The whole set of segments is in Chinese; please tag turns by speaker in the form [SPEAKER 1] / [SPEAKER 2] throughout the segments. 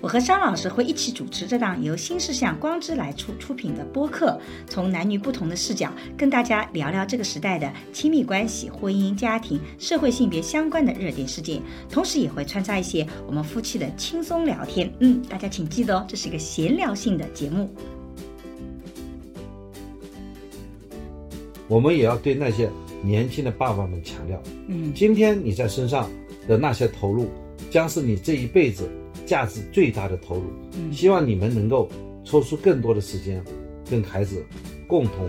[SPEAKER 1] 我和商老师会一起主持这档由新事项光之来出出品的播客，从男女不同的视角跟大家聊聊这个时代的亲密关系、婚姻、家庭、社会性别相关的热点事件，同时也会穿插一些我们夫妻的轻松聊天。嗯，大家请记得哦，这是一个闲聊性的节目。
[SPEAKER 2] 我们也要对那些年轻的爸爸们强调，
[SPEAKER 1] 嗯，
[SPEAKER 2] 今天你在身上的那些投入，将是你这一辈子价值最大的投入。
[SPEAKER 1] 嗯
[SPEAKER 2] 希望你们能够抽出更多的时间，跟孩子共同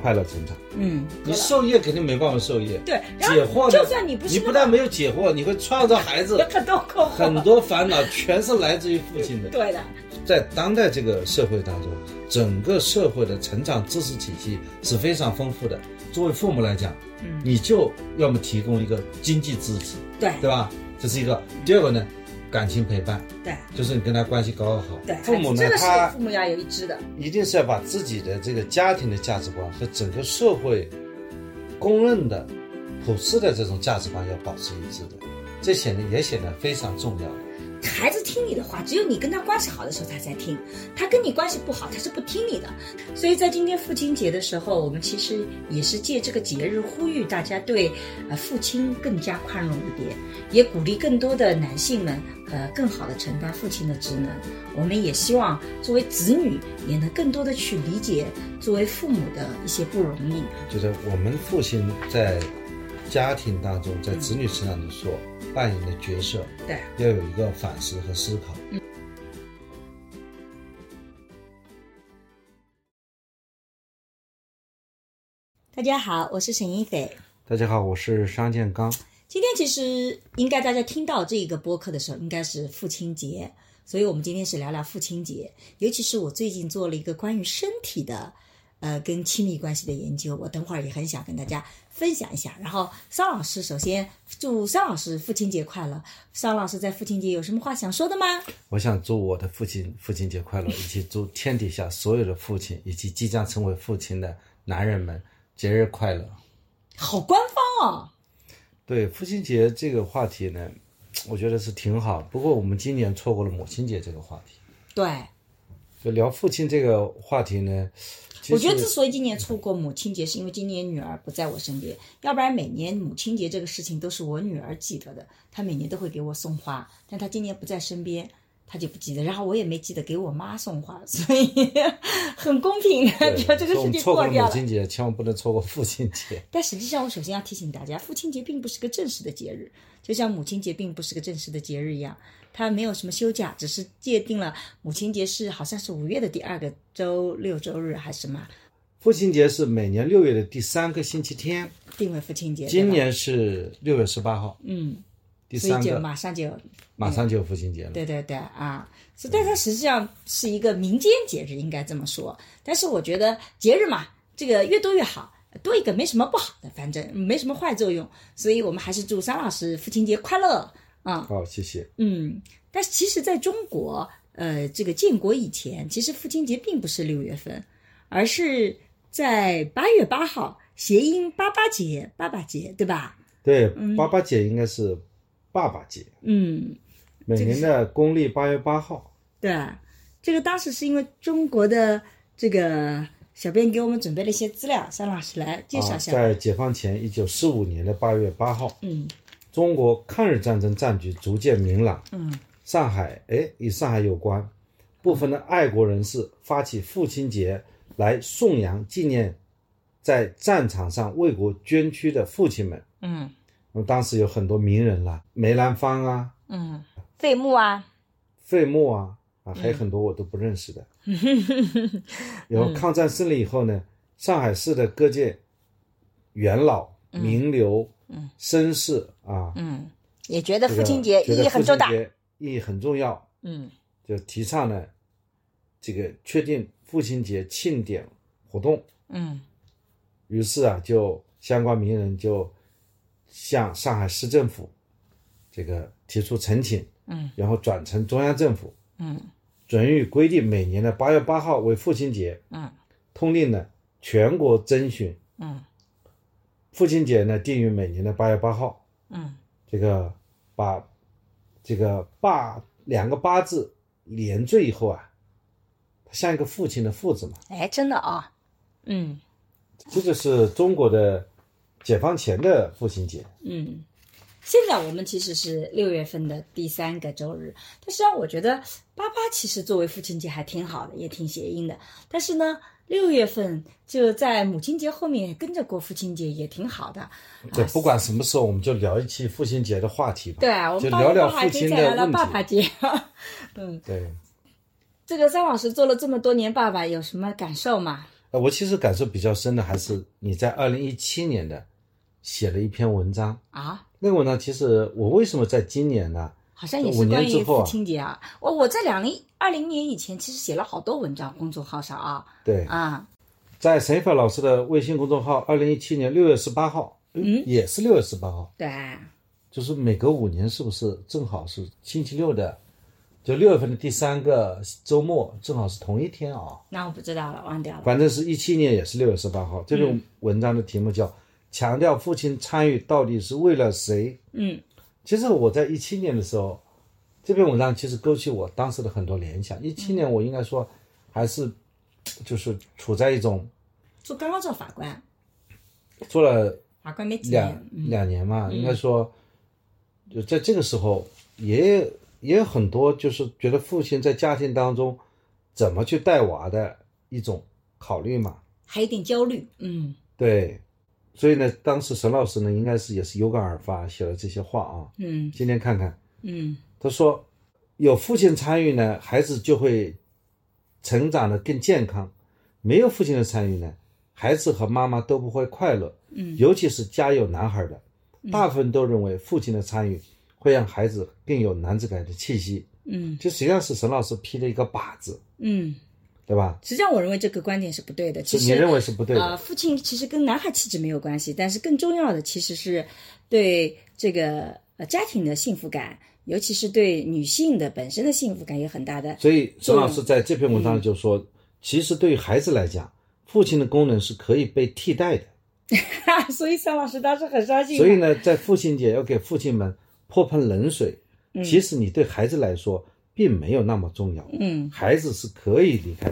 [SPEAKER 2] 快乐成长。
[SPEAKER 1] 嗯，
[SPEAKER 2] 你授业肯定没办法授业，
[SPEAKER 3] 对，然
[SPEAKER 2] 解
[SPEAKER 3] 后
[SPEAKER 2] 惑
[SPEAKER 3] 就
[SPEAKER 2] 呢？
[SPEAKER 3] 算你不是
[SPEAKER 2] 你
[SPEAKER 3] 那
[SPEAKER 2] 不
[SPEAKER 3] 么
[SPEAKER 2] 但没有解惑，你会创造孩子
[SPEAKER 3] 有很多困惑，
[SPEAKER 2] 很多烦恼，全是来自于父亲的。
[SPEAKER 3] 对的，
[SPEAKER 2] 在当代这个社会当中，整个社会的成长知识体系是非常丰富的。作为父母来讲，
[SPEAKER 1] 嗯
[SPEAKER 2] 你就要么提供一个经济支持，
[SPEAKER 3] 对
[SPEAKER 2] 对吧？这是一个。第二个呢，感情陪伴，
[SPEAKER 3] 对
[SPEAKER 2] 就是你跟他关系搞好。
[SPEAKER 3] 对，
[SPEAKER 2] 父母呢，
[SPEAKER 3] 这个是
[SPEAKER 2] 他
[SPEAKER 3] 父母要有一致的，
[SPEAKER 2] 一定是要把自己的这个家庭的价值观和整个社会公认的、普世的这种价值观要保持一致的，这显得也显得非常重要。
[SPEAKER 3] 孩子听你的话，只有你跟他关系好的时候他才听，他跟你关系不好，他是不听你的。
[SPEAKER 1] 所以在今天父亲节的时候，我们其实也是借这个节日呼吁大家对呃父亲更加宽容一点，也鼓励更多的男性们呃更好的承担父亲的职能。我们也希望作为子女也能更多的去理解作为父母的一些不容易。
[SPEAKER 2] 就是我们父亲在家庭当中，在子女身上的所扮演的角色，
[SPEAKER 1] 对，
[SPEAKER 2] 要有一个反思和思考。
[SPEAKER 1] 大家好，我是沈一斐。
[SPEAKER 2] 大家好，我是商建刚。
[SPEAKER 1] 今天其实应该大家听到这个播客的时候，应该是父亲节，所以我们今天是聊聊父亲节。尤其是我最近做了一个关于身体的，呃，跟亲密关系的研究，我等会儿也很想跟大家分享一下。然后，桑老师首先祝桑老师父亲节快乐。桑老师在父亲节有什么话想说的吗？
[SPEAKER 2] 我想祝我的父亲父亲节快乐，以及祝天底下所有的父亲以及即将成为父亲的男人们节日快乐。
[SPEAKER 1] 好官方哦，
[SPEAKER 2] 对父亲节这个话题呢，我觉得是挺好。不过我们今年错过了母亲节这个话题。
[SPEAKER 1] 对。
[SPEAKER 2] 就聊父亲这个话题呢，其
[SPEAKER 1] 我觉得
[SPEAKER 2] 实
[SPEAKER 1] 之所以今年错过母亲节，是因为今年女儿不在我身边，要不然每年母亲节这个事情都是我女儿记得的，她每年都会给我送花，但她今年不在身边，她就不记得，然后我也没记得给我妈送花， 所以很公平的，
[SPEAKER 2] 对
[SPEAKER 1] 只要这个
[SPEAKER 2] 所以
[SPEAKER 1] 事
[SPEAKER 2] 我们
[SPEAKER 1] 情
[SPEAKER 2] 错过
[SPEAKER 1] 过
[SPEAKER 2] 了
[SPEAKER 1] 掉
[SPEAKER 2] 母
[SPEAKER 1] 了。
[SPEAKER 2] 亲节，千万不能错过父亲节。
[SPEAKER 1] 但实际上，我首先要提醒大家，父亲节并不是个正式的节日，就像母亲节并不是个正式的节日一样，它没有什么休假，只是界定了母亲节是好像是五月的第二个周六周日还是什么
[SPEAKER 2] 父亲节是每年六月的第三个星期天，
[SPEAKER 1] 定为父亲节。对吧
[SPEAKER 2] 今年是六月十八号，
[SPEAKER 1] 嗯，
[SPEAKER 2] 第
[SPEAKER 1] 所
[SPEAKER 2] 三
[SPEAKER 1] 以就
[SPEAKER 2] 个
[SPEAKER 1] 马上就，
[SPEAKER 2] 马上就有父亲节了。
[SPEAKER 1] 对对对啊，所以但它实际上是一个民间节日，应该这么说。但是我觉得节日嘛，这个越多越好，多一个没什么不好的，反正没什么坏作用。所以我们还是祝桑老师父亲节快乐啊！
[SPEAKER 2] 好，谢谢。
[SPEAKER 1] 嗯，但是其实在中国，呃，这个建国以前，其实父亲节并不是六月份，而是在八月八号，谐音八八节、爸爸节，对吧？
[SPEAKER 2] 对，爸爸节应该是爸爸节，
[SPEAKER 1] 嗯，
[SPEAKER 2] 每年的公历八月八号。
[SPEAKER 1] 对，这个当时是因为中国的这个小编给我们准备了一些资料，张老师来介绍
[SPEAKER 2] 啊，
[SPEAKER 1] 一下。
[SPEAKER 2] 在解放前一九四五年的八月八号，
[SPEAKER 1] 嗯
[SPEAKER 2] 中国抗日战争战局逐渐明朗，
[SPEAKER 1] 嗯
[SPEAKER 2] 上海，哎，与上海有关，部分的爱国人士发起父亲节来颂扬纪念在战场上为国捐躯的父亲们。
[SPEAKER 1] 嗯
[SPEAKER 2] 那么当时有很多名人啦，梅兰芳啊、
[SPEAKER 1] 嗯，费穆啊，
[SPEAKER 2] 费穆啊，啊，还有很多我都不认识的。然后抗战胜利以后呢，上海市的各界元老、名流、
[SPEAKER 1] 嗯
[SPEAKER 2] 绅士啊，
[SPEAKER 1] 嗯， 也觉得
[SPEAKER 2] 这
[SPEAKER 1] 父
[SPEAKER 2] 个
[SPEAKER 1] 亲节
[SPEAKER 2] 觉
[SPEAKER 1] 意
[SPEAKER 2] 得
[SPEAKER 1] 义很
[SPEAKER 2] 父
[SPEAKER 1] 重
[SPEAKER 2] 亲
[SPEAKER 1] 大。
[SPEAKER 2] 节意义很重要。
[SPEAKER 1] 嗯
[SPEAKER 2] 就提倡呢，这个确定父亲节庆典活动。
[SPEAKER 1] 嗯
[SPEAKER 2] 于是啊，就相关名人就向上海市政府这个提出陈请，
[SPEAKER 1] 嗯，
[SPEAKER 2] 然后转呈中央政府，
[SPEAKER 4] 嗯
[SPEAKER 2] 准予规定每年的八月八号为父亲节，
[SPEAKER 4] 嗯
[SPEAKER 2] 通令呢全国征询，
[SPEAKER 4] 嗯
[SPEAKER 2] 父亲节呢定于每年的八月八号。
[SPEAKER 4] 嗯
[SPEAKER 2] 这个把这个八两个八字连缀以后啊，它像一个父亲的父字嘛，
[SPEAKER 4] 哎，真的啊，嗯
[SPEAKER 2] 这就是中国的解放前的父亲节。
[SPEAKER 4] 嗯
[SPEAKER 1] 现在我们其实是六月份的第三个周日，但实际上我觉得八八其实作为父亲节还挺好的，也挺谐音的。但是呢，六月份就在母亲节后面跟着过父亲节也挺好的。
[SPEAKER 2] 对，不管什么时候，我们就聊一期父亲节的话题吧。
[SPEAKER 1] 对啊，我
[SPEAKER 2] 就
[SPEAKER 1] 们爸
[SPEAKER 2] 聊聊
[SPEAKER 1] 爸还
[SPEAKER 2] 父
[SPEAKER 1] 可以
[SPEAKER 2] 亲
[SPEAKER 1] 再聊
[SPEAKER 2] 的
[SPEAKER 1] 聊
[SPEAKER 2] 问
[SPEAKER 1] 爸爸
[SPEAKER 2] 题。
[SPEAKER 1] 节。
[SPEAKER 2] 对，
[SPEAKER 1] 这个张老师做了这么多年爸爸，有什么感受吗？
[SPEAKER 2] 呃，我其实感受比较深的还是你在二零一七年的写了一篇文章。
[SPEAKER 1] 啊，
[SPEAKER 2] 那个文章其实我为什么在今年呢？
[SPEAKER 1] 好像也
[SPEAKER 2] 五
[SPEAKER 1] 是
[SPEAKER 2] 年
[SPEAKER 1] 关
[SPEAKER 2] 之
[SPEAKER 1] 于
[SPEAKER 2] 后啊
[SPEAKER 1] 父亲节啊。我我在两零二零年以前其实写了好多文章，公众号上啊
[SPEAKER 2] 对，
[SPEAKER 1] 啊，
[SPEAKER 2] 在沈一凡老师的微信公众号，二零一七年六月十八号，嗯，也是六月十八号，
[SPEAKER 1] 对，啊
[SPEAKER 2] 就是每隔五年是不是正好是星期六的，就六月份的第三个周末，正好是同一天啊。
[SPEAKER 1] 那我不知道了，忘掉了。
[SPEAKER 2] 反正是一七年也是六月十八号，这篇文章的题目叫《强调父亲参与到底是为了谁》。
[SPEAKER 1] 嗯，
[SPEAKER 2] 其实我在一七年的时候，这篇文章其实勾起我当时的很多联想。一七年我应该说还是就是处在一种
[SPEAKER 1] 做刚刚做法官，
[SPEAKER 2] 做了
[SPEAKER 1] 法官没几嗯
[SPEAKER 2] 两
[SPEAKER 1] 年，
[SPEAKER 2] 两年嘛，应该说，就在这个时候也也有很多就是觉得父亲在家庭当中怎么去带娃的一种考虑嘛，
[SPEAKER 1] 还有点焦虑。嗯
[SPEAKER 2] 对，所以呢，当时沈老师呢，应该是也是有感而发写了这些话啊。
[SPEAKER 1] 嗯
[SPEAKER 2] 今天看看，
[SPEAKER 1] 嗯
[SPEAKER 2] 他说，有父亲参与呢，孩子就会成长的更健康；没有父亲的参与呢，孩子和妈妈都不会快乐。
[SPEAKER 1] 嗯，
[SPEAKER 2] 尤其是家有男孩的，大部分都认为父亲的参与会让孩子更有男子感的气息。
[SPEAKER 1] 嗯
[SPEAKER 2] 这实际上是沈老师批的一个靶子，
[SPEAKER 1] 嗯，
[SPEAKER 2] 对吧？
[SPEAKER 1] 实际上我认为这个观点是不对的。其
[SPEAKER 2] 是
[SPEAKER 1] 实
[SPEAKER 2] 你认为是不对
[SPEAKER 1] 啊、
[SPEAKER 2] 的，
[SPEAKER 1] 父亲其实跟男孩气质没有关系，但是更重要的其实是对这个呃家庭的幸福感，尤其是对女性的本身的幸福感有很大的。
[SPEAKER 2] 所以沈老师在这篇文章就说，其实对于孩子来讲，父亲的功能是可以被替代的。
[SPEAKER 1] 所以桑老师当时很伤心。
[SPEAKER 2] 所以，呢，在父亲节要给父亲们泼盆冷水，其实你对孩子来说并没有那么重要，
[SPEAKER 1] 嗯，
[SPEAKER 2] 孩子是可以离开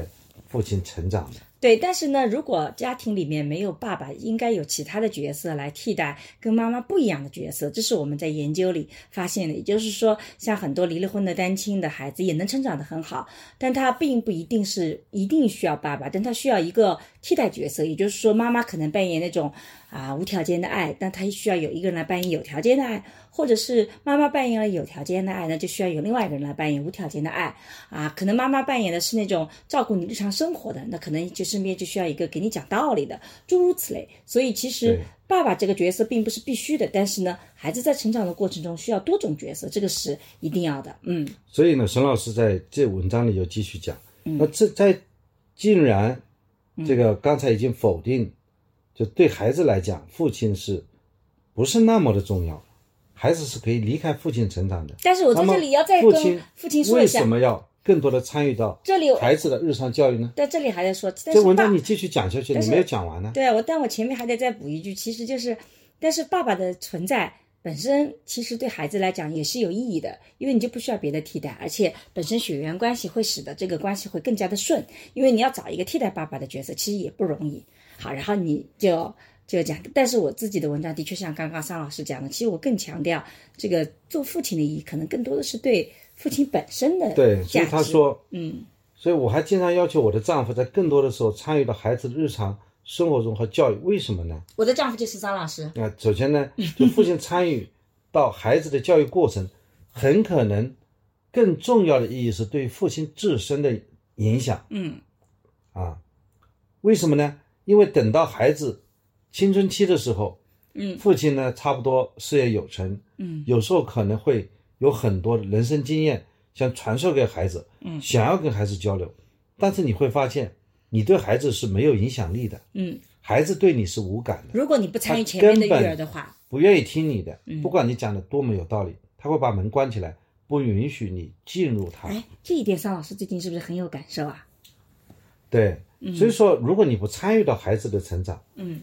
[SPEAKER 2] 父亲成长的。
[SPEAKER 1] 对，但是呢，如果家庭里面没有爸爸，应该有其他的角色来替代跟妈妈不一样的角色，这是我们在研究里发现的。也就是说，像很多离了婚的单亲的孩子也能成长得很好，但他并不一定是一定需要爸爸，但他需要一个替代角色，也就是说，妈妈可能扮演那种啊、无条件的爱，但他需要有一个人来扮演有条件的爱，或者是妈妈扮演了有条件的爱，那就需要有另外一个人来扮演无条件的爱。啊，可能妈妈扮演的是那种照顾你日常生活的，那可能就身边就需要一个给你讲道理的，诸如此类。所以其实
[SPEAKER 2] 对
[SPEAKER 1] 爸爸这个角色并不是必须的，但是呢，孩子在成长的过程中需要多种角色，这个是一定要的。嗯
[SPEAKER 2] 所以呢，沈老师在这文章里又继续讲，
[SPEAKER 1] 嗯
[SPEAKER 2] 那这在竟然这个刚才已经否定，就对孩子来讲，父亲是不是那么的重要？孩子是可以离开父亲成长的。
[SPEAKER 1] 但是我在
[SPEAKER 2] 那么
[SPEAKER 1] 这里要再
[SPEAKER 2] 父
[SPEAKER 1] 跟
[SPEAKER 2] 亲
[SPEAKER 1] 父亲说
[SPEAKER 2] 为
[SPEAKER 1] 一下
[SPEAKER 2] 什，么要更多的参与到
[SPEAKER 1] 这里我
[SPEAKER 2] 孩子的日常教育呢？
[SPEAKER 1] 在这里还在说，但
[SPEAKER 2] 这
[SPEAKER 1] 是
[SPEAKER 2] 文
[SPEAKER 1] 爸
[SPEAKER 2] 章你继续讲下去，
[SPEAKER 1] 但
[SPEAKER 2] 你
[SPEAKER 1] 是
[SPEAKER 2] 没有讲完呢。
[SPEAKER 1] 对我，但我前面还得再补一句，其实就是，但是爸爸的存在本身其实对孩子来讲也是有意义的，因为你就不需要别的替代，而且本身血缘关系会使得这个关系会更加的顺，因为你要找一个替代爸爸的角色，其实也不容易。好，然后你就就讲，但是我自己的文章的确像刚刚桑老师讲的，其实我更强调这个做父亲的意义，可能更多的是对父亲本身的
[SPEAKER 2] 对，所
[SPEAKER 1] 价
[SPEAKER 2] 以
[SPEAKER 1] 值。
[SPEAKER 2] 他说，
[SPEAKER 1] 嗯，
[SPEAKER 2] 所以我还经常要求我的丈夫在更多的时候参与到孩子的日常生活中和教育。为什么呢？
[SPEAKER 1] 我的丈夫就是张老师，
[SPEAKER 2] 啊、首 先呢，就父亲参与到孩子的教育过程，很可能更重要的意义是对父亲自身的影响
[SPEAKER 1] 嗯
[SPEAKER 2] 啊。为什么呢？因为等到孩子青春期的时候，
[SPEAKER 1] 嗯
[SPEAKER 2] 父亲呢差不多事业有成，
[SPEAKER 1] 嗯
[SPEAKER 2] 有时候可能会有很多的人生经验想传授给孩子，
[SPEAKER 1] 嗯
[SPEAKER 2] 想要跟孩子交流，但是你会发现，你对孩子是没有影响力的，
[SPEAKER 1] 嗯，
[SPEAKER 2] 孩子对你是无感的，
[SPEAKER 1] 如果你不参与
[SPEAKER 2] 他
[SPEAKER 1] 前面的
[SPEAKER 2] 根
[SPEAKER 1] 育
[SPEAKER 2] 本
[SPEAKER 1] 儿的话，嗯
[SPEAKER 2] 不愿意听你的，不管你讲的多么有道理，他会把门关起来，不允许你进入它。
[SPEAKER 1] 哎，这一点桑老师最近是不是很有感受啊？
[SPEAKER 2] 对，所以说，如果你不参与到孩子的成长，
[SPEAKER 1] 嗯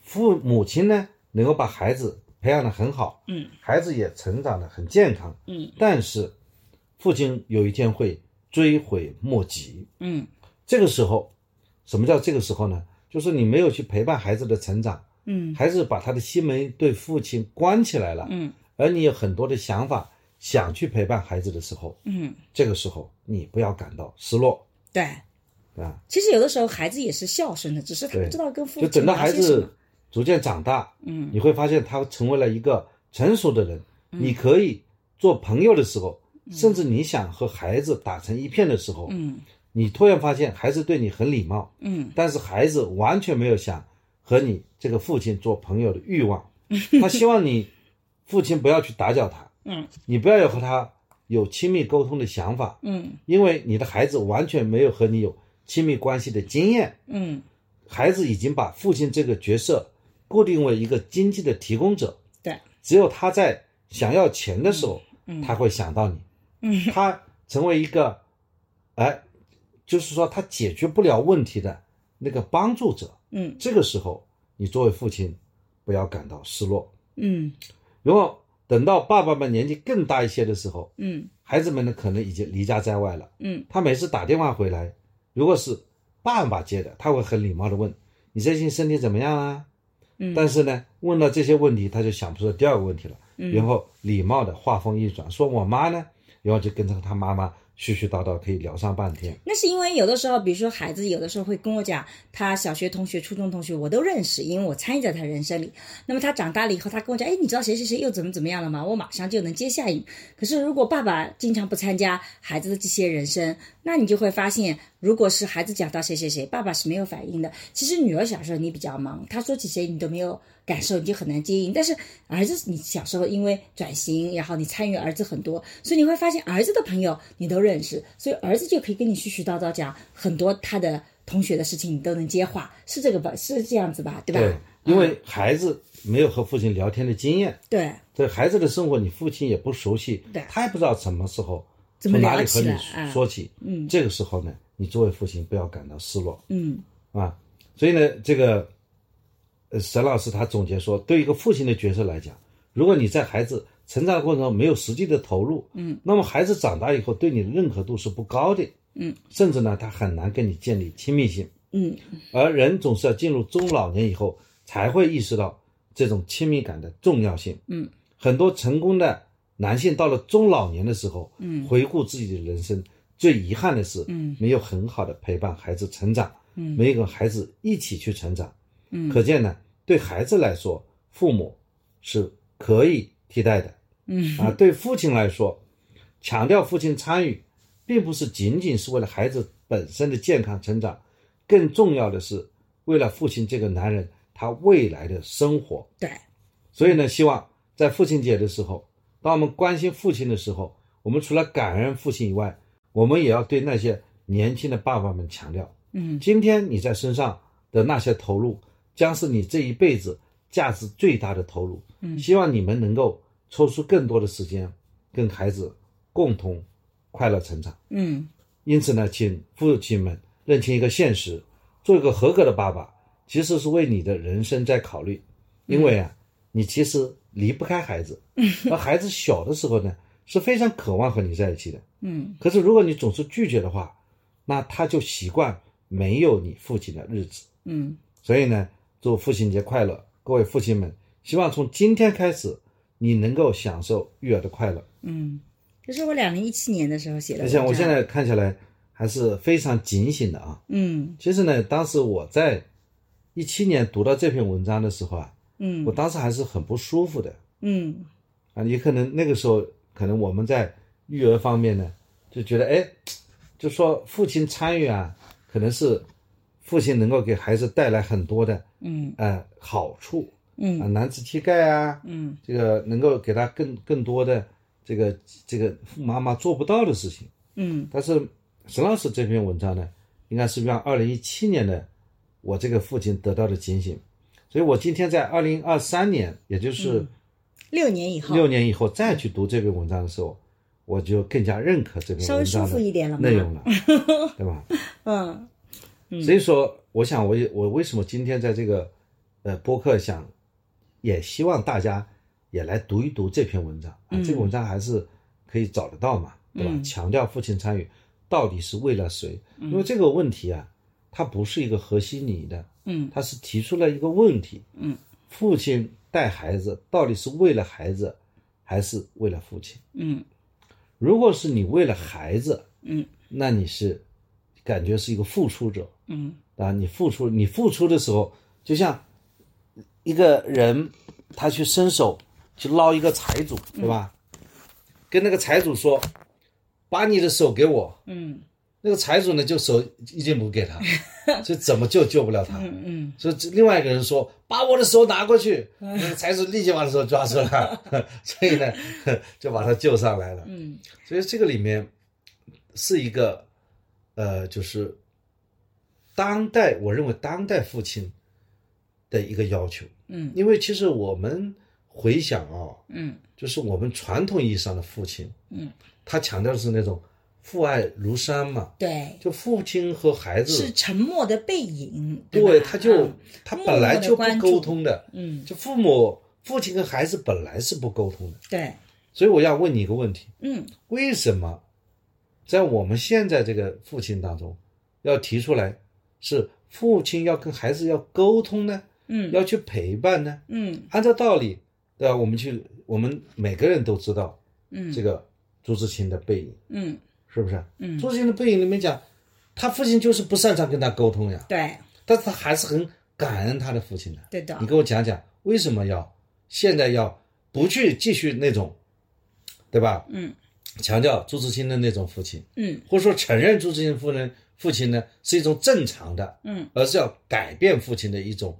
[SPEAKER 2] 父母亲呢能够把孩子培养得很好，
[SPEAKER 1] 嗯
[SPEAKER 2] 孩子也成长得很健康，
[SPEAKER 1] 嗯
[SPEAKER 2] 但是父亲有一天会追悔莫及。
[SPEAKER 1] 嗯
[SPEAKER 2] 这个时候，什么叫这个时候呢？就是你没有去陪伴孩子的成长，
[SPEAKER 1] 嗯
[SPEAKER 2] 孩子把他的心门对父亲关起来了，
[SPEAKER 1] 嗯
[SPEAKER 2] 而你有很多的想法想去陪伴孩子的时候，
[SPEAKER 1] 嗯，
[SPEAKER 2] 这个时候你不要感到失落
[SPEAKER 1] 对。
[SPEAKER 2] 啊，
[SPEAKER 1] 其实有的时候孩子也是孝顺的，只是他
[SPEAKER 2] 对
[SPEAKER 1] 不知道跟父
[SPEAKER 2] 就
[SPEAKER 1] 亲
[SPEAKER 2] 等到
[SPEAKER 1] 聊
[SPEAKER 2] 孩
[SPEAKER 1] 些什么
[SPEAKER 2] 子逐渐长大，
[SPEAKER 1] 嗯
[SPEAKER 2] 你会发现他成为了一个成熟的人，
[SPEAKER 1] 嗯
[SPEAKER 2] 你可以做朋友的时候，甚至你想和孩子打成一片的时候，
[SPEAKER 1] 嗯
[SPEAKER 2] 你突然发现孩子对你很礼貌，
[SPEAKER 1] 嗯
[SPEAKER 2] 但是孩子完全没有想和你这个父亲做朋友的欲 望，他希望你父亲不要去打搅他，
[SPEAKER 1] 嗯
[SPEAKER 2] 你不要有和他有亲密沟通的想法，
[SPEAKER 1] 嗯
[SPEAKER 2] 因为你的孩子完全没有和你有亲密关系的经验，
[SPEAKER 1] 嗯，
[SPEAKER 2] 孩子已经把父亲这个角色固定为一个经济的提供者，
[SPEAKER 1] 对，
[SPEAKER 2] 只有他在想要钱的时候，他会想到你，
[SPEAKER 1] 嗯
[SPEAKER 2] 他成为一个，哎，就是说他解决不了问题的那个帮助者。
[SPEAKER 1] 嗯
[SPEAKER 2] 这个时候，你作为父亲，不要感到失落。
[SPEAKER 1] 嗯
[SPEAKER 2] 然后等到爸爸们年纪更大一些的时候，
[SPEAKER 1] 嗯
[SPEAKER 2] 孩子们呢可能已经离家在外了。
[SPEAKER 1] 嗯
[SPEAKER 2] 他每次打电话回来，如果是爸爸接的，他会很礼貌的问：“你最近身体怎么样啊？”
[SPEAKER 1] 嗯
[SPEAKER 2] 但是呢，问到这些问题，他就想不出第二个问题了。
[SPEAKER 1] 嗯
[SPEAKER 2] 然后礼貌的话锋一转，说我妈呢，然后就跟着他妈妈絮絮叨叨，可以聊上半天。
[SPEAKER 1] 那是因为有的时候，比如说孩子有的时候会跟我讲，他小学同学、初中同学我都认识，因为我参与在他人生里。那么他长大了以后，他跟我讲，哎，你知道谁谁谁又怎么怎么样了吗？我马上就能接下应。可是如果爸爸经常不参加孩子的这些人生，那你就会发现，如果是孩子讲到谁谁谁，爸爸是没有反应的。其实女儿小时候你比较忙，她说起谁你都没有感受，你就很难接应。但是儿子，你小时候因为转型，然后你参与儿子很多，所以你会发现儿子的朋友你都认识，所以儿子就可以跟你絮絮叨叨讲很多他的同学的事情，你都能接话，是这个吧？是这样子吧？对吧？
[SPEAKER 2] 对，因为孩子没有和父亲聊天的经验，
[SPEAKER 1] 对
[SPEAKER 2] 对孩子的生活，你父亲也不熟悉
[SPEAKER 1] 对，
[SPEAKER 2] 他也不知道什么时候
[SPEAKER 1] 怎么
[SPEAKER 2] 从
[SPEAKER 1] 聊
[SPEAKER 2] 哪里和
[SPEAKER 1] 起
[SPEAKER 2] 你
[SPEAKER 1] 来啊
[SPEAKER 2] 说起。
[SPEAKER 1] 嗯
[SPEAKER 2] 这个时候呢，你作为父亲不要感到失落
[SPEAKER 1] 嗯
[SPEAKER 2] 啊。所以呢，这个呃，沈老师他总结说，对一个父亲的角色来讲，如果你在孩子成长的过程中没有实际的投入，
[SPEAKER 1] 嗯，
[SPEAKER 2] 那么孩子长大以后对你的认可度是不高的，
[SPEAKER 1] 嗯，
[SPEAKER 2] 甚至呢，他很难跟你建立亲密性。
[SPEAKER 1] 嗯
[SPEAKER 2] 而人总是要进入中老年以后才会意识到这种亲密感的重要性。
[SPEAKER 1] 嗯，
[SPEAKER 2] 很多成功的男性到了中老年的时候，
[SPEAKER 1] 嗯
[SPEAKER 2] 回顾自己的人生，最遗憾的是，
[SPEAKER 1] 嗯
[SPEAKER 2] 没有很好的陪伴孩子成长，
[SPEAKER 1] 嗯
[SPEAKER 2] 没有跟孩子一起去成长。
[SPEAKER 1] 嗯
[SPEAKER 2] 可见呢，对孩子来说，父母是可以替代的。
[SPEAKER 1] 嗯
[SPEAKER 2] 啊，对父亲来说，强调父亲参与，并不是仅仅是为了孩子本身的健康成长，更重要的是为了父亲这个男人他未来的生活。
[SPEAKER 1] 对，
[SPEAKER 2] 所以呢，希望在父亲节的时候，当我们关心父亲的时候，我们除了感恩父亲以外，我们也要对那些年轻的爸爸们强调，
[SPEAKER 1] 嗯
[SPEAKER 2] 今天你在身上的那些投入，将是你这一辈子价值最大的投入。
[SPEAKER 1] 嗯
[SPEAKER 2] 希望你们能够抽出更多的时间，跟孩子共同快乐成长。
[SPEAKER 1] 嗯
[SPEAKER 2] 因此呢，请父亲们认清一个现实，做一个合格的爸爸，其实是为你的人生在考虑。因为啊，你其实离不开孩子，而孩子小的时候呢，是非常渴望和你在一起的。
[SPEAKER 1] 嗯
[SPEAKER 2] 可是如果你总是拒绝的话，那他就习惯没有你父亲的日子。
[SPEAKER 1] 嗯
[SPEAKER 2] 所以呢，祝父亲节快乐，各位父亲们！希望从今天开始，你能够享受育儿的快乐。
[SPEAKER 1] 嗯，这是我两零一七年的时候写的
[SPEAKER 2] 而
[SPEAKER 1] 文
[SPEAKER 2] 且
[SPEAKER 1] 章。
[SPEAKER 2] 我现在看起来还是非常警醒的啊。
[SPEAKER 1] 嗯
[SPEAKER 2] 其实呢，当时我在一七年读到这篇文章的时候啊，
[SPEAKER 1] 嗯
[SPEAKER 2] 我当时还是很不舒服的
[SPEAKER 1] 嗯
[SPEAKER 2] 啊。也可能那个时候，可能我们在育儿方面呢，就觉得哎，就说父亲参与啊，可能是父亲能够给孩子带来很多的
[SPEAKER 1] 嗯
[SPEAKER 2] 呃好处啊，
[SPEAKER 1] 嗯
[SPEAKER 2] 男子气概啊，
[SPEAKER 1] 嗯
[SPEAKER 2] 这个能够给他更更多的这个这个父妈妈做不到的事情。
[SPEAKER 1] 嗯
[SPEAKER 2] 但是沈老师这篇文章呢，应该是让二零一七年的我这个父亲得到的警醒，所以我今天在二零二三年，也就是
[SPEAKER 1] 六年以后。
[SPEAKER 2] 六年以后再去读这篇文章的时候，我就更加认可这篇
[SPEAKER 1] 稍微
[SPEAKER 2] 文
[SPEAKER 1] 舒
[SPEAKER 2] 章
[SPEAKER 1] 服一
[SPEAKER 2] 的
[SPEAKER 1] 点了吗？
[SPEAKER 2] 内容了，对吧？
[SPEAKER 1] 嗯
[SPEAKER 2] 所以说，我想我也我为什么今天在这个呃播客想，也希望大家也来读一读这篇文章啊，
[SPEAKER 1] 嗯
[SPEAKER 2] 这个文章还是可以找得到嘛，对吧？
[SPEAKER 1] 嗯
[SPEAKER 2] 强调父亲参与到底是为了谁？因为这个问题啊，它不是一个和稀泥的，
[SPEAKER 1] 嗯
[SPEAKER 2] 它是提出了一个问题，
[SPEAKER 1] 嗯，
[SPEAKER 2] 父亲带孩子到底是为了孩子，还是为了父亲？
[SPEAKER 1] 嗯
[SPEAKER 2] 如果是你为了孩子，
[SPEAKER 1] 嗯，
[SPEAKER 2] 那你是感觉是一个付出者，
[SPEAKER 1] 嗯
[SPEAKER 2] 啊，你付出，你付出的时候，就像一个人他去伸手去捞一个财主，对吧？跟那个财主说：“把你的手给我。
[SPEAKER 1] 嗯”
[SPEAKER 2] 那个财主呢，就手一定不给他，就怎么救救不了他。
[SPEAKER 1] 嗯
[SPEAKER 2] 所以这另外一个人说：“把我的手拿过去。”
[SPEAKER 1] 哎
[SPEAKER 2] 那个财主立即把他手抓住了， 所以呢，就把他救上来了。
[SPEAKER 1] 嗯
[SPEAKER 2] 所以这个里面是一个呃，就是当代，我认为当代父亲的一个要求，
[SPEAKER 1] 嗯
[SPEAKER 2] 因为其实我们回想啊，
[SPEAKER 1] 嗯
[SPEAKER 2] 就是我们传统意义上的父亲，
[SPEAKER 1] 嗯，
[SPEAKER 2] 他强调的是那种父爱如山嘛，
[SPEAKER 1] 对，
[SPEAKER 2] 就父亲和孩子
[SPEAKER 1] 是沉默的背影，
[SPEAKER 2] 对，
[SPEAKER 1] 吧
[SPEAKER 2] 他就、
[SPEAKER 1] 嗯
[SPEAKER 2] 他
[SPEAKER 1] 默
[SPEAKER 2] 本来
[SPEAKER 1] 默地
[SPEAKER 2] 就不
[SPEAKER 1] 关
[SPEAKER 2] 沟
[SPEAKER 1] 注
[SPEAKER 2] 通的，
[SPEAKER 1] 嗯
[SPEAKER 2] 就父母父亲和孩子本来是不沟通的，
[SPEAKER 1] 对，
[SPEAKER 2] 所以我要问你一个问题，
[SPEAKER 1] 嗯
[SPEAKER 2] 为什么在我们现在这个父亲当中，要提出来是父亲要跟孩子要沟通呢？
[SPEAKER 1] 嗯
[SPEAKER 2] 要去陪伴呢？
[SPEAKER 1] 嗯
[SPEAKER 2] 按照道理，对吧？我们去，我们每个人都知道
[SPEAKER 1] 嗯
[SPEAKER 2] 这个朱自清的背影，
[SPEAKER 1] 嗯
[SPEAKER 2] 是不是？
[SPEAKER 1] 嗯
[SPEAKER 2] 朱自清的背影里面讲，他父亲就是不擅长跟他沟通呀，
[SPEAKER 1] 对
[SPEAKER 2] 但是他还是很感恩他的父亲的。
[SPEAKER 1] 对的
[SPEAKER 2] 你，给我讲讲为什么要现在要不去继续那种，对吧？
[SPEAKER 1] 嗯
[SPEAKER 2] 强调朱自清的那种父亲，
[SPEAKER 1] 嗯
[SPEAKER 2] 或者说承认朱自清夫人父亲呢是一种正常的，
[SPEAKER 1] 嗯
[SPEAKER 2] 而是要改变父亲的一种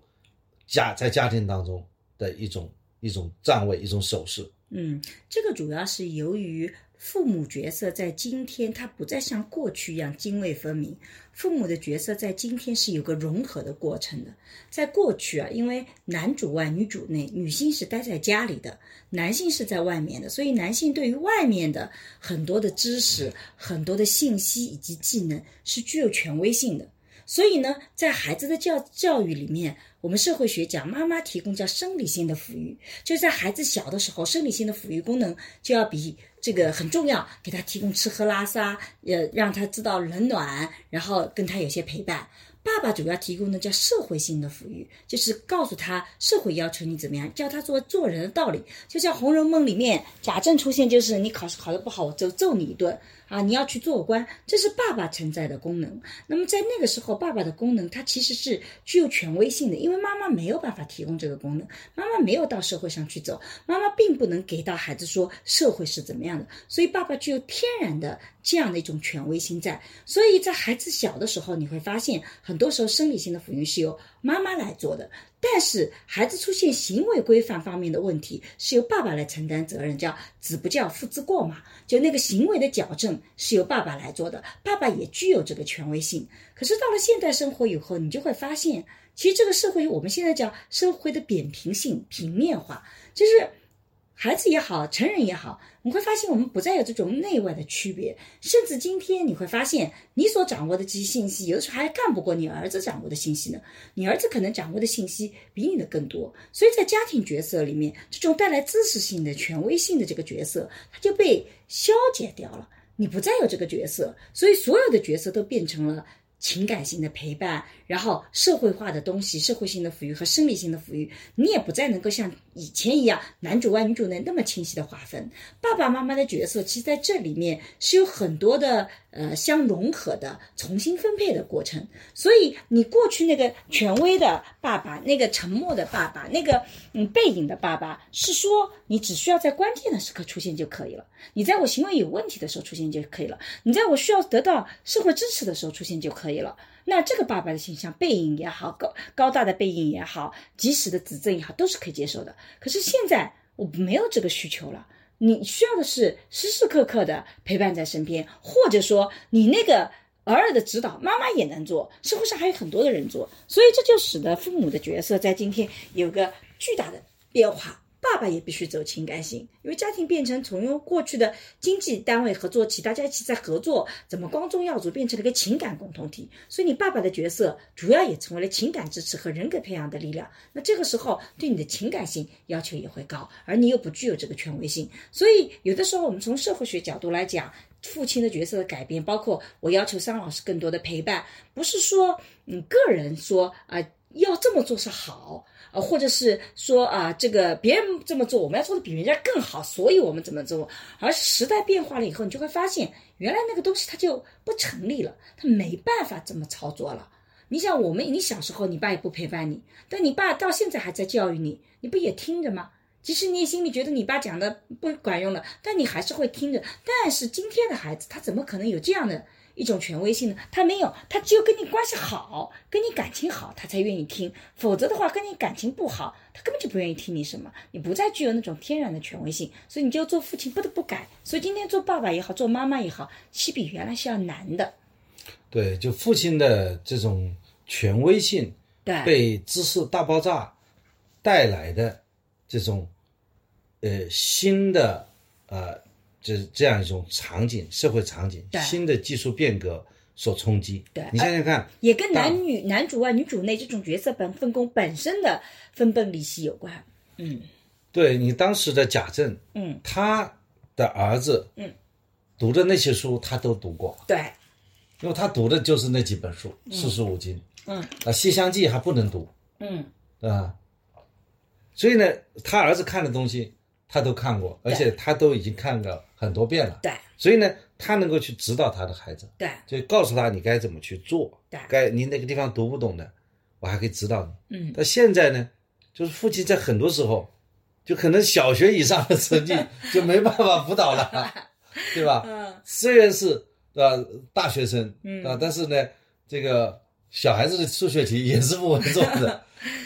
[SPEAKER 2] 家在家庭当中的一种一种站位一种手势。
[SPEAKER 1] 嗯，这个主要是由于父母角色在今天，它不再像过去一样泾渭分明。父母的角色在今天是有个融合的过程的。在过去啊，因为男主外女主内，女性是待在家里的，男性是在外面的，所以男性对于外面的很多的知识、很多的信息以及技能是具有权威性的。所以呢，在孩子的教教育里面，我们社会学讲妈妈提供叫生理性的抚育，就是在孩子小的时候，生理性的抚育功能就要比这个很重要，给他提供吃喝拉撒，呃，让他知道冷暖，然后跟他有些陪伴。爸爸主要提供的叫社会性的抚育，就是告诉他社会要求你怎么样，教他做做人的道理。就像《红楼梦》里面贾政出现，就是你考试考得不好，我就揍你一顿啊！你要去做官，这是爸爸存在的功能。那么在那个时候，爸爸的功能它其实是具有权威性的，因为妈妈没有办法提供这个功能，妈妈没有到社会上去走，妈妈并不能给到孩子说社会是怎么样的，所以爸爸具有天然的这样的一种权威性在。所以在孩子小的时候，你会发现很多时候生理性的抚育是由妈妈来做的，但是孩子出现行为规范方面的问题是由爸爸来承担责任，叫子不教父之过嘛，就那个行为的矫正是由爸爸来做的，爸爸也具有这个权威性。可是到了现代生活以后，你就会发现，其实这个社会我们现在叫社会的扁平性、平面化，就是孩子也好，成人也好，你会发现我们不再有这种内外的区别，甚至今天你会发现，你所掌握的这些信息，有的时候还干不过你儿子掌握的信息呢。你儿子可能掌握的信息比你的更多，所以在家庭角色里面，这种带来知识性的、权威性的这个角色，它就被消解掉了。你不再有这个角色，所以所有的角色都变成了情感型的陪伴，然后社会化的东西、社会性的抚育和生理性的抚育，你也不再能够像以前一样男主外女主内那么清晰的划分。爸爸妈妈的角色，其实在这里面是有很多的呃相融合的重新分配的过程。所以你过去那个权威的爸爸，那个沉默的爸爸，那个嗯背影的爸爸，是说你只需要在关键的时刻出现就可以了，你在我行为有问题的时候出现就可以了，你在我需要得到社会支持的时候出现就可以了。那这个爸爸的形象，背影也好，高高大的背影也好，及时的指正也好，都是可以接受的。可是现在我没有这个需求了。你需要的是时时刻刻的陪伴在身边，或者说你那个偶尔的指导，妈妈也能做，社会上还有很多的人做，所以这就使得父母的角色在今天有个巨大的变化。爸爸也必须走情感型，因为家庭变成从过去的经济单位合作体，大家一起在合作，怎么光宗耀祖变成了一个情感共同体，所以你爸爸的角色主要也成为了情感支持和人格培养的力量。那这个时候对你的情感性要求也会高，而你又不具有这个权威性，所以有的时候我们从社会学角度来讲。父亲的角色的改变，包括我要求桑老师更多的陪伴，不是说嗯个人说啊、呃、要这么做是好啊、呃，或者是说啊、呃、这个别人这么做，我们要做的比人家更好，所以我们怎么做？而时代变化了以后，你就会发现原来那个东西它就不成立了，它没办法这么操作了。你想我们，你小时候你爸也不陪伴你，但你爸到现在还在教育你，你不也听着吗？即使你心里觉得你爸讲的不管用了，但你还是会听着。但是今天的孩子，他怎么可能有这样的一种权威性呢？他没有，他只有跟你关系好、跟你感情好，他才愿意听。否则的话，跟你感情不好，他根本就不愿意听你什么。你不再具有那种天然的权威性，所以你就做父亲不得不改。所以今天做爸爸也好，做妈妈也好，其比原来是要难的。
[SPEAKER 2] 对，就父亲的这种权威性，
[SPEAKER 1] 对，
[SPEAKER 2] 被知识大爆炸带来的。这种，呃，新的呃，这这样一种场景，社会场景，
[SPEAKER 1] 对
[SPEAKER 2] 新的技术变革所冲击。
[SPEAKER 1] 对
[SPEAKER 2] 你想想看，
[SPEAKER 1] 也跟
[SPEAKER 2] 大
[SPEAKER 1] 男女男主外女主内这种角色本分工本身的分崩离析有关。嗯
[SPEAKER 2] 对你当时的贾政，
[SPEAKER 1] 嗯，
[SPEAKER 2] 他的儿子，
[SPEAKER 1] 嗯，
[SPEAKER 2] 读的那些书他都读过，
[SPEAKER 1] 对，
[SPEAKER 2] 因为他读的就是那几本书，四书五经，
[SPEAKER 1] 嗯
[SPEAKER 2] 啊，《西厢记》还不能读
[SPEAKER 1] 嗯。
[SPEAKER 2] 啊，所以呢，他儿子看的东西他都看过，而且他都已经看了很多遍了，
[SPEAKER 1] 对
[SPEAKER 2] 所以呢，他能够去指导他的孩子。
[SPEAKER 1] 对
[SPEAKER 2] 就告诉他你该怎么去做
[SPEAKER 1] 对，
[SPEAKER 2] 该你那个地方读不懂的，我还可以指导你。
[SPEAKER 1] 嗯
[SPEAKER 2] 但现在呢，就是父亲在很多时候，就可能小学以上的成 绩就没办法辅导了，对吧？
[SPEAKER 1] 嗯
[SPEAKER 2] 虽然是呃大学生，
[SPEAKER 1] 嗯
[SPEAKER 2] 啊，但是呢，这个小孩子的数学题也是不稳重 的，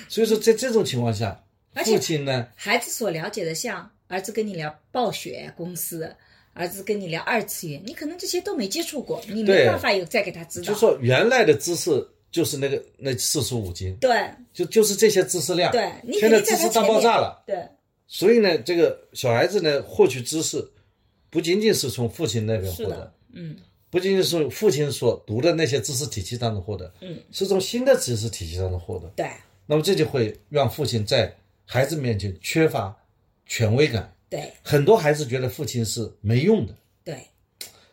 [SPEAKER 2] 所以说在这种情况下，
[SPEAKER 1] 而且
[SPEAKER 2] 父亲呢，
[SPEAKER 1] 孩子所了解的，像儿子跟你聊暴雪公司，儿子跟你聊二次元，你可能这些都没接触过，你没
[SPEAKER 2] 对
[SPEAKER 1] 办法有再给他指导。
[SPEAKER 2] 就说原来的知识就是那个那四书五经，
[SPEAKER 1] 对
[SPEAKER 2] 就就是这些知识量，
[SPEAKER 1] 对你
[SPEAKER 2] 现在
[SPEAKER 1] 肯定在
[SPEAKER 2] 知识
[SPEAKER 1] 他前
[SPEAKER 2] 大爆
[SPEAKER 1] 面
[SPEAKER 2] 炸了。
[SPEAKER 1] 对
[SPEAKER 2] 所以呢，这个小孩子呢，获取知识不仅仅是从父亲那边获
[SPEAKER 1] 是的
[SPEAKER 2] 得，
[SPEAKER 1] 嗯
[SPEAKER 2] 不仅仅是从父亲所读的那些知识体系当中获得，
[SPEAKER 1] 嗯，
[SPEAKER 2] 是从新的知识体系当中获得。
[SPEAKER 1] 对
[SPEAKER 2] 那么这就会让父亲在孩子面前缺乏权威感。
[SPEAKER 1] 对
[SPEAKER 2] 很多孩子觉得父亲是没用的，
[SPEAKER 1] 对，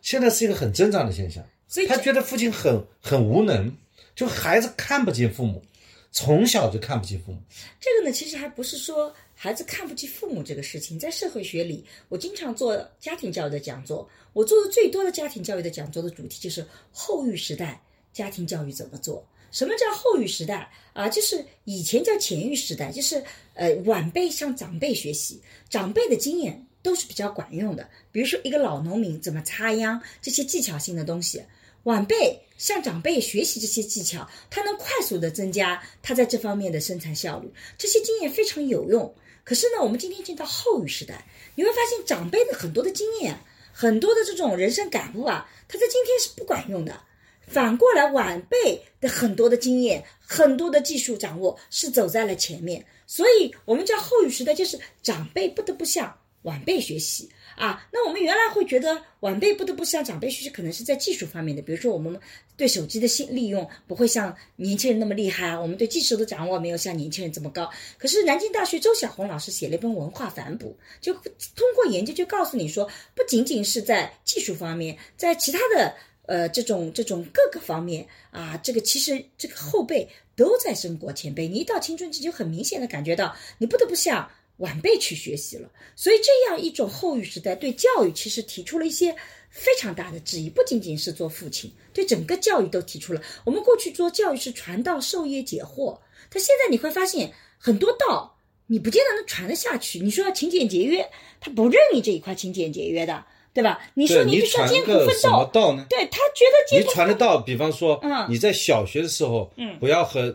[SPEAKER 2] 现在是一个很正常的现象。
[SPEAKER 1] 所以
[SPEAKER 2] 他
[SPEAKER 1] 这
[SPEAKER 2] 觉得父亲很很无能，就孩子看不进父母，从小就看不进父母。
[SPEAKER 1] 这个呢，其实还不是说孩子看不起父母这个事情，在社会学里，我经常做家庭教育的讲座，我做的最多的家庭教育的讲座的主题就是后育时代家庭教育怎么做。什么叫后育时代啊？就是以前叫前育时代，就是呃晚辈向长辈学习，长辈的经验都是比较管用的。比如说一个老农民怎么插秧这些技巧性的东西，晚辈向长辈学习这些技巧，他能快速的增加他在这方面的生产效率，这些经验非常有用。可是呢，我们今天进到后语时代，你会发现长辈的很多的经验，很多的这种人生感悟啊，他在今天是不管用的。反过来，晚辈的很多的经验、很多的技术掌握是走在了前面，所以我们叫后语时代，就是长辈不得不向晚辈学习啊。那我们原来会觉得晚辈不得不向长辈学习，可能是在技术方面的，比如说我们对手机的信利用不会像年轻人那么厉害啊，我们对技术的掌握没有像年轻人这么高。可是南京大学周小红老师写了一本文化反哺，就通过研究就告诉你说，不仅仅是在技术方面，在其他的呃这种这种各个方面啊，这个其实这个后辈都在胜过前辈。你一到青春期就很明显的感觉到，你不得不向晚辈去学习了。所以这样一种后育时代对教育其实提出了一些非常大的质疑，不仅仅是做父亲，对整个教育都提出了。我们过去做教育是传道授业解惑，但现在你会发现很多道你不见得能传得下去。你说要勤俭节约，他不认你这一块勤俭节约的，对吧？你说
[SPEAKER 2] 对
[SPEAKER 1] 你
[SPEAKER 2] 你
[SPEAKER 1] 必须要
[SPEAKER 2] 传
[SPEAKER 1] 艰苦
[SPEAKER 2] 个
[SPEAKER 1] 奋
[SPEAKER 2] 什么
[SPEAKER 1] 斗，
[SPEAKER 2] 道呢？
[SPEAKER 1] 对他觉得
[SPEAKER 2] 你
[SPEAKER 1] 艰苦
[SPEAKER 2] 传得到，比方说，
[SPEAKER 1] 嗯
[SPEAKER 2] 你在小学的时候，
[SPEAKER 1] 嗯啊
[SPEAKER 2] 不要和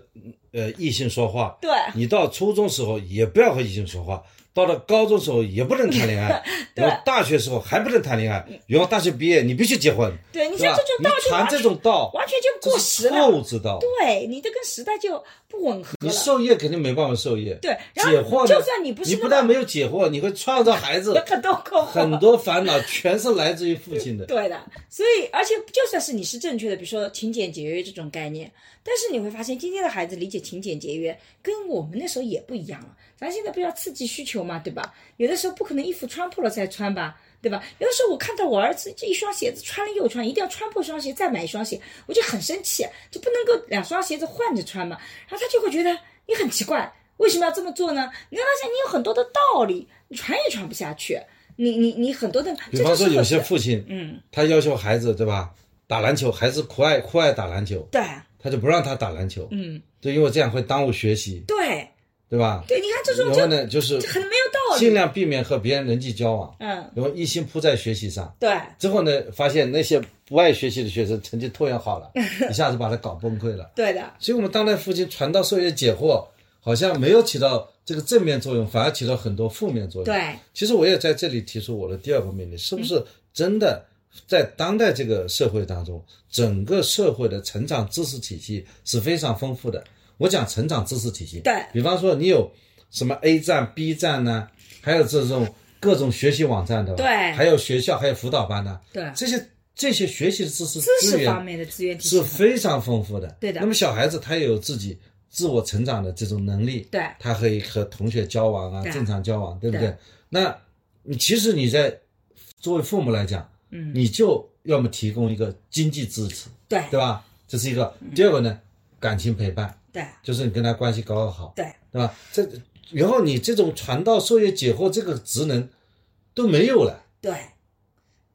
[SPEAKER 2] 呃异性说话，
[SPEAKER 1] 对
[SPEAKER 2] 你到初中时候也不要和异性说话，到了高中时候也不能谈恋 爱，
[SPEAKER 1] 对嗯
[SPEAKER 2] 然后大学时候还不能谈恋爱，然后大学毕业你必须结婚，
[SPEAKER 1] 对，你
[SPEAKER 2] 对
[SPEAKER 1] 像
[SPEAKER 2] 吧
[SPEAKER 1] 这种道
[SPEAKER 2] 你
[SPEAKER 1] 就
[SPEAKER 2] 传
[SPEAKER 1] 完
[SPEAKER 2] 这
[SPEAKER 1] 全
[SPEAKER 2] 种道，
[SPEAKER 1] 完全就
[SPEAKER 2] 这
[SPEAKER 1] 过
[SPEAKER 2] 是
[SPEAKER 1] 时
[SPEAKER 2] 后
[SPEAKER 1] 了，
[SPEAKER 2] 知道，
[SPEAKER 1] 对你这跟时代就不吻合
[SPEAKER 2] 你
[SPEAKER 1] 了。
[SPEAKER 2] 授业肯定没办法授业，
[SPEAKER 1] 对，然
[SPEAKER 2] 解
[SPEAKER 1] 后
[SPEAKER 2] 惑呢
[SPEAKER 1] 就算你不
[SPEAKER 2] 你
[SPEAKER 1] 是
[SPEAKER 2] 不
[SPEAKER 1] 那
[SPEAKER 2] 但
[SPEAKER 1] 么
[SPEAKER 2] 没有解惑，你会创造孩子
[SPEAKER 1] 很多困惑，
[SPEAKER 2] 很多烦恼，全是来自于父亲的。
[SPEAKER 1] 对的，所以而且就算是你是正确的，比如说勤俭节约这种概念，但是你会发现今天的孩子理解勤俭节约跟我们那时候也不一样了。咱现在不要刺激需求嘛，对吧？有的时候不可能衣服穿破了再穿吧，对吧？有的时候我看到我儿子这一双鞋子穿了又穿，一定要穿破一双鞋再买一双鞋，我就很生气，就不能够两双鞋子换着穿嘛。然后他就会觉得你很奇怪，为什么要这么做呢？你会发现你有很多的道理，你穿也穿不下去。你你你很多的，
[SPEAKER 2] 比方说，有些
[SPEAKER 1] 这就是
[SPEAKER 2] 父亲，
[SPEAKER 1] 嗯，
[SPEAKER 2] 他要求孩子，对吧？打篮球，孩子酷爱酷爱打篮球，
[SPEAKER 1] 对，
[SPEAKER 2] 他就不让他打篮球，
[SPEAKER 1] 嗯，
[SPEAKER 2] 对，因为这样会耽误学习，
[SPEAKER 1] 对
[SPEAKER 2] 对吧？
[SPEAKER 1] 对，你看这种
[SPEAKER 2] 然
[SPEAKER 1] 就
[SPEAKER 2] 后呢，就是
[SPEAKER 1] 很没有道
[SPEAKER 2] 尽
[SPEAKER 1] 理。
[SPEAKER 2] 量避免和别人人际交往，
[SPEAKER 1] 嗯，
[SPEAKER 2] 然后一心扑在学习上。
[SPEAKER 1] 对
[SPEAKER 2] 之后呢，发现那些不爱学习的学生成绩突 然好了，一下子把他搞崩溃了。
[SPEAKER 1] 对的，
[SPEAKER 2] 所以，我们当代父亲传道授业解惑，好像没有起到这个正面作用，反而起到很多负面作用。
[SPEAKER 1] 对
[SPEAKER 2] 其实我也在这里提出我的第二个命令：是不是
[SPEAKER 1] 嗯
[SPEAKER 2] 真的在当代这个社会当中，整个社会的成长知识体系是非常丰富的？我讲成长知识体系，
[SPEAKER 1] 对
[SPEAKER 2] 比方说你有什么 A 站、B 站呢、还有这种各种学习网站的，
[SPEAKER 1] 对
[SPEAKER 2] 还有学校，还有辅导班呢、
[SPEAKER 1] 对，
[SPEAKER 2] 这些这些学习的知识
[SPEAKER 1] 知
[SPEAKER 2] 资
[SPEAKER 1] 识
[SPEAKER 2] 源
[SPEAKER 1] 方面的资源体系
[SPEAKER 2] 是
[SPEAKER 1] 很，
[SPEAKER 2] 非常丰富的。
[SPEAKER 1] 对的
[SPEAKER 2] 那么小孩子他也有自己自我成长的这种能力，
[SPEAKER 1] 对
[SPEAKER 2] 他可以和同学交往啊，
[SPEAKER 1] 对
[SPEAKER 2] 正常交往，对不对
[SPEAKER 1] 对？
[SPEAKER 2] 那你其实你在作为父母来讲，
[SPEAKER 1] 嗯
[SPEAKER 2] 你就要么提供一个经济支持，
[SPEAKER 1] 对
[SPEAKER 2] 对吧？这是一个。第二个呢，感情陪伴，
[SPEAKER 1] 对
[SPEAKER 2] 就是你跟他关系搞搞好，
[SPEAKER 1] 对
[SPEAKER 2] 对吧？这然后你这种传道授业解惑这个职能都没有了。
[SPEAKER 1] 对。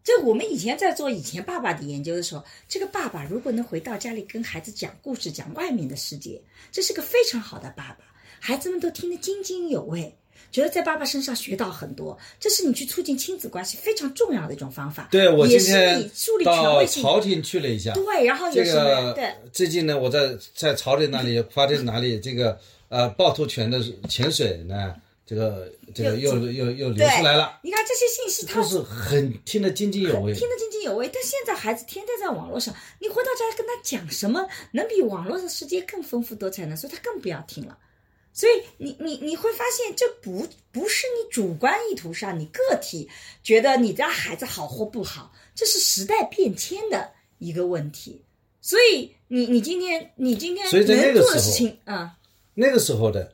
[SPEAKER 1] 就我们以前在做以前爸爸的研究的时候，这个爸爸如果能回到家里跟孩子讲故事、讲外面的世界，这是个非常好的爸爸，孩子们都听得津津有味，觉得在爸爸身上学到很多。这是你去促进亲子关系非常重要的一种方法，
[SPEAKER 2] 对我今
[SPEAKER 1] 也是
[SPEAKER 2] 天
[SPEAKER 1] 你树立权
[SPEAKER 2] 到
[SPEAKER 1] 威性。
[SPEAKER 2] 朝廷去了一下，
[SPEAKER 1] 对，然后
[SPEAKER 2] 这
[SPEAKER 1] 也是
[SPEAKER 2] 个
[SPEAKER 1] 对
[SPEAKER 2] 最近呢，我在在朝廷那里发现哪里这个呃趵突泉的潜水呢，这个这个又又又流出来了，
[SPEAKER 1] 你看这些信息，它
[SPEAKER 2] 就是很听得津津有味。
[SPEAKER 1] 听得津津有味。但现在孩子天天在网络上，你回到家跟他讲什么，能比网络的世界更丰富多彩呢？所以他更不要听了。所以你你你会发现，这不不是你主观意图上，你个体觉得你家孩子好或不好，这是时代变迁的一个问题。所以你你今天你今天
[SPEAKER 2] 所以在那
[SPEAKER 1] 能
[SPEAKER 2] 个
[SPEAKER 1] 做的
[SPEAKER 2] 时候
[SPEAKER 1] 事情啊、
[SPEAKER 2] 那个时候的，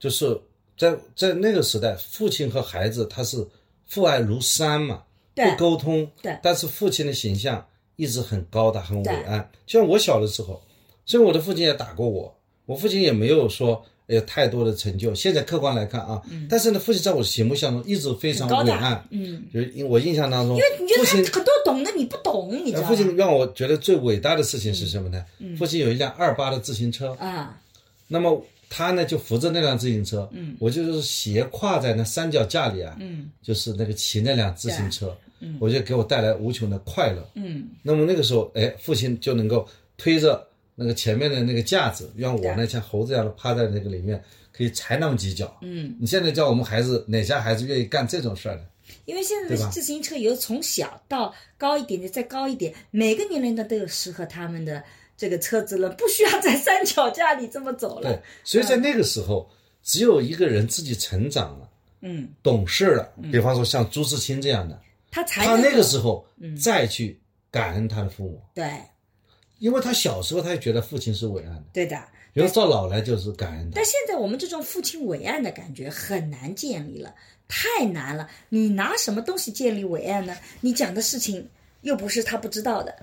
[SPEAKER 2] 就是在在那个时代，父亲和孩子他是父爱如山嘛，
[SPEAKER 1] 对
[SPEAKER 2] 不沟通，
[SPEAKER 1] 对
[SPEAKER 2] 但是父亲的形象一直很高大、很伟
[SPEAKER 1] 对
[SPEAKER 2] 岸。就像我小的时候，虽然我的父亲也打过我，我父亲也没有说有太多的成就。现在客观来看啊，但是呢，父亲在我心目当中一直非
[SPEAKER 1] 嗯
[SPEAKER 2] 常
[SPEAKER 1] 很高
[SPEAKER 2] 伟
[SPEAKER 1] 大
[SPEAKER 2] 岸。
[SPEAKER 1] 嗯，
[SPEAKER 2] 就是因我印象当中，
[SPEAKER 1] 你觉
[SPEAKER 2] 父
[SPEAKER 1] 得
[SPEAKER 2] 亲
[SPEAKER 1] 他很多懂的你不懂，你知
[SPEAKER 2] 呃
[SPEAKER 1] 道
[SPEAKER 2] 父亲
[SPEAKER 1] 吗？
[SPEAKER 2] 让我觉得最伟大的事情是什么呢？
[SPEAKER 1] 嗯
[SPEAKER 2] 父亲有一辆二八的自行车，
[SPEAKER 1] 啊，
[SPEAKER 2] 那么他呢就扶着那辆自行车，嗯，我就是斜挎在那三脚架里啊，
[SPEAKER 1] 嗯
[SPEAKER 2] 就是那个骑那辆自
[SPEAKER 1] 啊
[SPEAKER 2] 行车，嗯，我就给我带来无穷的快乐。
[SPEAKER 1] 嗯，
[SPEAKER 2] 那么那个时候，哎，父亲就能够推着那个前面的那个架子，让我呢像猴子一样的趴在那个里面，可以踩那么几脚。
[SPEAKER 1] 嗯，
[SPEAKER 2] 你现在叫我们孩子，哪家孩子愿意干这种事儿呢？
[SPEAKER 1] 因为现在
[SPEAKER 2] 对吧
[SPEAKER 1] 的自行车由从小到高一点点，再高一点，每个年龄段都有适合他们的这个车子了，不需要在三脚架里这么走
[SPEAKER 2] 对
[SPEAKER 1] 了。，
[SPEAKER 2] 所以在那个时候，只有一个人自己成长了，
[SPEAKER 1] 嗯，
[SPEAKER 2] 懂事了，比方说像朱自清这样的，
[SPEAKER 1] 他才
[SPEAKER 2] 他
[SPEAKER 1] 能
[SPEAKER 2] 那
[SPEAKER 1] 够
[SPEAKER 2] 个时候
[SPEAKER 1] 嗯
[SPEAKER 2] 再去感恩他的父母，
[SPEAKER 1] 对
[SPEAKER 2] 因为他小时候他就觉得父亲是伟岸的，
[SPEAKER 1] 对的。
[SPEAKER 2] 然后到老来就是感恩他
[SPEAKER 1] 但。现在我们这种父亲伟岸的感觉很难建立了，太难了。你拿什么东西建立伟岸呢？你讲的事情又不是他不知道的，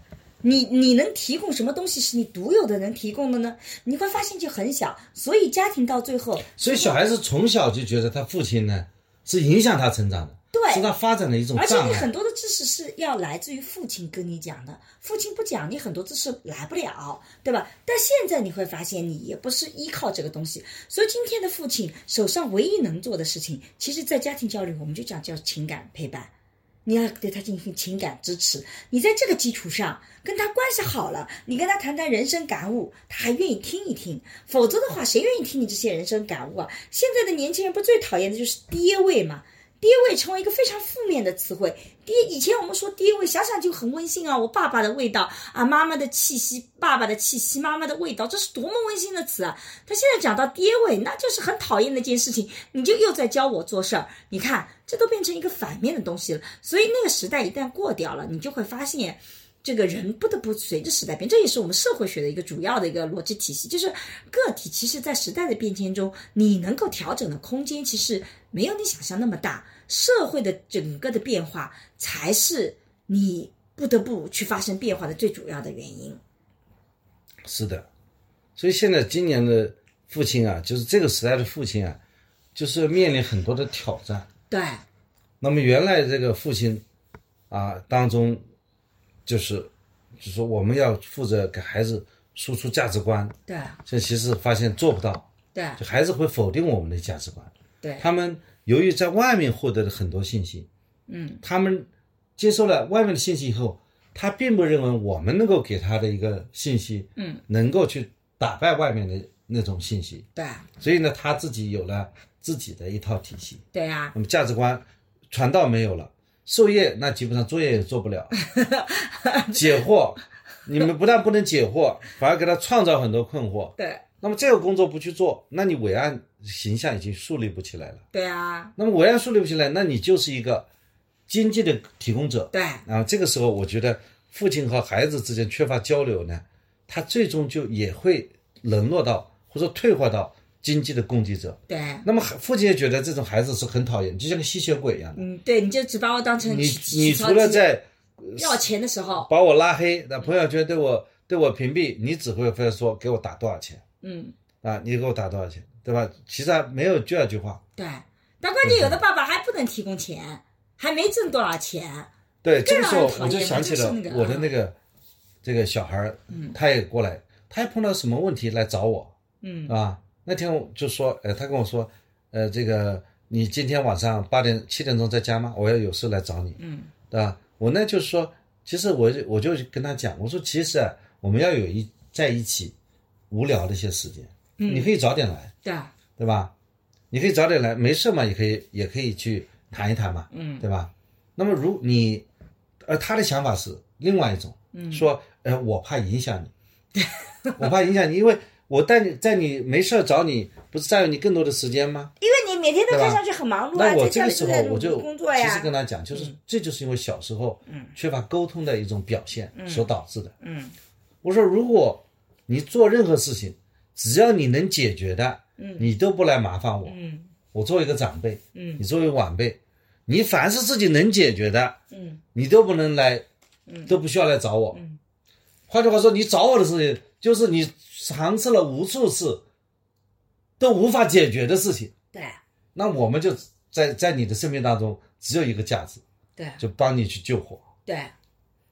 [SPEAKER 1] 你你能提供什么东西是你独有的能提供的呢？你会发现就很小，所以家庭到最后
[SPEAKER 2] 所以小孩子从小就觉得他父亲呢是影响他成长的，
[SPEAKER 1] 对
[SPEAKER 2] 是他发展的一种
[SPEAKER 1] 而且
[SPEAKER 2] 障
[SPEAKER 1] 你
[SPEAKER 2] 碍
[SPEAKER 1] 很。多的知识是要来自于父亲跟你讲的，父亲不讲，你很多知识来不了，对吧？但现在你会发现，你也不是依靠这个东西，所以今天的父亲手上唯一能做的事情，其实，在家庭教育，我们就讲叫情感陪伴。你要对他进行情感支持，你在这个基础上跟他关系好了，你跟他谈谈人生感悟，他还愿意听一听。否则的话，谁愿意听你这些人生感悟啊？现在的年轻人不最讨厌的就是爹味嘛？爹味成为一个非常负面的词汇。爹，以前我们说爹味，想想就很温馨啊，我爸爸的味道啊，妈妈的气息，爸爸的气息，妈妈的味道，这是多么温馨的词啊！他现在讲到爹味，那就是很讨厌的一件事情，你就又在教我做事儿。你看，这都变成一个反面的东西了。所以那个时代一旦过掉了，你就会发现。这个人不得不随着时代变，这也是我们社会学的一个主要的一个逻辑体系，就是个体其实，在时代的变迁中，你能够调整的空间其实没有你想象那么大，社会的整个的变化才是你不得不去发生变化的最主要的原因。
[SPEAKER 2] 是的，所以现在今年的父亲啊，就是这个时代的父亲啊，就是面临很多的挑战。
[SPEAKER 1] 对，
[SPEAKER 2] 那么原来这个父亲啊当中，就是就说我们要负责给孩子输出价值观，
[SPEAKER 1] 对，
[SPEAKER 2] 这其实发现做不到，
[SPEAKER 1] 对，
[SPEAKER 2] 就孩子会否定我们的价值观。
[SPEAKER 1] 对，
[SPEAKER 2] 他们由于在外面获得了很多信息，
[SPEAKER 1] 嗯，
[SPEAKER 2] 他们接受了外面的信息以后，他并不认为我们能够给他的一个信息，
[SPEAKER 1] 嗯，
[SPEAKER 2] 能够去打败外面的那种信息，
[SPEAKER 1] 对，
[SPEAKER 2] 所以呢，他自己有了自己的一套体系。
[SPEAKER 1] 对啊，
[SPEAKER 2] 那么价值观传道没有了，授业那基本上作业也做 不了，解惑，你们不但不能解惑，反而给他创造很多困惑。
[SPEAKER 1] 对，
[SPEAKER 2] 那么这个工作不去做，那你伟岸形象已经树立不起来了。
[SPEAKER 1] 对啊，
[SPEAKER 2] 那么我要树立不起来，那你就是一个经济的提供者。
[SPEAKER 1] 对，
[SPEAKER 2] 啊，这个时候我觉得父亲和孩子之间缺乏交流呢，他最终就也会沦落到或者退化到经济的供给者。
[SPEAKER 1] 对，
[SPEAKER 2] 那么孩父亲也觉得这种孩子是很讨厌，就像个吸血鬼一样的。
[SPEAKER 1] 嗯，对，你就只把我当成
[SPEAKER 2] 你
[SPEAKER 1] 起
[SPEAKER 2] 你
[SPEAKER 1] 起
[SPEAKER 2] 除
[SPEAKER 1] 草
[SPEAKER 2] 了
[SPEAKER 1] 机
[SPEAKER 2] 在
[SPEAKER 1] 要钱的时候，
[SPEAKER 2] 把我拉黑，那朋友圈对我对我屏蔽，你只会非说给我打多少钱
[SPEAKER 1] 嗯。
[SPEAKER 2] 啊？你给我打多少钱，对吧？其实还没有第二句话。
[SPEAKER 1] 对，但关键有的爸爸还不能提供钱，还没挣多少钱。
[SPEAKER 2] 对，这个时
[SPEAKER 1] 让
[SPEAKER 2] 候
[SPEAKER 1] 人讨
[SPEAKER 2] 我就
[SPEAKER 1] 厌
[SPEAKER 2] 想
[SPEAKER 1] 这
[SPEAKER 2] 起
[SPEAKER 1] 是
[SPEAKER 2] 了
[SPEAKER 1] 那个
[SPEAKER 2] 我的
[SPEAKER 1] 啊
[SPEAKER 2] 那个这个小孩儿，他也过来，他也碰到什么问题来找我
[SPEAKER 1] 嗯
[SPEAKER 2] 啊？那天我就说，呃，他跟我说，呃，这个你今天晚上八点七点钟在家吗？我要有事来找你，
[SPEAKER 1] 嗯
[SPEAKER 2] 对吧？我呢就是说，其实我就我就跟他讲，我说其实啊，我们要有一在一起无聊的一些时间，
[SPEAKER 1] 嗯
[SPEAKER 2] 你可以早点来，
[SPEAKER 1] 对，
[SPEAKER 2] 对吧？你可以早点来，没事嘛，也可以也可以去谈一谈嘛，
[SPEAKER 1] 嗯
[SPEAKER 2] 对吧？那么如你，呃，他的想法是另外一种，
[SPEAKER 1] 嗯
[SPEAKER 2] 说，呃，我怕影响你， 我怕影响你，因为我带你在你没事儿找你，不是占用你更多的时间吗？
[SPEAKER 1] 因为你每天都
[SPEAKER 2] 对吧
[SPEAKER 1] 看上去很忙碌啊，
[SPEAKER 2] 那
[SPEAKER 1] 在
[SPEAKER 2] 我这
[SPEAKER 1] 家
[SPEAKER 2] 个
[SPEAKER 1] 里
[SPEAKER 2] 时
[SPEAKER 1] 就
[SPEAKER 2] 候
[SPEAKER 1] 在
[SPEAKER 2] 我就
[SPEAKER 1] 工作
[SPEAKER 2] 其实
[SPEAKER 1] 呀嗯
[SPEAKER 2] 跟。他讲，就是这就是因为小时候缺乏沟通的一种表现所导致的。
[SPEAKER 1] 嗯
[SPEAKER 2] 我说，如果你做任何事情，只要你能解决的，你都不来麻烦我，
[SPEAKER 1] 嗯
[SPEAKER 2] 我作为一个长辈，
[SPEAKER 1] 嗯
[SPEAKER 2] 你作为晚辈，你凡是自己能解决的，
[SPEAKER 1] 嗯
[SPEAKER 2] 你都不能来，都不需要来找我。
[SPEAKER 1] 嗯
[SPEAKER 2] 换句话说，你找我的事情，就是你尝试了无数次，都无法解决的事情。
[SPEAKER 1] 对
[SPEAKER 2] 那我们就在在你的生命当中只有一个价值，
[SPEAKER 1] 对
[SPEAKER 2] 就帮你去救火。
[SPEAKER 1] 对。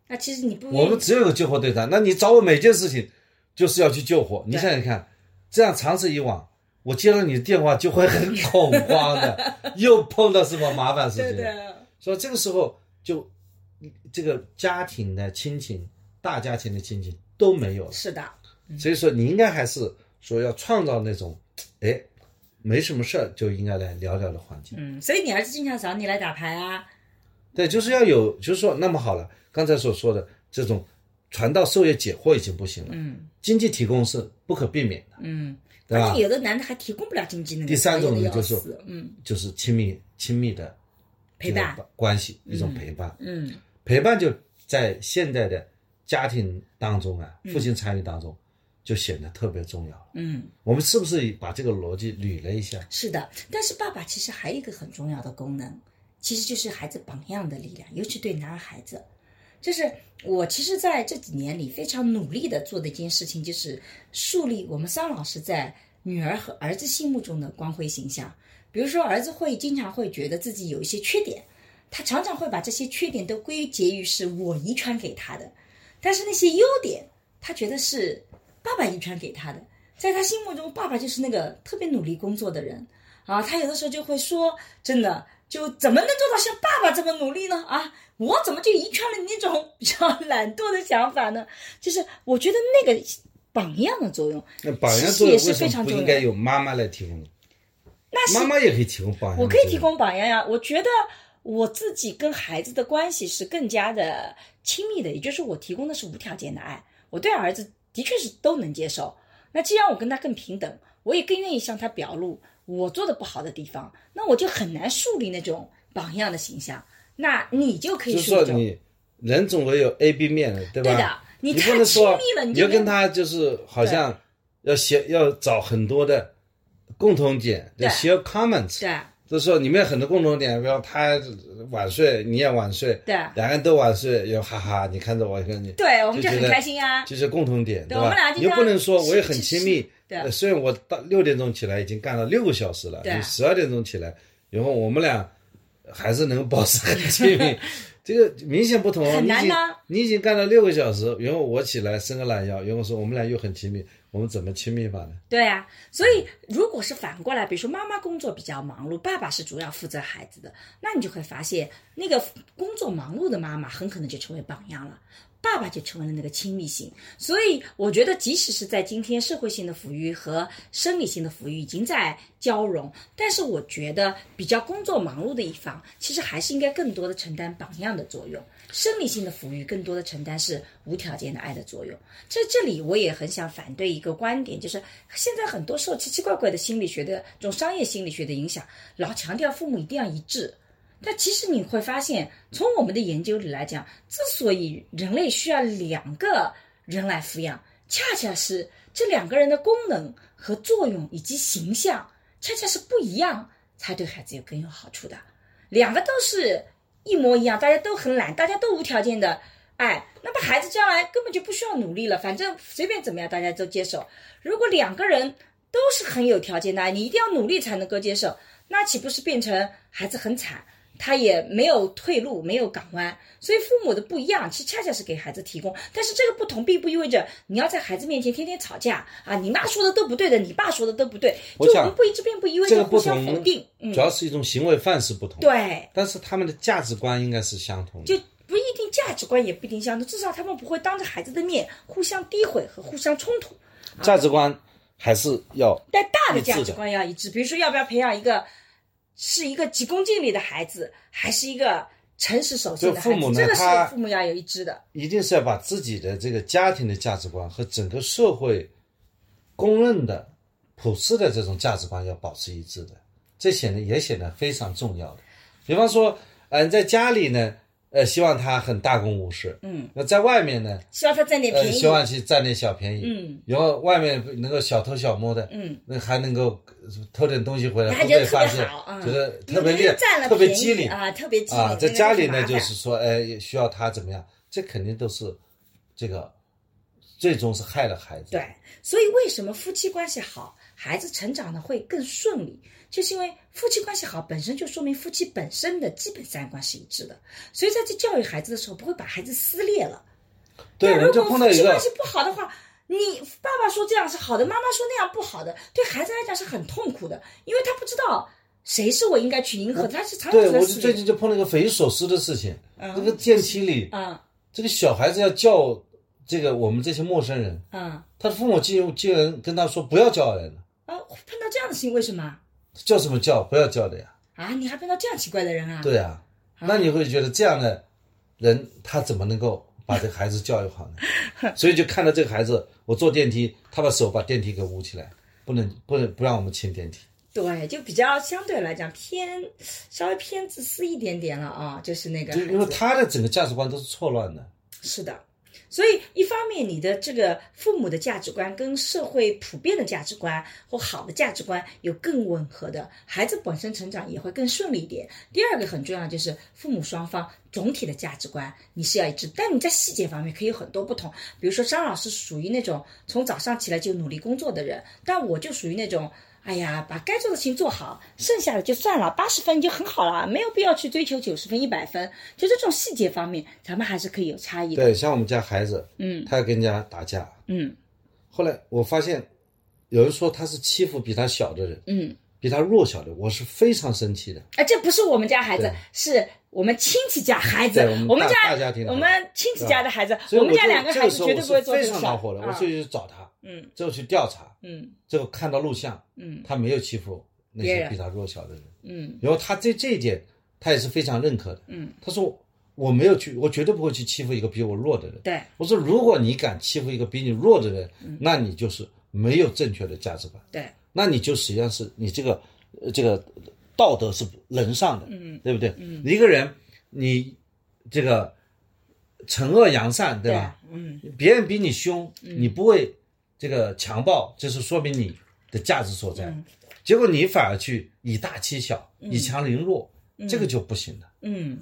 [SPEAKER 1] 那其实你不
[SPEAKER 2] 我
[SPEAKER 1] 愿
[SPEAKER 2] 们
[SPEAKER 1] 意
[SPEAKER 2] 只有一个救火队长，那你找我每件事情就是要去救火。你
[SPEAKER 1] 对
[SPEAKER 2] 想想看，这样长此以往，我接到你的电话就会很恐慌 的，又碰到什么麻烦事情
[SPEAKER 1] 对
[SPEAKER 2] 了。
[SPEAKER 1] 的，
[SPEAKER 2] 所以这个时候就这个家庭的亲情、大家庭的亲情都没有了。
[SPEAKER 1] 是的，
[SPEAKER 2] 所以说，你应该还是说要创造那种，哎，没什么事儿就应该来聊聊的环境。
[SPEAKER 1] 嗯，所以你儿子经常找你来打牌啊，
[SPEAKER 2] 对，就是要有，就是说，那么好了，刚才所说的这种传道授业解惑已经不行了，
[SPEAKER 1] 嗯
[SPEAKER 2] 经济提供是不可避免的，
[SPEAKER 1] 嗯，
[SPEAKER 2] 对吧
[SPEAKER 1] 而且有的男的还提供不了经济能力，
[SPEAKER 2] 第三种
[SPEAKER 1] 讨厌得
[SPEAKER 2] 呢就是
[SPEAKER 1] 要死嗯
[SPEAKER 2] 就是亲密亲密的这
[SPEAKER 1] 陪
[SPEAKER 2] 种
[SPEAKER 1] 伴
[SPEAKER 2] 关系一种陪伴，
[SPEAKER 1] 嗯
[SPEAKER 2] 陪伴就在现代的家庭当中啊，父亲参与当中，就显得特别重要了。
[SPEAKER 1] 嗯，
[SPEAKER 2] 我们是不是把这个逻辑捋了一下？
[SPEAKER 1] 是的。但是爸爸其实还有一个很重要的功能，其实就是孩子榜样的力量，尤其对男孩子。就是我其实在这几年里非常努力的做的一件事情，就是树立我们桑老师在女儿和儿子心目中的光辉形象。比如说，儿子会经常会觉得自己有一些缺点，他常常会把这些缺点都归结于是我遗传给他的，但是那些优点，他觉得是爸爸遗传给他的。在他心目中，爸爸就是那个特别努力工作的人啊。他有的时候就会说，真的。就怎么能做到像爸爸这么努力呢？啊，我怎么就遗传了你那种比较懒惰的想法呢？就是我觉得那个榜样的作用，
[SPEAKER 2] 那榜样
[SPEAKER 1] 其实
[SPEAKER 2] 作
[SPEAKER 1] 也
[SPEAKER 2] 用为
[SPEAKER 1] 是
[SPEAKER 2] 什
[SPEAKER 1] 非常
[SPEAKER 2] 么不
[SPEAKER 1] 重
[SPEAKER 2] 应
[SPEAKER 1] 要
[SPEAKER 2] 该由妈妈来提供呢？
[SPEAKER 1] 那是
[SPEAKER 2] 妈妈也可以提供榜样，
[SPEAKER 1] 我可以提供榜样呀、我觉得我自己跟孩子的关系是更加的亲密的，也就是我提供的是无条件的爱。我对儿子的确是都能接受。那既然我跟他更平等，我也更愿意向他表露我做的不好的地方，那我就很难树立那种榜样的形象。那你就可以
[SPEAKER 2] 就是
[SPEAKER 1] 树
[SPEAKER 2] 说
[SPEAKER 1] 立这种
[SPEAKER 2] 你人总归有 A、B 面的，对吧？
[SPEAKER 1] 对的你
[SPEAKER 2] 你
[SPEAKER 1] 太
[SPEAKER 2] 不能
[SPEAKER 1] 亲
[SPEAKER 2] 说
[SPEAKER 1] 密了你
[SPEAKER 2] 你
[SPEAKER 1] 就
[SPEAKER 2] 要
[SPEAKER 1] 没有
[SPEAKER 2] 跟他就是好像要学要找很多的共同点，
[SPEAKER 1] 对
[SPEAKER 2] 要 share comments，
[SPEAKER 1] 对
[SPEAKER 2] 就是说你们有很多共同点，比如他晚睡，你也晚睡，
[SPEAKER 1] 对
[SPEAKER 2] 两个人都晚睡，又哈哈，你看着我，我看你，
[SPEAKER 1] 对，我们就
[SPEAKER 2] 就
[SPEAKER 1] 很
[SPEAKER 2] 觉得
[SPEAKER 1] 开心啊。
[SPEAKER 2] 就是共同点，
[SPEAKER 1] 对我
[SPEAKER 2] 吧
[SPEAKER 1] 们俩？经
[SPEAKER 2] 你又
[SPEAKER 1] 常
[SPEAKER 2] 不能说
[SPEAKER 1] 吃
[SPEAKER 2] 我也很
[SPEAKER 1] 吃
[SPEAKER 2] 亲
[SPEAKER 1] 吃
[SPEAKER 2] 密，
[SPEAKER 1] 对
[SPEAKER 2] 呃虽然我到六点钟起来已经干了六个小时了，
[SPEAKER 1] 对啊
[SPEAKER 2] 就十二点钟起来，然后我们俩还是能保持很 亲密，这个明显不同。哦
[SPEAKER 1] 很难啊
[SPEAKER 2] 你已经
[SPEAKER 1] 呢
[SPEAKER 2] 你已经干了六个小时，然后我起来伸个懒腰，然后说我们俩又很亲密，我们怎么亲密法呢？
[SPEAKER 1] 对啊，所以如果是反过来，比如说妈妈工作比较忙碌，爸爸是主要负责孩子的，那你就会发现，那个工作忙碌的妈妈很可能就成为榜样了，爸爸就成为了那个亲密型。所以我觉得，即使是在今天社会性的抚育和生理性的抚育已经在交融，但是我觉得比较工作忙碌的一方，其实还是应该更多的承担榜样的作用，生理性的抚育更多的承担是无条件的爱的作用。在这里，我也很想反对一个观点，就是现在很多受奇奇怪怪的心理学的这种商业心理学的影响，老强调父母一定要一致。但其实你会发现，从我们的研究里来讲，之所以人类需要两个人来抚养，恰恰是这两个人的功能和作用以及形象，恰恰是不一样，才对孩子有更有好处的。两个都是一模一样，大家都很懒，大家都无条件的爱，那么孩子将来根本就不需要努力了，反正随便怎么样大家都接受。如果两个人都是很有条件的爱，你一定要努力才能够接受，那岂不是变成孩子很惨？他也没有退路，没有港湾，所以父母的不一样，其实恰恰是给孩子提供。但是这个不同，并不意味着你要在孩子面前天天吵架啊！你妈说的都不对的，你爸说的都不对，
[SPEAKER 2] 我
[SPEAKER 1] 就我
[SPEAKER 2] 想
[SPEAKER 1] 们不一致，并不意味
[SPEAKER 2] 这
[SPEAKER 1] 着
[SPEAKER 2] 个
[SPEAKER 1] 互
[SPEAKER 2] 不
[SPEAKER 1] 相否
[SPEAKER 2] 同
[SPEAKER 1] 定。嗯
[SPEAKER 2] 主，要是一种行为范式不同，，
[SPEAKER 1] 对，
[SPEAKER 2] 但是他们的价值观应该是相同的，
[SPEAKER 1] 就不一定价值观也不一定相同，至少他们不会当着孩子的面互相诋毁和互相冲突。
[SPEAKER 2] 价值观还是要
[SPEAKER 1] 但大的
[SPEAKER 2] 一致
[SPEAKER 1] 价
[SPEAKER 2] 的
[SPEAKER 1] 值观要一致，比如说要不要培养一个是一个急功近利的孩子，还是一个诚实守信的孩
[SPEAKER 2] 就父母
[SPEAKER 1] 子，
[SPEAKER 2] 呢
[SPEAKER 1] 这个是
[SPEAKER 2] 他
[SPEAKER 1] 父母要有一致的。
[SPEAKER 2] 一定是要把自己的这个家庭的价值观和整个社会公认的、普世的这种价值观要保持一致的，这显得也显得非常重要的。比方说，嗯、你在家里呢，呃，希望他很大公无私，
[SPEAKER 1] 嗯，
[SPEAKER 2] 那在外面呢，
[SPEAKER 1] 希望他占点
[SPEAKER 2] 呃，
[SPEAKER 1] 便
[SPEAKER 2] 希
[SPEAKER 1] 宜。
[SPEAKER 2] 望去占点小便宜，
[SPEAKER 1] 嗯，
[SPEAKER 2] 然后外面能够小偷小摸的，
[SPEAKER 1] 嗯，
[SPEAKER 2] 那还能够呃偷点东西回来，
[SPEAKER 1] 你还
[SPEAKER 2] 不
[SPEAKER 1] 觉得
[SPEAKER 2] 被
[SPEAKER 1] 特
[SPEAKER 2] 发
[SPEAKER 1] 别
[SPEAKER 2] 现
[SPEAKER 1] 好，啊
[SPEAKER 2] 觉得
[SPEAKER 1] 你
[SPEAKER 2] 特别
[SPEAKER 1] 们
[SPEAKER 2] 厉害
[SPEAKER 1] 占了
[SPEAKER 2] 特别
[SPEAKER 1] 便宜
[SPEAKER 2] 机灵
[SPEAKER 1] 啊特别机
[SPEAKER 2] 啊，
[SPEAKER 1] 灵
[SPEAKER 2] 在
[SPEAKER 1] 那个
[SPEAKER 2] 家
[SPEAKER 1] 很
[SPEAKER 2] 里
[SPEAKER 1] 麻
[SPEAKER 2] 呢，
[SPEAKER 1] 烦
[SPEAKER 2] 就是说，哎，也需要他怎么样？这肯定都是这个，最终是害了孩子。
[SPEAKER 1] 对，，所以为什么夫妻关系好，孩子成长的会更顺利，就是因为夫妻关系好本身就说明夫妻本身的基本三观是一致的，所以在这教育孩子的时候不会把孩子撕裂了。
[SPEAKER 2] 对，
[SPEAKER 1] 但
[SPEAKER 2] 我们
[SPEAKER 1] 如
[SPEAKER 2] 就
[SPEAKER 1] 果
[SPEAKER 2] 碰到
[SPEAKER 1] 夫
[SPEAKER 2] 一
[SPEAKER 1] 妻
[SPEAKER 2] 个
[SPEAKER 1] 关系不好的话，你爸爸说这样是好的，妈妈说那样不好的，对孩子来讲是很痛苦的，因为他不知道谁是我应该去迎合的，他是常常
[SPEAKER 2] 对，我
[SPEAKER 1] 在
[SPEAKER 2] 就
[SPEAKER 1] 思
[SPEAKER 2] 最
[SPEAKER 1] 虑
[SPEAKER 2] 近就碰到一个匪夷所思的事情。这个电梯里，
[SPEAKER 1] 嗯
[SPEAKER 2] 这个小孩子要叫这个我们这些陌生人，
[SPEAKER 1] 嗯
[SPEAKER 2] 他的父母竟竟然跟他说不要叫人了，
[SPEAKER 1] 啊，碰到这样的事情为什么
[SPEAKER 2] 叫什么叫？不要叫的呀。
[SPEAKER 1] 啊？你还碰到这样奇怪的人啊？
[SPEAKER 2] 对啊，那你会觉得这样的人他怎么能够把这个孩子教育好呢？ 所以就看到这个孩子，我坐电梯，他把手把电梯给捂起来，不能不能不让我们进电梯。
[SPEAKER 1] 对，就比较相对来讲偏稍微偏自私一点点了啊，就是那个
[SPEAKER 2] 就
[SPEAKER 1] 孩
[SPEAKER 2] 因为
[SPEAKER 1] 子
[SPEAKER 2] 他的整个价值观都是错乱的，
[SPEAKER 1] 是的，所以一方面你的这个父母的价值观跟社会普遍的价值观或好的价值观有更吻合的，孩子本身成长也会更顺利一点。第二个很重要就是父母双方总体的价值观你是要一致，但你在细节方面可以有很多不同。比如说张老师属于那种从早上起来就努力工作的人，但我就属于那种。哎呀，把该做的事情做好，剩下的就算了，八十分就很好了，没有必要去追求九十分、一百分。就这种细节方面，咱们还是可以有差异的。
[SPEAKER 2] 对，像我们家孩子，
[SPEAKER 1] 嗯
[SPEAKER 2] 他要跟人家打架，
[SPEAKER 1] 嗯
[SPEAKER 2] 后来我发现有人说他是欺负比他小的人，
[SPEAKER 1] 嗯，
[SPEAKER 2] 比他弱小的，我是非常生气的。
[SPEAKER 1] 啊，这不是我们家孩子
[SPEAKER 2] 对，
[SPEAKER 1] 是我们亲戚家孩子
[SPEAKER 2] 对我，们
[SPEAKER 1] 我们
[SPEAKER 2] 大
[SPEAKER 1] 家
[SPEAKER 2] 大家庭的
[SPEAKER 1] 我
[SPEAKER 2] 孩子
[SPEAKER 1] 们亲戚家的孩子，
[SPEAKER 2] 所以
[SPEAKER 1] 们
[SPEAKER 2] 就
[SPEAKER 1] 家两个
[SPEAKER 2] 这
[SPEAKER 1] 孩子
[SPEAKER 2] 时候
[SPEAKER 1] 绝对
[SPEAKER 2] 我
[SPEAKER 1] 不会
[SPEAKER 2] 是
[SPEAKER 1] 做这
[SPEAKER 2] 非
[SPEAKER 1] 种
[SPEAKER 2] 常
[SPEAKER 1] 事
[SPEAKER 2] 恼
[SPEAKER 1] 儿。
[SPEAKER 2] 火的，我
[SPEAKER 1] 啊
[SPEAKER 2] 就去找他，
[SPEAKER 1] 嗯
[SPEAKER 2] 最后去调查，
[SPEAKER 1] 嗯
[SPEAKER 2] 最后看到录像，
[SPEAKER 1] 嗯
[SPEAKER 2] 他没有欺负那
[SPEAKER 1] 别
[SPEAKER 2] 些
[SPEAKER 1] 人
[SPEAKER 2] 比他弱小的人。
[SPEAKER 1] 嗯
[SPEAKER 2] 然后他在这一点，他也是非常认可的。
[SPEAKER 1] 嗯，
[SPEAKER 2] 他说我没有去，我绝对不会去欺负一个比我弱的人。
[SPEAKER 1] 对，
[SPEAKER 2] 我说，如果你敢欺负一个比你弱的人，
[SPEAKER 1] 嗯
[SPEAKER 2] 那你就是没有正确的价值观，
[SPEAKER 1] 对，
[SPEAKER 2] 那你就实际上是你这个呃这个道德是人上的，
[SPEAKER 1] 嗯
[SPEAKER 2] 对不对？一个人你这个惩恶扬善，对吧？
[SPEAKER 1] 嗯
[SPEAKER 2] 别人比你凶，你不会这个强暴，这是说明你的价值所在。
[SPEAKER 1] 嗯
[SPEAKER 2] 结果你反而去以大欺小，以强凌弱，这个就不行的。
[SPEAKER 1] 嗯，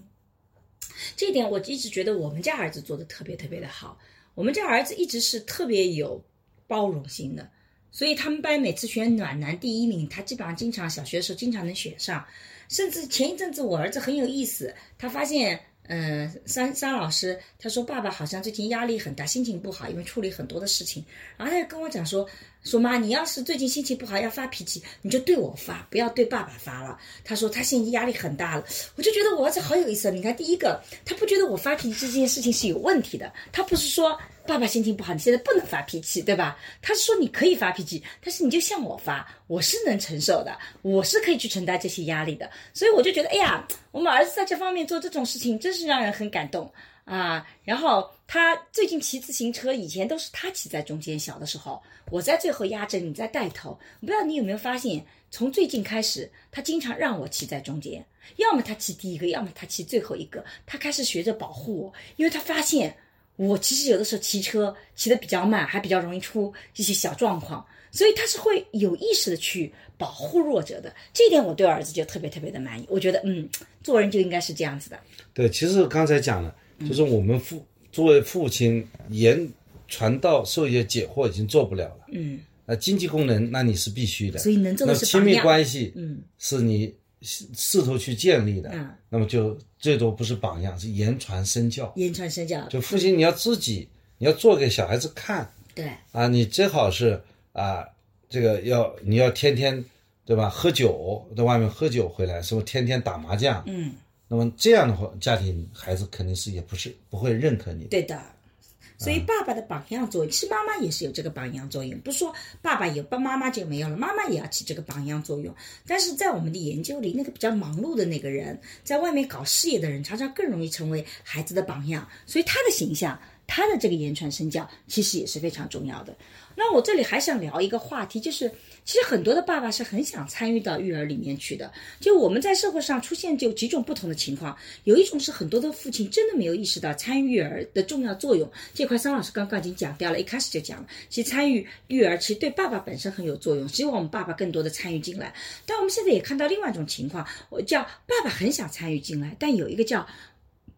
[SPEAKER 1] 这一点我一直觉得我们家儿子做的特别特别的好。我们家儿子一直是特别有包容心的，所以他们班每次选暖男第一名，他基本上经常小学的时候经常能选上。甚至前一阵子我儿子很有意思，他发现，嗯、桑桑老师他说爸爸好像最近压力很大，心情不好，因为处理很多的事情。然后他就跟我讲说，说妈，你要是最近心情不好要发脾气，你就对我发，不要对爸爸发了。他说他现在压力很大了，我就觉得我儿子好有意思。你看，第一个，他不觉得我发脾气这件事情是有问题的，他不是说爸爸心情不好，你现在不能发脾气，对吧？他是说你可以发脾气，但是你就向我发，我是能承受的，我是可以去承担这些压力的。所以我就觉得，哎呀，我们儿子在这方面做这种事情，真是让人很感动。啊，然后他最近骑自行车，以前都是他骑在中间，小的时候我在最后压着，你在带头。我不知道你有没有发现，从最近开始，他经常让我骑在中间，要么他骑第一个，要么他骑最后一个。他开始学着保护我，因为他发现我其实有的时候骑车骑得比较慢，还比较容易出一些小状况，所以他是会有意识的去保护弱者的。这一点我对儿子就特别特别的满意，我觉得嗯，做人就应该是这样子的。
[SPEAKER 2] 对，其实刚才讲了，
[SPEAKER 1] 嗯
[SPEAKER 2] 就是我们父作为父亲言传道授业解惑已经做不了了。
[SPEAKER 1] 嗯，
[SPEAKER 2] 那经济功能那你是必须的，
[SPEAKER 1] 所以能做的
[SPEAKER 2] 那
[SPEAKER 1] 是
[SPEAKER 2] 亲
[SPEAKER 1] 榜
[SPEAKER 2] 密
[SPEAKER 1] 样
[SPEAKER 2] 关系，
[SPEAKER 1] 嗯，
[SPEAKER 2] 是你试试图去建立的，
[SPEAKER 1] 嗯
[SPEAKER 2] 那么就最多不是榜样，是言传身教。
[SPEAKER 1] 言传身教，
[SPEAKER 2] 就父亲你要自己，你要做给小孩子看
[SPEAKER 1] 对，
[SPEAKER 2] 啊，你最好是啊，这个要你要天天对吧，喝酒在外面喝酒回来，什么天天打麻将，
[SPEAKER 1] 嗯，
[SPEAKER 2] 那么这样的话，家庭孩子肯定是也不是不会认可你的。
[SPEAKER 1] 对的。所以爸爸的榜样作用，其实妈妈也是有这个榜样作用，不是说爸爸有，爸妈妈就没有了，妈妈也要起这个榜样作用。但是在我们的研究里，那个比较忙碌的那个人，在外面搞事业的人，常常更容易成为孩子的榜样，所以他的形象，他的这个言传身教，其实也是非常重要的。那我这里还想聊一个话题，就是其实很多的爸爸是很想参与到育儿里面去的。就我们在社会上出现就几种不同的情况，有一种是很多的父亲真的没有意识到参与育儿的重要作用，这块桑老师刚刚已经讲掉了，一开始就讲了，其实参与育儿其实对爸爸本身很有作用，希望我们爸爸更多的参与进来。但我们现在也看到另外一种情况，我叫爸爸很想参与进来，但有一个叫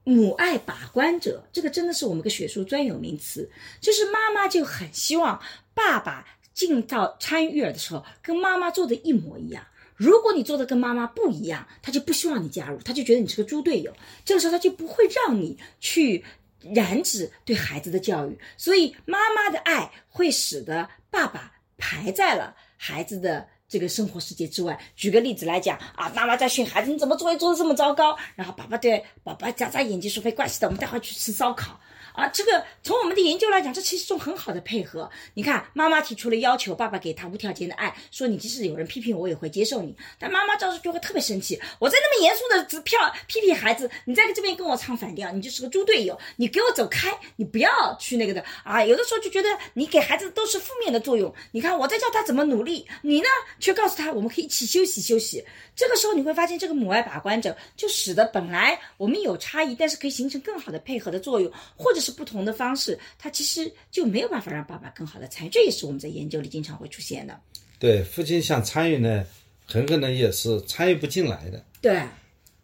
[SPEAKER 1] 母爱把关者，这个真的是我们个学术专有名词，就是妈妈就很希望爸爸进到参与育儿的时候，跟妈妈做的一模一样。如果你做的跟妈妈不一样，他就不希望你加入，他就觉得你是个猪队友。这个时候他就不会让你去染指对孩子的教育，所以妈妈的爱会使得爸爸排在了孩子的。这个生活世界之外，举个例子来讲啊，妈妈在训孩子，你怎么作业做的这么糟糕？然后爸爸对爸爸眨眨眼睛说没关系的，我们待会儿去吃烧烤。啊，这个从我们的研究来讲，这其实是一种很好的配合。你看，妈妈提出了要求，爸爸给他无条件的爱，说你即使有人批评我，也会接受你。但妈妈到时候就会特别生气，我在那么严肃的只票批评孩子，你在这边跟我唱反调，你就是个猪队友，你给我走开，你不要去那个的啊。有的时候就觉得你给孩子都是负面的作用。你看我在教他怎么努力，你呢却告诉他我们可以一起休息休息。这个时候你会发现，这个母爱把关者就使得本来我们有差异，但是可以形成更好的配合的作用，或者是不同的方式，它其实就没有办法让爸爸更好的参与。这也是我们在研究里经常会出现的。
[SPEAKER 2] 对，父亲想参与呢，很可能也是参与不进来的，
[SPEAKER 1] 对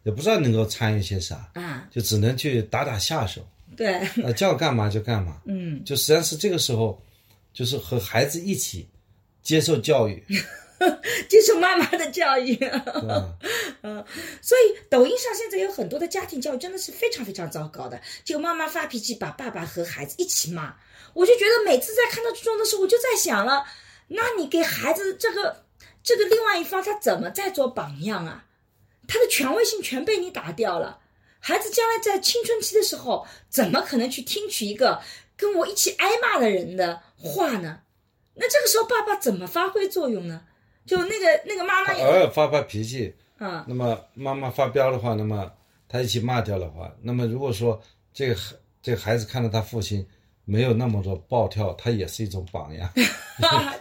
[SPEAKER 2] 也不知道能够参与些啥，
[SPEAKER 1] 啊，
[SPEAKER 2] 就只能去打打 下手，
[SPEAKER 1] 对，
[SPEAKER 2] 啊，叫干嘛就干嘛。
[SPEAKER 1] 嗯，
[SPEAKER 2] 就实际上是这个时候，就是和孩子一起接受 教育，
[SPEAKER 1] 接受妈妈的教育。
[SPEAKER 2] 对吧？
[SPEAKER 1] 所以抖音上现在有很多的家庭教育真的是非常非常糟糕的，就妈妈发脾气把爸爸和孩子一起骂，我就觉得每次在看到这种的时候，我就在想了，那你给孩子这个这个另外一方他怎么在做榜样啊？他的权威性全被你打掉了。孩子将来在青春期的时候，怎么可能去听取一个跟我一起挨骂的人的话呢？那这个时候爸爸怎么发挥作用呢？就那个那个妈妈
[SPEAKER 2] 他
[SPEAKER 1] 也
[SPEAKER 2] 偶尔发发脾气，
[SPEAKER 1] 嗯
[SPEAKER 2] 那么妈妈发飙的话，那么他一起骂掉的话，那么如果说这个孩这个孩子看到他父亲没有那么多暴跳，他也是一种榜 样，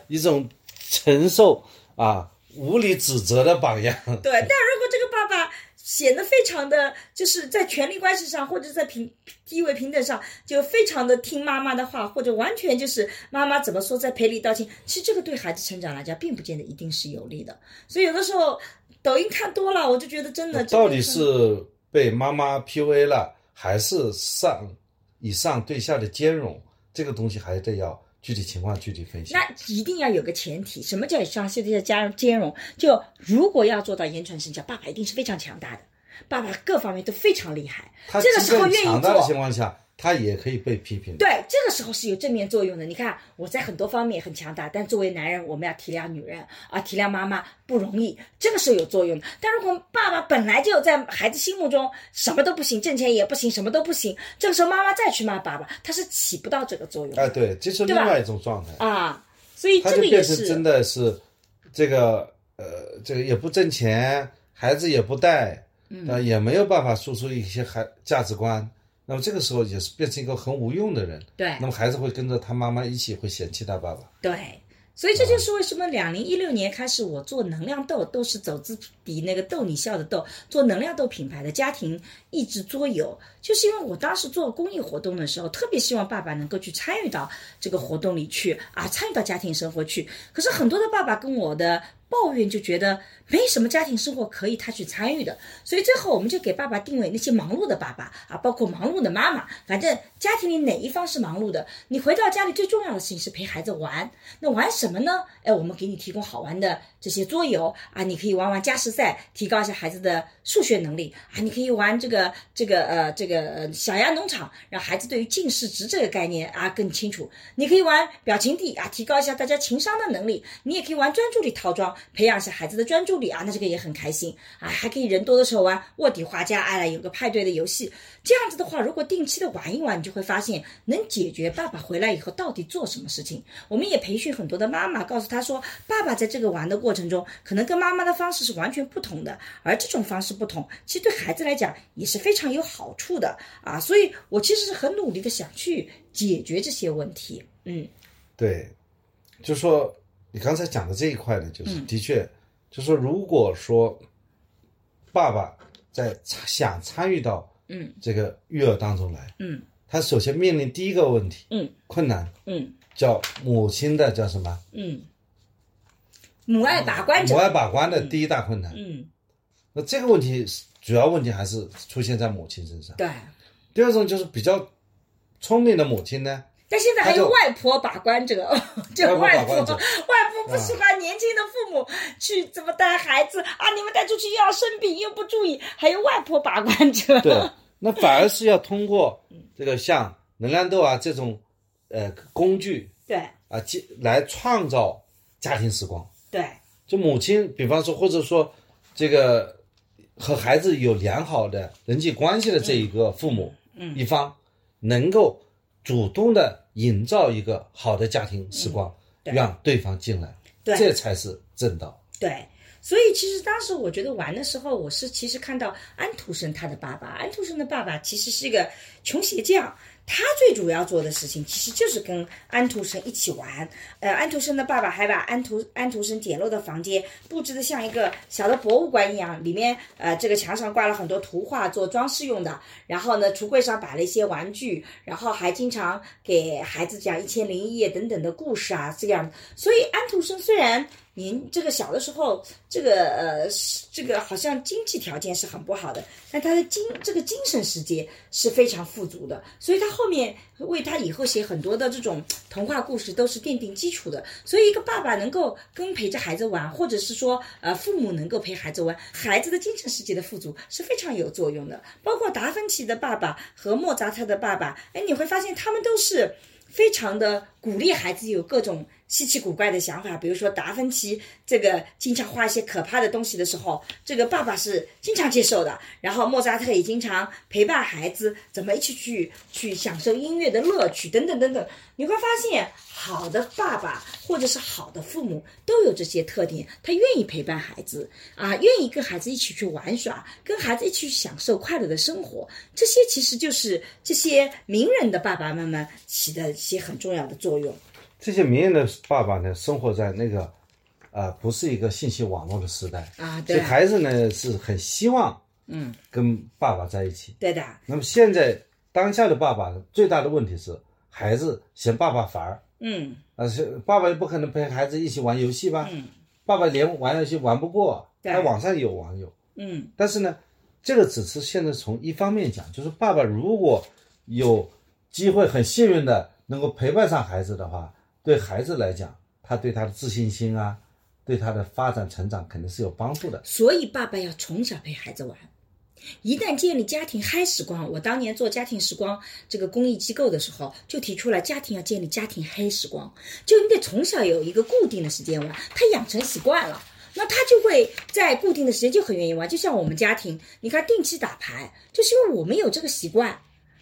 [SPEAKER 2] 一种承受啊无理指责的榜 样。
[SPEAKER 1] 对，但如果这个爸爸显得非常的，就是在权力关系上或者在平地位平等上，就非常的听妈妈的话，或者完全就是妈妈怎么说在赔礼道歉，其实这个对孩子成长来讲，并不见得一定是有利的。所以有的时候抖音看多了，我就觉得真的
[SPEAKER 2] 到
[SPEAKER 1] 真
[SPEAKER 2] 底
[SPEAKER 1] 的
[SPEAKER 2] 是被妈妈 PUA 了，还是上以上对下的兼容？这个东西还得要具体情况具体分析。
[SPEAKER 1] 那一定要有个前提，什么叫以上现在加兼容？就如果要做到言传身教，爸爸一定是非常强大的，爸爸各方面都非常厉害。
[SPEAKER 2] 他
[SPEAKER 1] 这个时候
[SPEAKER 2] 真
[SPEAKER 1] 愿
[SPEAKER 2] 正
[SPEAKER 1] 意
[SPEAKER 2] 强大的
[SPEAKER 1] 做
[SPEAKER 2] 情况下，他也可以被批评。
[SPEAKER 1] 对，这个时候是有正面作用的。你看，我在很多方面很强大，但作为男人，我们要体谅女人啊，体谅妈妈不容易，这个是有作用的。但如果爸爸本来就在孩子心目中什么都不行，挣钱也不行，什么都不行，这个时候妈妈再去骂爸爸，他是起不到这个作用的
[SPEAKER 2] 哎，对，这是
[SPEAKER 1] 对
[SPEAKER 2] 另
[SPEAKER 1] 吧
[SPEAKER 2] 外一种状态。
[SPEAKER 1] 啊。所以
[SPEAKER 2] 他
[SPEAKER 1] 这
[SPEAKER 2] 就
[SPEAKER 1] 个也
[SPEAKER 2] 变
[SPEAKER 1] 是
[SPEAKER 2] 成真的是这个呃，这个也不挣钱，孩子也不带，
[SPEAKER 1] 嗯
[SPEAKER 2] 呃，也没有办法输出一些孩价值观。那么这个时候也是变成一个很无用的人。
[SPEAKER 1] 对
[SPEAKER 2] 那么孩子会跟着他妈妈一起会嫌弃他爸爸。
[SPEAKER 1] 对，所以这就是为什么两零一六年开始，我做能量豆，豆是走之比那个逗你笑的逗，做能量豆品牌的家庭益智桌游，就是因为我当时做公益活动的时候，特别希望爸爸能够去参与到这个活动里去啊，参与到家庭生活去。可是很多的爸爸跟我的。抱怨就觉得没什么家庭生活可以他去参与的，所以最后我们就给爸爸定位那些忙碌的爸爸啊，包括忙碌的妈妈，反正家庭里哪一方是忙碌的，你回到家里最重要的事情是陪孩子玩。那玩什么呢？哎，我们给你提供好玩的这些桌游啊，你可以玩玩加时赛，提高一下孩子的数学能力啊，你可以玩这个这个呃这个呃小鸭农场，让孩子对于近似值这个概念啊更清楚。你可以玩表情地啊，提高一下大家情商的能力。你也可以玩专注力套装，培养一下孩子的专注力啊，那这个也很开心啊。还可以人多的时候玩卧底画家，哎、有个派对的游戏。这样子的话，如果定期的玩一玩，你就会发现能解决爸爸回来以后到底做什么事情。我们也培训很多的妈妈，告诉她说，爸爸在这个玩的过程中，可能跟妈妈的方式是完全不同的，而这种方式不同，其实对孩子来讲也是非常有好处的啊。所以我其实是很努力的想去解决这些问题。嗯，
[SPEAKER 2] 对，就说你刚才讲的这一块呢，就是、
[SPEAKER 1] 嗯
[SPEAKER 2] 的确，就说如果说爸爸在参想参与到
[SPEAKER 1] 嗯
[SPEAKER 2] 这个育儿当中来，
[SPEAKER 1] 嗯，
[SPEAKER 2] 他首先面临第一个问题，
[SPEAKER 1] 嗯，
[SPEAKER 2] 困难
[SPEAKER 1] 嗯
[SPEAKER 2] 叫母亲的叫什么？
[SPEAKER 1] 嗯，母爱把关者
[SPEAKER 2] 母，爱把关的第一大困难。
[SPEAKER 1] 嗯，
[SPEAKER 2] 那这个问题是主要问题还是出现在母亲身上。
[SPEAKER 1] 对。
[SPEAKER 2] 第二种就是比较聪明的母亲呢，
[SPEAKER 1] 但现在还
[SPEAKER 2] 他
[SPEAKER 1] 有
[SPEAKER 2] 就
[SPEAKER 1] 外婆把关 者，这个
[SPEAKER 2] 外
[SPEAKER 1] 外
[SPEAKER 2] 婆
[SPEAKER 1] 婆
[SPEAKER 2] 把关啊
[SPEAKER 1] 外
[SPEAKER 2] 者
[SPEAKER 1] 婆不喜欢年轻的父母去怎么带孩子啊？你们带出去又要生病又不注意，还有外婆把关者。
[SPEAKER 2] 对， 那反而是要通过这个像能量豆啊这种呃工具
[SPEAKER 1] 对
[SPEAKER 2] 啊，接来创造家庭时光。
[SPEAKER 1] 对
[SPEAKER 2] 就母亲，比方说，或者说这个和孩子有良好的人际关系的这一个父母，嗯，一方能够主动的营造一个好的家庭时光，
[SPEAKER 1] 嗯对
[SPEAKER 2] 让对方进来，
[SPEAKER 1] 对
[SPEAKER 2] 这才是正道。
[SPEAKER 1] 对，所以其实当时我觉得玩的时候，我是其实看到安徒生他的爸爸，安徒生的爸爸其实是一个穷鞋匠。他最主要做的事情，其实就是跟安徒生一起玩。呃，安徒生的爸爸还把安徒安徒生简陋的房间布置的像一个小的博物馆一样，里面呃这个墙上挂了很多图画做装饰用的，然后呢橱柜上摆了一些玩具，然后还经常给孩子讲《一千零一夜》等等的故事啊，这样。所以安徒生虽然您这个小的时候，这个呃，是这个好像经济条件是很不好的，但他的精这个精神世界是非常富足的，所以他后面为他以后写很多的这种童话故事都是奠定基础的。所以一个爸爸能够跟陪着孩子玩，或者是说呃父母能够陪孩子玩，孩子的精神世界的富足是非常有作用的。包括达芬奇的爸爸和莫扎特的爸爸，哎，你会发现他们都是。非常的鼓励孩子有各种稀奇古怪的想法，比如说达芬奇这个经常画一些可怕的东西的时候，这个爸爸是经常接受的。然后莫扎特也经常陪伴孩子怎么一起去去享受音乐的乐趣，等等等等。你会发现，好的爸爸或者是好的父母都有这些特点，他愿意陪伴孩子啊，愿意跟孩子一起去玩耍，跟孩子一起去享受快乐的生活。这些其实就是这些名人的爸爸妈妈起的一些很重要的作用。
[SPEAKER 2] 这些名人的爸爸呢，生活在那个，啊、不是一个信息网络的时代，
[SPEAKER 1] 啊，
[SPEAKER 2] 所
[SPEAKER 1] 对
[SPEAKER 2] 以孩子呢是很希望
[SPEAKER 1] 嗯，
[SPEAKER 2] 跟爸爸在一起。
[SPEAKER 1] 对的，
[SPEAKER 2] 那么现在当下的爸爸最大的问题是，孩子嫌爸爸烦儿，
[SPEAKER 1] 嗯
[SPEAKER 2] 啊，是爸爸也不可能陪孩子一起玩游戏吧？
[SPEAKER 1] 嗯
[SPEAKER 2] 爸爸连玩游戏玩不过，
[SPEAKER 1] 对
[SPEAKER 2] 他网上有网友，
[SPEAKER 1] 嗯
[SPEAKER 2] 但是呢，这个只是现在从一方面讲，就是爸爸如果有机会很幸运的能够陪伴上孩子的话，对孩子来讲，他对他的自信心啊，对他的发展成长肯定是有帮助的。
[SPEAKER 1] 所以爸爸要从小陪孩子玩。一旦建立家庭嗨时光，我当年做家庭时光这个公益机构的时候，就提出了家庭要建立家庭嗨时光，就你得从小有一个固定的时间玩，他养成习惯了，那他就会在固定的时间就很愿意玩。就像我们家庭，你看定期打牌，就是因为我们有这个习惯，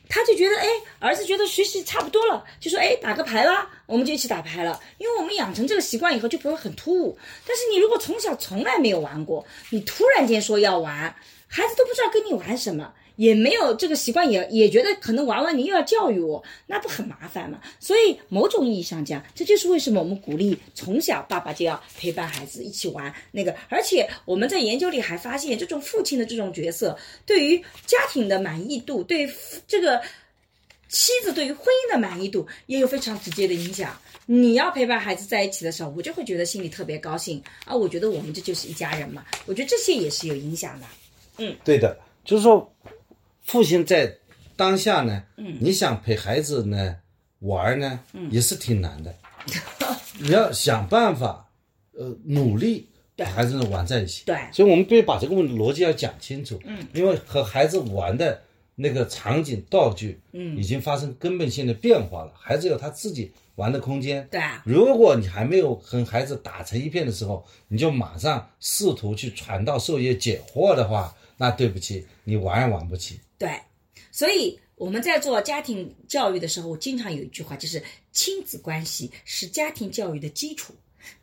[SPEAKER 1] 他就觉得，哎，儿子觉得学习差不多了，就说，哎，打个牌吧，我们就一起打牌了。因为我们养成这个习惯以后，就不会很突兀。但是你如果从小从来没有玩过，你突然间说要玩，孩子都不知道跟你玩什么，也没有这个习惯，也也觉得可能玩玩你又要教育我，那不很麻烦嘛？所以某种意义上讲，这就是为什么我们鼓励从小爸爸就要陪伴孩子一起玩那个，而且我们在研究里还发现，这种父亲的这种角色对于家庭的满意度，对于这个。妻子对于婚姻的满意度也有非常直接的影响。你要陪伴孩子在一起的时候，我就会觉得心里特别高兴啊！我觉得我们这就是一家人嘛，我觉得这些也是有影响的。
[SPEAKER 2] 对的，就是说，父亲在当下呢，你想陪孩子呢玩儿呢，也是挺难的。你要想办法，呃，努力把孩子玩在一起。
[SPEAKER 1] 对
[SPEAKER 2] 所以我们必须把这个问题逻辑要讲清楚。嗯，因为和孩子玩的那个场景道具，嗯，已经发生根本性的变化了。孩子有他自己玩的空间。
[SPEAKER 1] 对啊，
[SPEAKER 2] 如果你还没有和孩子打成一片的时候，你就马上试图去传道授业解惑的话，那对不起，你玩也玩不起。
[SPEAKER 1] 对，所以我们在做家庭教育的时候，我经常有一句话，就是亲子关系是家庭教育的基础，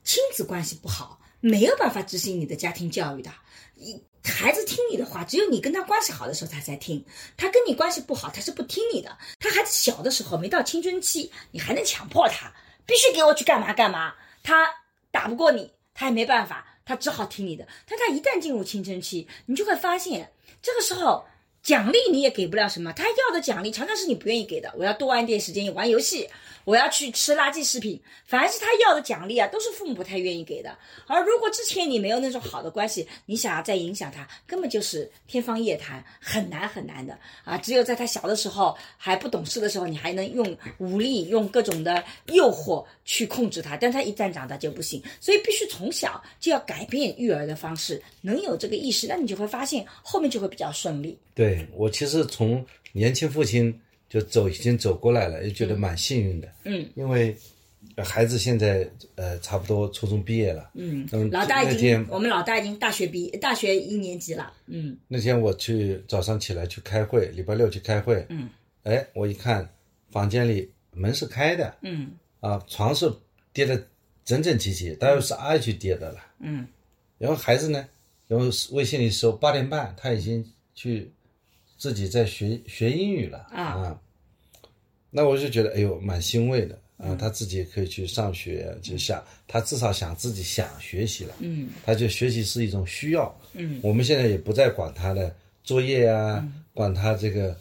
[SPEAKER 1] 亲子关系不好，没有办法执行你的家庭教育的。一孩子听你的话，只有你跟他关系好的时候，他才听；他跟你关系不好，他是不听你的。他孩子小的时候，没到青春期，你还能强迫他，必须给我去干嘛干嘛，他打不过你，他也没办法，他只好听你的。但他一旦进入青春期，你就会发现，这个时候奖励你也给不了什么，他要的奖励常常是你不愿意给的。我要多玩一点时间玩游戏，我要去吃垃圾食品，凡是他要的奖励啊，都是父母不太愿意给的。而如果之前你没有那种好的关系，你想要再影响他，根本就是天方夜谭，很难很难的啊！只有在他小的时候还不懂事的时候，你还能用武力、用各种的诱惑去控制他，但他一旦长大就不行，所以必须从小就要改变育儿的方式，能有这个意识，那你就会发现后面就会比较顺利。
[SPEAKER 2] 对我其实从年轻父亲就走已经走过来了，也觉得蛮幸运的。
[SPEAKER 1] 嗯，
[SPEAKER 2] 因为呃孩子现在呃差不多初中毕业了。
[SPEAKER 1] 嗯
[SPEAKER 2] 那么，
[SPEAKER 1] 老大
[SPEAKER 2] 那
[SPEAKER 1] 已经
[SPEAKER 2] 天，
[SPEAKER 1] 我们老大已经大学毕大学一年级了，嗯
[SPEAKER 2] 那天我去早上起来去开会，礼拜六去开会。
[SPEAKER 1] 嗯，
[SPEAKER 2] 哎，我一看房间里门是开的，
[SPEAKER 1] 嗯
[SPEAKER 2] 啊，床是叠的整整齐齐，大约是爱去叠的了。
[SPEAKER 1] 嗯
[SPEAKER 2] 然后孩子呢，然后微信里搜八点半，他已经去自己在学学英语了
[SPEAKER 1] 啊
[SPEAKER 2] 那我就觉得哎呦蛮欣慰的啊，
[SPEAKER 1] 嗯
[SPEAKER 2] 他自己也可以去上学，就想他至少想自己想学习了。
[SPEAKER 1] 嗯
[SPEAKER 2] 他就学习是一种需要。
[SPEAKER 1] 嗯，
[SPEAKER 2] 我们现在也不再管他的作业啊，管他这个，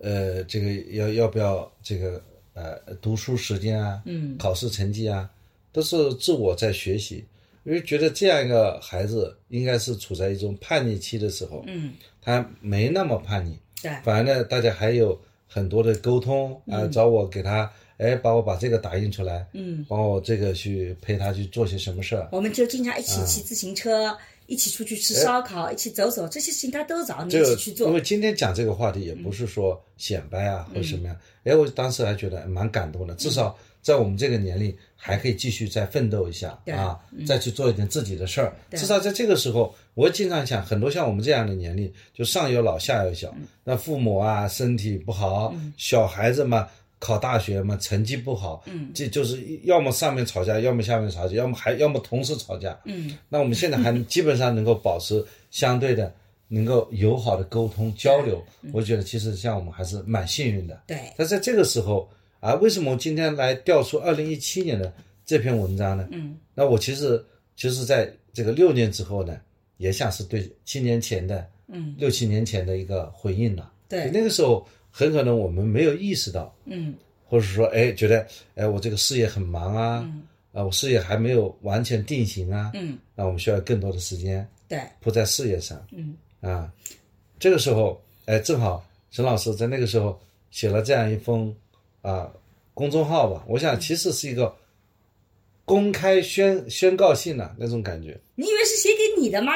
[SPEAKER 2] 呃，这个要要不要这个呃读书时间啊，
[SPEAKER 1] 嗯
[SPEAKER 2] 考试成绩啊，都是自我在学习。因为觉得这样一个孩子应该是处在一种叛逆期的时候，
[SPEAKER 1] 嗯，
[SPEAKER 2] 他没那么叛逆，
[SPEAKER 1] 对
[SPEAKER 2] 反而呢，大家还有很多的沟通啊、找我给他，哎，帮我把这个打印出来，
[SPEAKER 1] 嗯。
[SPEAKER 2] 帮我这个去陪他去做些什么事儿，嗯
[SPEAKER 1] 我们就经常一起骑自行车，一起出去吃烧烤，一起走走，这些事情他都找你
[SPEAKER 2] 哎这
[SPEAKER 1] 一起
[SPEAKER 2] 个
[SPEAKER 1] 去
[SPEAKER 2] 因
[SPEAKER 1] 做
[SPEAKER 2] 为。今天讲这个话题也不是说显摆啊或者什么样，
[SPEAKER 1] 嗯
[SPEAKER 2] 哎，我当时还觉得蛮感动的，至少在我们这个年龄还可以继续再奋斗一下
[SPEAKER 1] 对嗯
[SPEAKER 2] 啊，再去做一点自己的事儿。
[SPEAKER 1] 对
[SPEAKER 2] 至少在这个时候，我经常想，很多像我们这样的年龄，就上有老下有
[SPEAKER 1] 嗯
[SPEAKER 2] 小，那父母啊身体不好，小孩子嘛。考大学嘛，成绩不好，嗯，这就是要么上面吵架，要么下面吵架，要么还要么同时吵架，嗯，那我们现在还基本上能够保持相对的能够友好的沟通交流，我觉得其实像我们还是蛮幸运的。
[SPEAKER 1] 对，
[SPEAKER 2] 但在这个时候啊，为什么我今天来调出二零一七年的这篇文章呢？嗯，那我其实其实在这个六年之后呢，也像是对七年前的，嗯，六七年前的一个回应了。哎
[SPEAKER 1] 对
[SPEAKER 2] 那个时候很可能我们没有意识到，
[SPEAKER 5] 嗯，
[SPEAKER 2] 或者说哎觉得哎我这个事业很忙啊，
[SPEAKER 1] 嗯
[SPEAKER 2] 啊我事业还没有完全定型啊，
[SPEAKER 5] 嗯，
[SPEAKER 2] 那我们需要更多的时间
[SPEAKER 1] 对，
[SPEAKER 2] 扑在事业上，
[SPEAKER 5] 嗯，
[SPEAKER 2] 啊，这个时候，哎，正好沈老师在那个时候写了这样一封啊公众号吧，我想其实是一个公开宣宣告信呐、那种感觉。
[SPEAKER 1] 你以为是写给你的吗？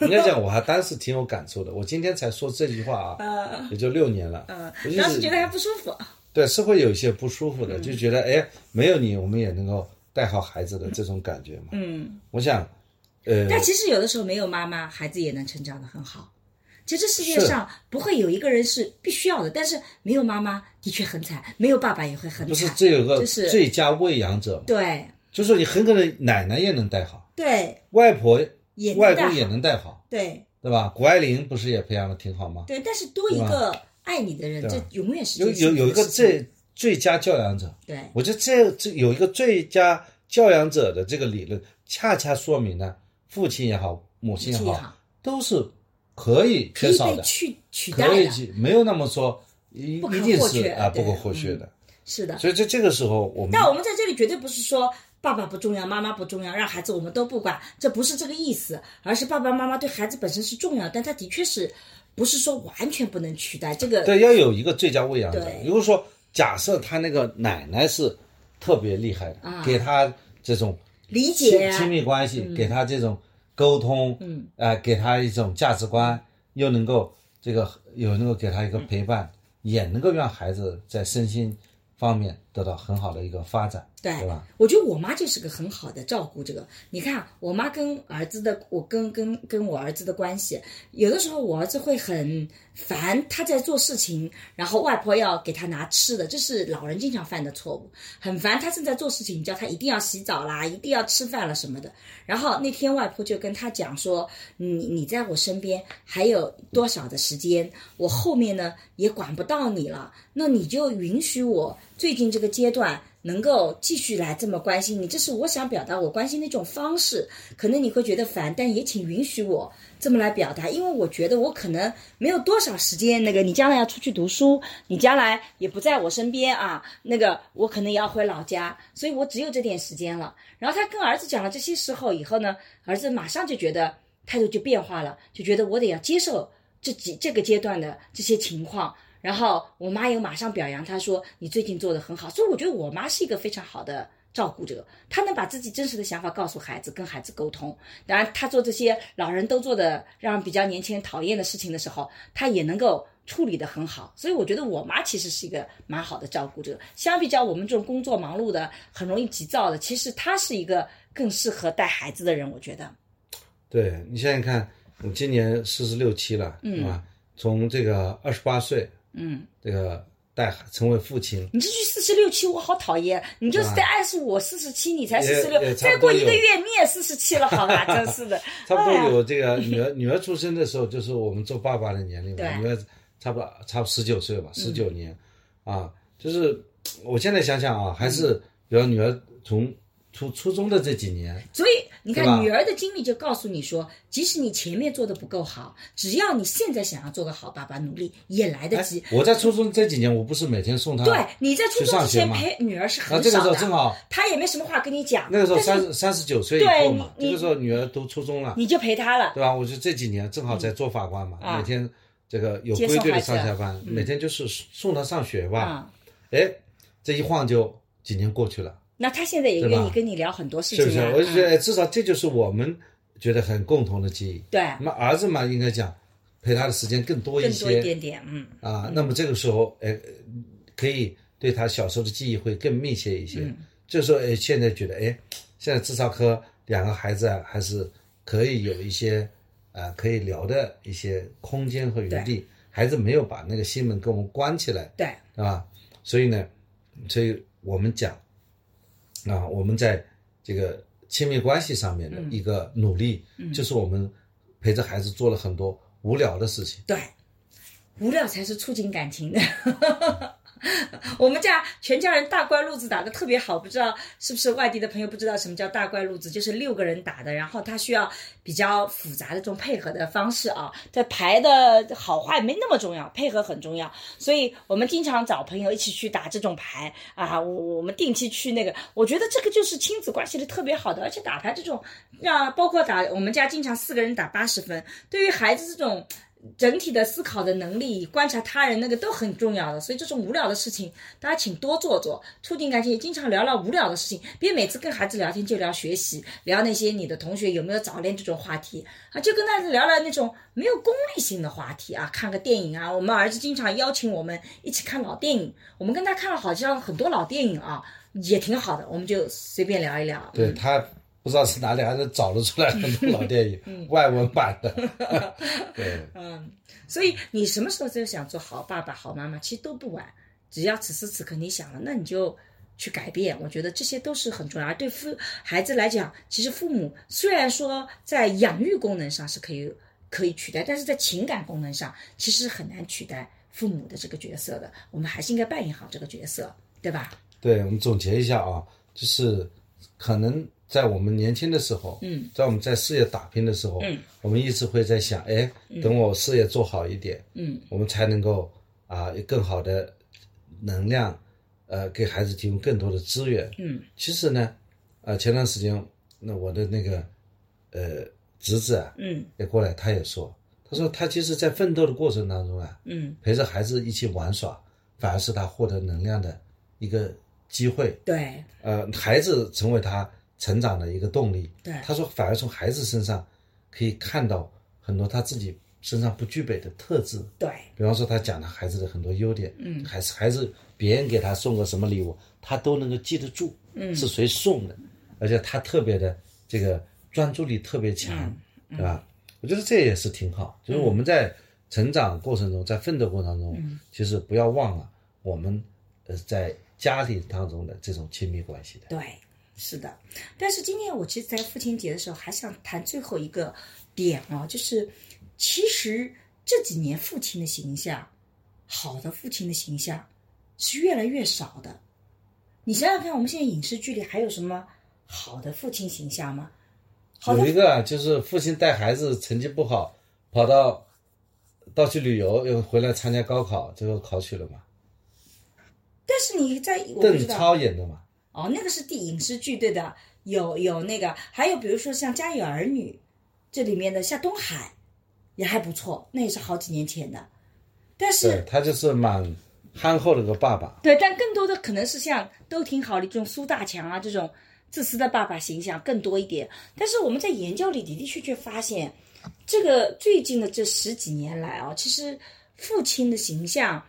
[SPEAKER 2] 应该讲，我还当时挺有感触的。我今天才说这句话啊，也就六年了。我就是
[SPEAKER 1] 呃当时觉得还不舒服。
[SPEAKER 2] 对，是会有一些不舒服的，就觉得哎，没有你，我们也能够带好孩子的这种感觉嘛。
[SPEAKER 5] 嗯，
[SPEAKER 2] 我想，呃，
[SPEAKER 1] 但其实有的时候没有妈妈，孩子也能成长得很好。其实这世界
[SPEAKER 2] 是
[SPEAKER 1] 上不会有一个人是必须要的，但是没有妈妈的确很惨，没有爸爸也会很
[SPEAKER 2] 不是
[SPEAKER 1] 惨。
[SPEAKER 2] 这有个
[SPEAKER 1] 嗯就是
[SPEAKER 2] 最佳喂养者嘛，
[SPEAKER 1] 对
[SPEAKER 2] 就是说你很可能奶奶也能带好，
[SPEAKER 1] 对，
[SPEAKER 2] 外婆、
[SPEAKER 1] 也
[SPEAKER 2] 外
[SPEAKER 1] 能带
[SPEAKER 2] 公也
[SPEAKER 1] 好。
[SPEAKER 2] 能带好，
[SPEAKER 1] 对
[SPEAKER 2] 对吧？谷爱凌不是也培养的挺好吗？
[SPEAKER 1] 对，但是多一个爱你的人，
[SPEAKER 2] 对
[SPEAKER 1] 这
[SPEAKER 2] 吧
[SPEAKER 1] 永远是
[SPEAKER 2] 有
[SPEAKER 1] 件幸
[SPEAKER 2] 有
[SPEAKER 1] 福
[SPEAKER 2] 有一个
[SPEAKER 1] 的事情
[SPEAKER 2] 最最佳教养者，
[SPEAKER 1] 对
[SPEAKER 2] 我觉得这这有一个最佳教养者的这个理论，恰恰说明呢，父亲也好，母亲也
[SPEAKER 1] 母亲也
[SPEAKER 2] 好
[SPEAKER 1] 好，
[SPEAKER 2] 都是可以
[SPEAKER 1] 可
[SPEAKER 2] 缺
[SPEAKER 1] 以
[SPEAKER 2] 少
[SPEAKER 1] 被
[SPEAKER 2] 的，
[SPEAKER 1] 取取代
[SPEAKER 2] 可以
[SPEAKER 1] 的，
[SPEAKER 2] 去没有那么说一
[SPEAKER 1] 不可
[SPEAKER 2] 一定
[SPEAKER 1] 或
[SPEAKER 2] 是
[SPEAKER 1] 缺
[SPEAKER 2] 啊不
[SPEAKER 1] 对
[SPEAKER 2] 可或缺的。
[SPEAKER 1] 是的。
[SPEAKER 2] 所以在这个时候，我们
[SPEAKER 1] 但我们在这里绝对不是说爸爸不重要，妈妈不重要，让孩子我们都不管，这不是这个意思，而是爸爸妈妈对孩子本身是重要，但他的确是不是说完全不能取代这个？
[SPEAKER 2] 对，要有一个最佳喂养者
[SPEAKER 1] 对。
[SPEAKER 2] 如果说假设他那个奶奶是特别厉害的，
[SPEAKER 1] 啊
[SPEAKER 2] 给他这种
[SPEAKER 1] 理
[SPEAKER 2] 亲
[SPEAKER 1] 解啊
[SPEAKER 2] 亲密关系，给他这种沟通，嗯，啊、给他一种价值观，又能够这个有能够给他一个陪伴，也能够让孩子在身心方面得到很好的一个发展，
[SPEAKER 1] 对
[SPEAKER 2] 对吧？
[SPEAKER 1] 我觉得我妈就是个很好的照顾这个。你看，我妈跟儿子的，我跟跟跟我儿子的关系，有的时候我儿子会很烦，他在做事情，然后外婆要给他拿吃的，这是老人经常犯的错误，很烦。他正在做事情，你叫他一定要洗澡啦，一定要吃饭了什么的。然后那天外婆就跟他讲说，你嗯你在我身边还有多少的时间，我后面呢也管不到你了，那你就允许我最近这个阶段。能够继续来这么关心你，这是我想表达我关心的一种方式。可能你会觉得烦，但也请允许我这么来表达，因为我觉得我可能没有多少时间。那个你将来要出去读书，你将来也不在我身边啊，那个我可能也要回老家，所以我只有这点时间了。然后他跟儿子讲了这些时候以后呢，儿子马上就觉得态度就变化了，就觉得我得要接受这几这个阶段的这些情况。然后我妈又马上表扬他说：“你最近做的很好。”所以我觉得我妈是一个非常好的照顾者，她能把自己真实的想法告诉孩子，跟孩子沟通。当然，她做这些老人都做的让比较年轻人讨厌的事情的时候，她也能够处理得很好。所以我觉得我妈其实是一个蛮好的照顾者。相比较我们这种工作忙碌的、很容易急躁的，其实她是一个更适合带孩子的人。我觉得，
[SPEAKER 2] 对你想想看，我今年四十六七了，嗯啊，从这个二十八岁，
[SPEAKER 5] 嗯，
[SPEAKER 2] 这个带成为父亲，
[SPEAKER 1] 你这句四十六七，我好讨厌。你就是在暗示我四十七，你才四十
[SPEAKER 2] 也
[SPEAKER 1] 六，
[SPEAKER 2] 啊也差
[SPEAKER 1] 再
[SPEAKER 2] 不多
[SPEAKER 1] 过
[SPEAKER 2] 有
[SPEAKER 1] 一个月你也四十七了，好吧？真是的，
[SPEAKER 2] 差不多
[SPEAKER 1] 哎呀
[SPEAKER 2] 有这个女儿、女儿出生的时候，就是我们做爸爸的年龄嘛，
[SPEAKER 1] 对嗯
[SPEAKER 2] 女儿差不多差不多十九岁吧，十九年，啊，就是我现在想想啊，还是比如女儿从初初中的这几年，
[SPEAKER 1] 所以你
[SPEAKER 2] 对吧
[SPEAKER 1] 看，女儿的经历就告诉你说，即使你前面做的不够好，只要你现在想要做个好爸爸，努力也来得
[SPEAKER 2] 哎
[SPEAKER 1] 及。
[SPEAKER 2] 我在初中这几年，我不是每天送她，
[SPEAKER 1] 对，你在初
[SPEAKER 2] 去
[SPEAKER 1] 中
[SPEAKER 2] 上
[SPEAKER 1] 之
[SPEAKER 2] 学
[SPEAKER 1] 前
[SPEAKER 2] 嘛
[SPEAKER 1] 陪女儿是
[SPEAKER 2] 那
[SPEAKER 1] 很
[SPEAKER 2] 这个
[SPEAKER 1] 少
[SPEAKER 2] 时候
[SPEAKER 1] 的，
[SPEAKER 2] 正好，
[SPEAKER 1] 她也没什么话跟你讲。
[SPEAKER 2] 那个时候
[SPEAKER 1] 但
[SPEAKER 2] 三
[SPEAKER 1] 是
[SPEAKER 2] 十三十九岁以
[SPEAKER 1] 对
[SPEAKER 2] 后嘛，
[SPEAKER 1] 你
[SPEAKER 2] 这个时候女儿读初中了，
[SPEAKER 1] 你就陪她了，
[SPEAKER 2] 对吧？我就这几年正好在做法官嘛，每天这个有
[SPEAKER 1] 接
[SPEAKER 2] 规
[SPEAKER 1] 送
[SPEAKER 2] 律的
[SPEAKER 1] 孩子嗯
[SPEAKER 2] 上下班，每天就是送她上学吧
[SPEAKER 1] 啊。
[SPEAKER 2] 哎，这一晃就几年过去了。
[SPEAKER 1] 那她现在也
[SPEAKER 2] 对吧
[SPEAKER 1] 愿意跟你聊很多事
[SPEAKER 2] 是不
[SPEAKER 1] 情
[SPEAKER 2] 是
[SPEAKER 1] 啊？？
[SPEAKER 2] 我就觉得，
[SPEAKER 1] 啊
[SPEAKER 2] 哎至少这就是我们觉得很共同的记忆。
[SPEAKER 1] 对，
[SPEAKER 2] 那么儿子嘛，应该讲陪他的时间更多一
[SPEAKER 1] 更多一
[SPEAKER 2] 些
[SPEAKER 1] 点点，嗯，
[SPEAKER 2] 啊。那么这个时候，哎，可以对他小时候的记忆会更密切一些。
[SPEAKER 1] 嗯
[SPEAKER 2] 这时候，哎，现在觉得，哎，现在智商科两个孩子啊，还是可以有一些啊、可以聊的一些空间和余地。孩子没有把那个心门给我们关起来，
[SPEAKER 1] 对，
[SPEAKER 2] 啊，所以呢，所以我们讲啊，我们在这个亲密关系上面
[SPEAKER 1] 嗯
[SPEAKER 2] 的一个努力，就是我们陪着孩子做了很多无聊的事情。
[SPEAKER 1] 对，无聊才是促进感情的。 我们家全家人大乖路子打得特别好，不知道是不是外地的朋友不知道什么叫大乖路子，就是六个人打的，然后他需要比较复杂的这种配合的方式啊，这牌的好坏没那么重要，配合很重要，所以我们经常找朋友一起去打这种牌啊，我我们定期去那个，我觉得这个就是亲子关系的特别好的，而且打牌这种，让、包括打我们家经常四个人打八十分，对于孩子这种。整体的思考的能力、观察他人那个都很重要的，所以这种无聊的事情，大家请多做做，促进感情。也经常聊聊无聊的事情，别每次跟孩子聊天就聊学习，聊那些你的同学有没有早恋这种话题啊，就跟他聊聊那种没有功利性的话题啊，看个电影啊。我们儿子经常邀请我们一起看老电影，我们跟他看了好像很多老电影啊，也挺好的，我们就随便聊一聊。
[SPEAKER 2] 对他不知道是哪里还是找了出来很多老电 影，
[SPEAKER 1] 嗯
[SPEAKER 2] 外文版的。对，
[SPEAKER 1] 所以你什么时候就想做好爸爸、好妈妈，其实都不晚。只要此时此刻你想了，那你就去改变。我觉得这些都是很重要。而对父孩子来讲，其实父母虽然说在养育功能上是可以可以取代，但是在情感功能上其实很难取代父母的这个角色的。我们还是应该扮演好这个角色，对吧？
[SPEAKER 2] 对，我们总结一下啊，就是可能在我们年轻的时候，
[SPEAKER 1] 嗯，
[SPEAKER 2] 在我们在事业打拼的时候，
[SPEAKER 1] 嗯，
[SPEAKER 2] 我们一直会在想，哎，等我事业做好一点，
[SPEAKER 1] 嗯，
[SPEAKER 2] 我们才能够啊、有更好的能量，呃，给孩子提供更多的资源。
[SPEAKER 1] 嗯，
[SPEAKER 2] 其实呢，啊、前段时间那我的那个呃侄子啊
[SPEAKER 1] 嗯
[SPEAKER 2] 也过来，他也说，他说他其实在奋斗的过程当中啊，
[SPEAKER 1] 嗯，
[SPEAKER 2] 陪着孩子一起玩耍，反而是他获得能量的一个机会。
[SPEAKER 1] 对
[SPEAKER 2] 呃，孩子成为他成长的一个动力。
[SPEAKER 1] 对
[SPEAKER 2] 他说反而从孩子身上可以看到很多他自己身上不具备的特质。
[SPEAKER 1] 对
[SPEAKER 2] 比方说，他讲他孩子的很多优点，
[SPEAKER 1] 嗯
[SPEAKER 2] 还是还是别人给他送个什么礼物，他都能够记得住，嗯，是谁送的，而且他特别的这个专注力特别强，
[SPEAKER 1] 嗯
[SPEAKER 2] 对吧？我觉得这也是挺好，就是我们在成长过程中，在奋斗过程中，
[SPEAKER 1] 嗯
[SPEAKER 2] 其实不要忘了我们呃在家庭当中的这种亲密关系的。
[SPEAKER 1] 对，是的。但是今天我其实，在父亲节的时候，还想谈最后一个点啊，就是其实这几年父亲的形象，好的父亲的形象是越来越少的。你想想看，我们现在影视剧里还有什么好的父亲形象吗？好
[SPEAKER 2] 有
[SPEAKER 1] 的
[SPEAKER 2] 一个啊就是父亲带孩子成绩不好，跑到到去旅游，又回来参加高考，最后考取了嘛。
[SPEAKER 1] 但是你在我不
[SPEAKER 2] 邓
[SPEAKER 1] 知道
[SPEAKER 2] 超演的嘛，
[SPEAKER 1] 哦，那个是第影视剧对的，有有那个，还有比如说像《家有儿女》，这里面的夏东海也还不错，那也是好几年前的。但
[SPEAKER 2] 对
[SPEAKER 1] 是
[SPEAKER 2] 他就是蛮憨厚的个爸爸。
[SPEAKER 1] 对，但更多的可能是像都挺好的这种苏大强啊这种自私的爸爸形象更多一点。但是我们在研究里的的确确发现，这个最近的这十几年来啊，其实父亲的形象，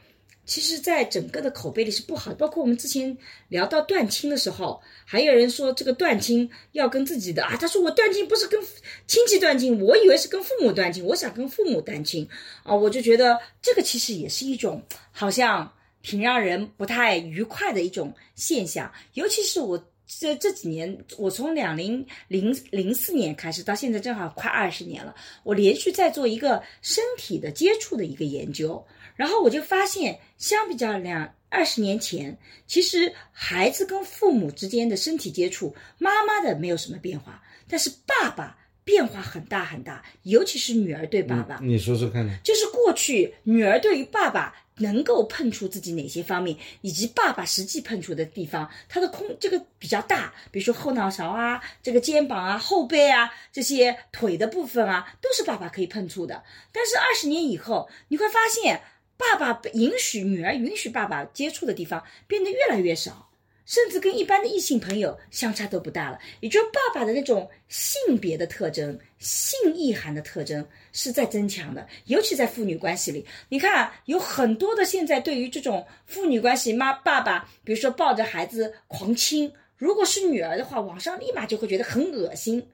[SPEAKER 1] 其实在整个的口碑里是不好的。包括我们之前聊到断亲的时候，还有人说这个断亲要跟自己的啊，他说我断亲不是跟亲戚断亲，我以为是跟父母断亲，我想跟父母断亲啊，我就觉得这个其实也是一种好像挺让人不太愉快的一种现象，尤其是我。这这几年，我从两零零零四年开始到现在，正好快二十年了。我连续在做一个身体的接触的一个研究，然后我就发现，相比较两二十年前，其实孩子跟父母之间的身体接触，妈妈的没有什么变化，但是爸爸变化很大很大，尤其是女儿对爸哎爸。
[SPEAKER 2] 嗯你说说看呢？
[SPEAKER 1] 就是过去女儿对于爸爸能够碰触自己哪些方面，以及爸爸实际碰触的地方，他的空这个比较大，比如说后脑勺啊、这个肩膀啊、后背啊这些腿的部分啊，都是爸爸可以碰触的。但是二十年以后，你会发现，爸爸允许女儿允许爸爸接触的地方变得越来越少。甚至跟一般的异性朋友相差都不大了。也就是爸爸的那种性别的特征、性意涵的特征是在增强的，尤其在父女关系里。你看、啊，有很多的现在对于这种父女关系，妈爸爸，比如说抱着孩子狂亲，如果是女儿的话，网上立马就会觉得很恶心。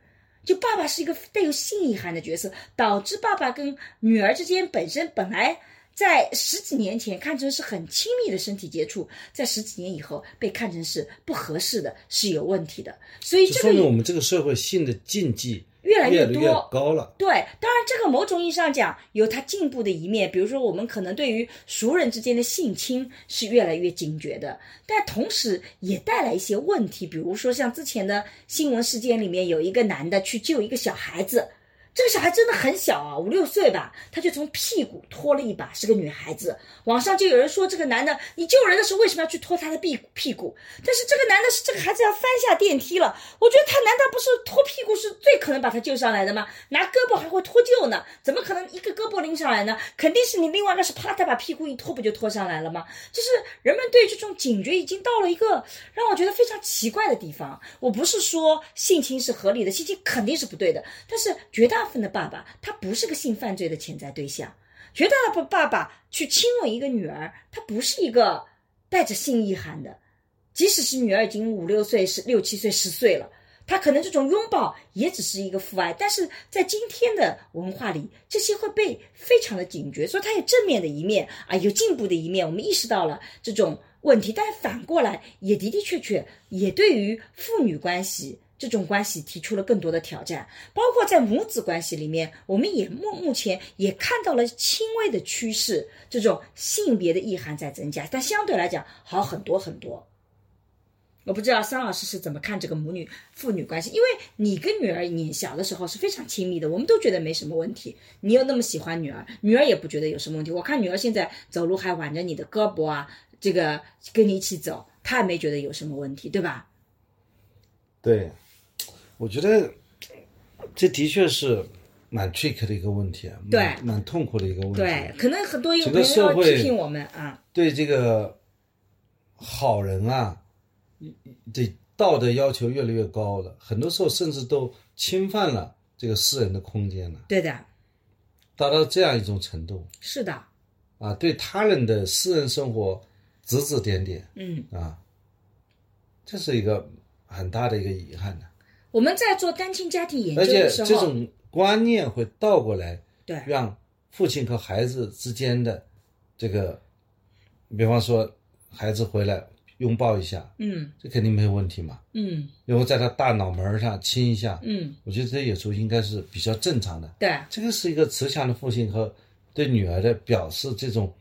[SPEAKER 1] 就爸爸是一个带有性意涵的角色，导致爸爸跟女儿之间本身本来。在十几年前看成是很亲密的身体接触，在十几年以后被看成是不合适的，是有问题的。所以这
[SPEAKER 2] 说明我
[SPEAKER 1] 个
[SPEAKER 2] 们这个社会性的禁忌
[SPEAKER 1] 越来
[SPEAKER 2] 越
[SPEAKER 1] 多。
[SPEAKER 2] 越高了。
[SPEAKER 1] 对，当然这个某种意义上讲有它进步的一面，比如说我们可能对于熟人之间的性侵是越来越警觉的，但同时也带来一些问题，比如说像之前的新闻事件里面有一个男的去救一个小孩子，这个小孩真的很小啊，五六岁吧，他就从屁股拖了一把，是个女孩子。网上就有人说这个男的，你救人的时候为什么要去拖他的屁屁股？但是这个男的是这个孩子要翻下电梯了，我觉得他难道不是拖屁股是最可能把他救上来的吗？拿胳膊还会脱臼呢，怎么可能一个胳膊拎上来呢？肯定是你另外一个是啪嗒把屁股一拖不就拖上来了吗？就是人们对这种警觉已经到了一个让我觉得非常奇怪的地方。我不是说性侵是合理的，性侵肯定是不对的，但是绝大部分的爸爸他不是个性犯罪的潜在对象。绝大部分爸爸去亲吻一个女儿，他不是一个带着性意涵的，即使是女儿已经五六岁、十六七岁、十岁了，他可能这种拥抱也只是一个父爱，但是在今天的文化里，这些会被非常的警觉，所以它有正面的一面啊，有进步的一面，我们意识到了这种问题，但反过来也的的确确也对于父女关系。这种关系提出了更多的挑战，包括在母子关系里面，我们也目目前也看到了轻微的趋势，这种性别的意涵在增加，但相对来讲好很多很多。我不知道桑老师是怎么看这个母女父女关系，因为你跟女儿你小的时候是非常亲密的，我们都觉得没什么问题，你又那么喜欢女儿，女儿也不觉得有什么问题。我看女儿现在走路还挽着你的胳膊啊，这个跟你一起走，她也没觉得有什么问题，对吧？
[SPEAKER 2] 对，我觉得这的确是蛮 trick 的一个问题，啊，
[SPEAKER 1] 对
[SPEAKER 2] 蛮蛮痛苦的一个问题。
[SPEAKER 1] 对，可能很多有
[SPEAKER 2] 整
[SPEAKER 1] 朋
[SPEAKER 2] 个社
[SPEAKER 1] 友
[SPEAKER 2] 会
[SPEAKER 1] 批评我们啊，
[SPEAKER 2] 对这个好人啊，对道德要求越来越高了，很多时候甚至都侵犯了这个私人的空间了，
[SPEAKER 1] 对的，
[SPEAKER 2] 达到这样一种程度
[SPEAKER 1] 是的，
[SPEAKER 2] 啊，对他人的私人生活指指点点
[SPEAKER 1] 嗯，
[SPEAKER 2] 啊，这是一个很大的一个遗憾的、
[SPEAKER 1] 我们在做单亲家庭研究
[SPEAKER 2] 而且
[SPEAKER 1] 的时
[SPEAKER 2] 这
[SPEAKER 1] 候，
[SPEAKER 2] 种观念会倒过来
[SPEAKER 1] 对
[SPEAKER 2] 让父亲和孩子之间的这个，比方说孩子回来拥抱一下，
[SPEAKER 1] 嗯
[SPEAKER 2] 这肯定没有问题嘛。
[SPEAKER 1] 嗯
[SPEAKER 2] 然后在他大脑门儿上亲一下，
[SPEAKER 1] 嗯，
[SPEAKER 2] 我觉得这有时候应该是比较正常的。
[SPEAKER 1] 对，
[SPEAKER 2] 这个是一个慈祥的父亲和对女儿的表示这种，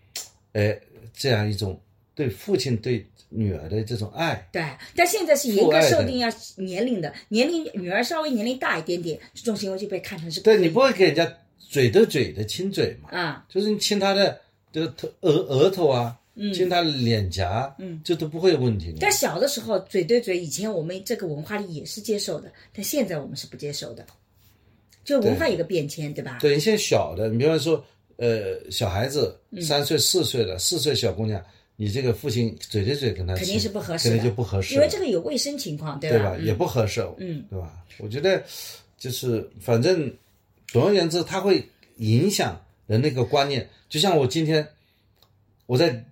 [SPEAKER 2] 哎，这样一种对父亲对女儿的这种爱。
[SPEAKER 1] 对，但现在是严
[SPEAKER 2] 父
[SPEAKER 1] 格
[SPEAKER 2] 爱的
[SPEAKER 1] 设定要年龄的，年龄女儿稍微年龄大一点点，这种行为就被看成是
[SPEAKER 2] 对你不会给人家嘴对嘴的亲嘴嘛？
[SPEAKER 1] 啊，
[SPEAKER 2] 就是你亲他的这个头额额头啊，
[SPEAKER 1] 嗯
[SPEAKER 2] 亲他的脸颊，
[SPEAKER 1] 嗯，
[SPEAKER 2] 这都不会有问题的。
[SPEAKER 1] 但小的时候嘴对嘴，以前我们这个文化里也是接受的，但现在我们是不接受的，就文化有个变迁，对吧？
[SPEAKER 2] 对，你现在小的，你比方说，呃，小孩子
[SPEAKER 1] 嗯
[SPEAKER 2] 三岁、四岁的，四岁小姑娘，你这个父亲嘴对嘴跟她亲，
[SPEAKER 1] 肯定是不合适的
[SPEAKER 2] 肯定就不合适
[SPEAKER 1] 因
[SPEAKER 2] 了，
[SPEAKER 1] 为这个有卫生情况，对
[SPEAKER 2] 对
[SPEAKER 1] 吧
[SPEAKER 2] 吧？？也不合适，
[SPEAKER 1] 嗯，
[SPEAKER 2] 对吧？我觉得就是反正总而言之，它会影响人的一个观念。就像我今天我在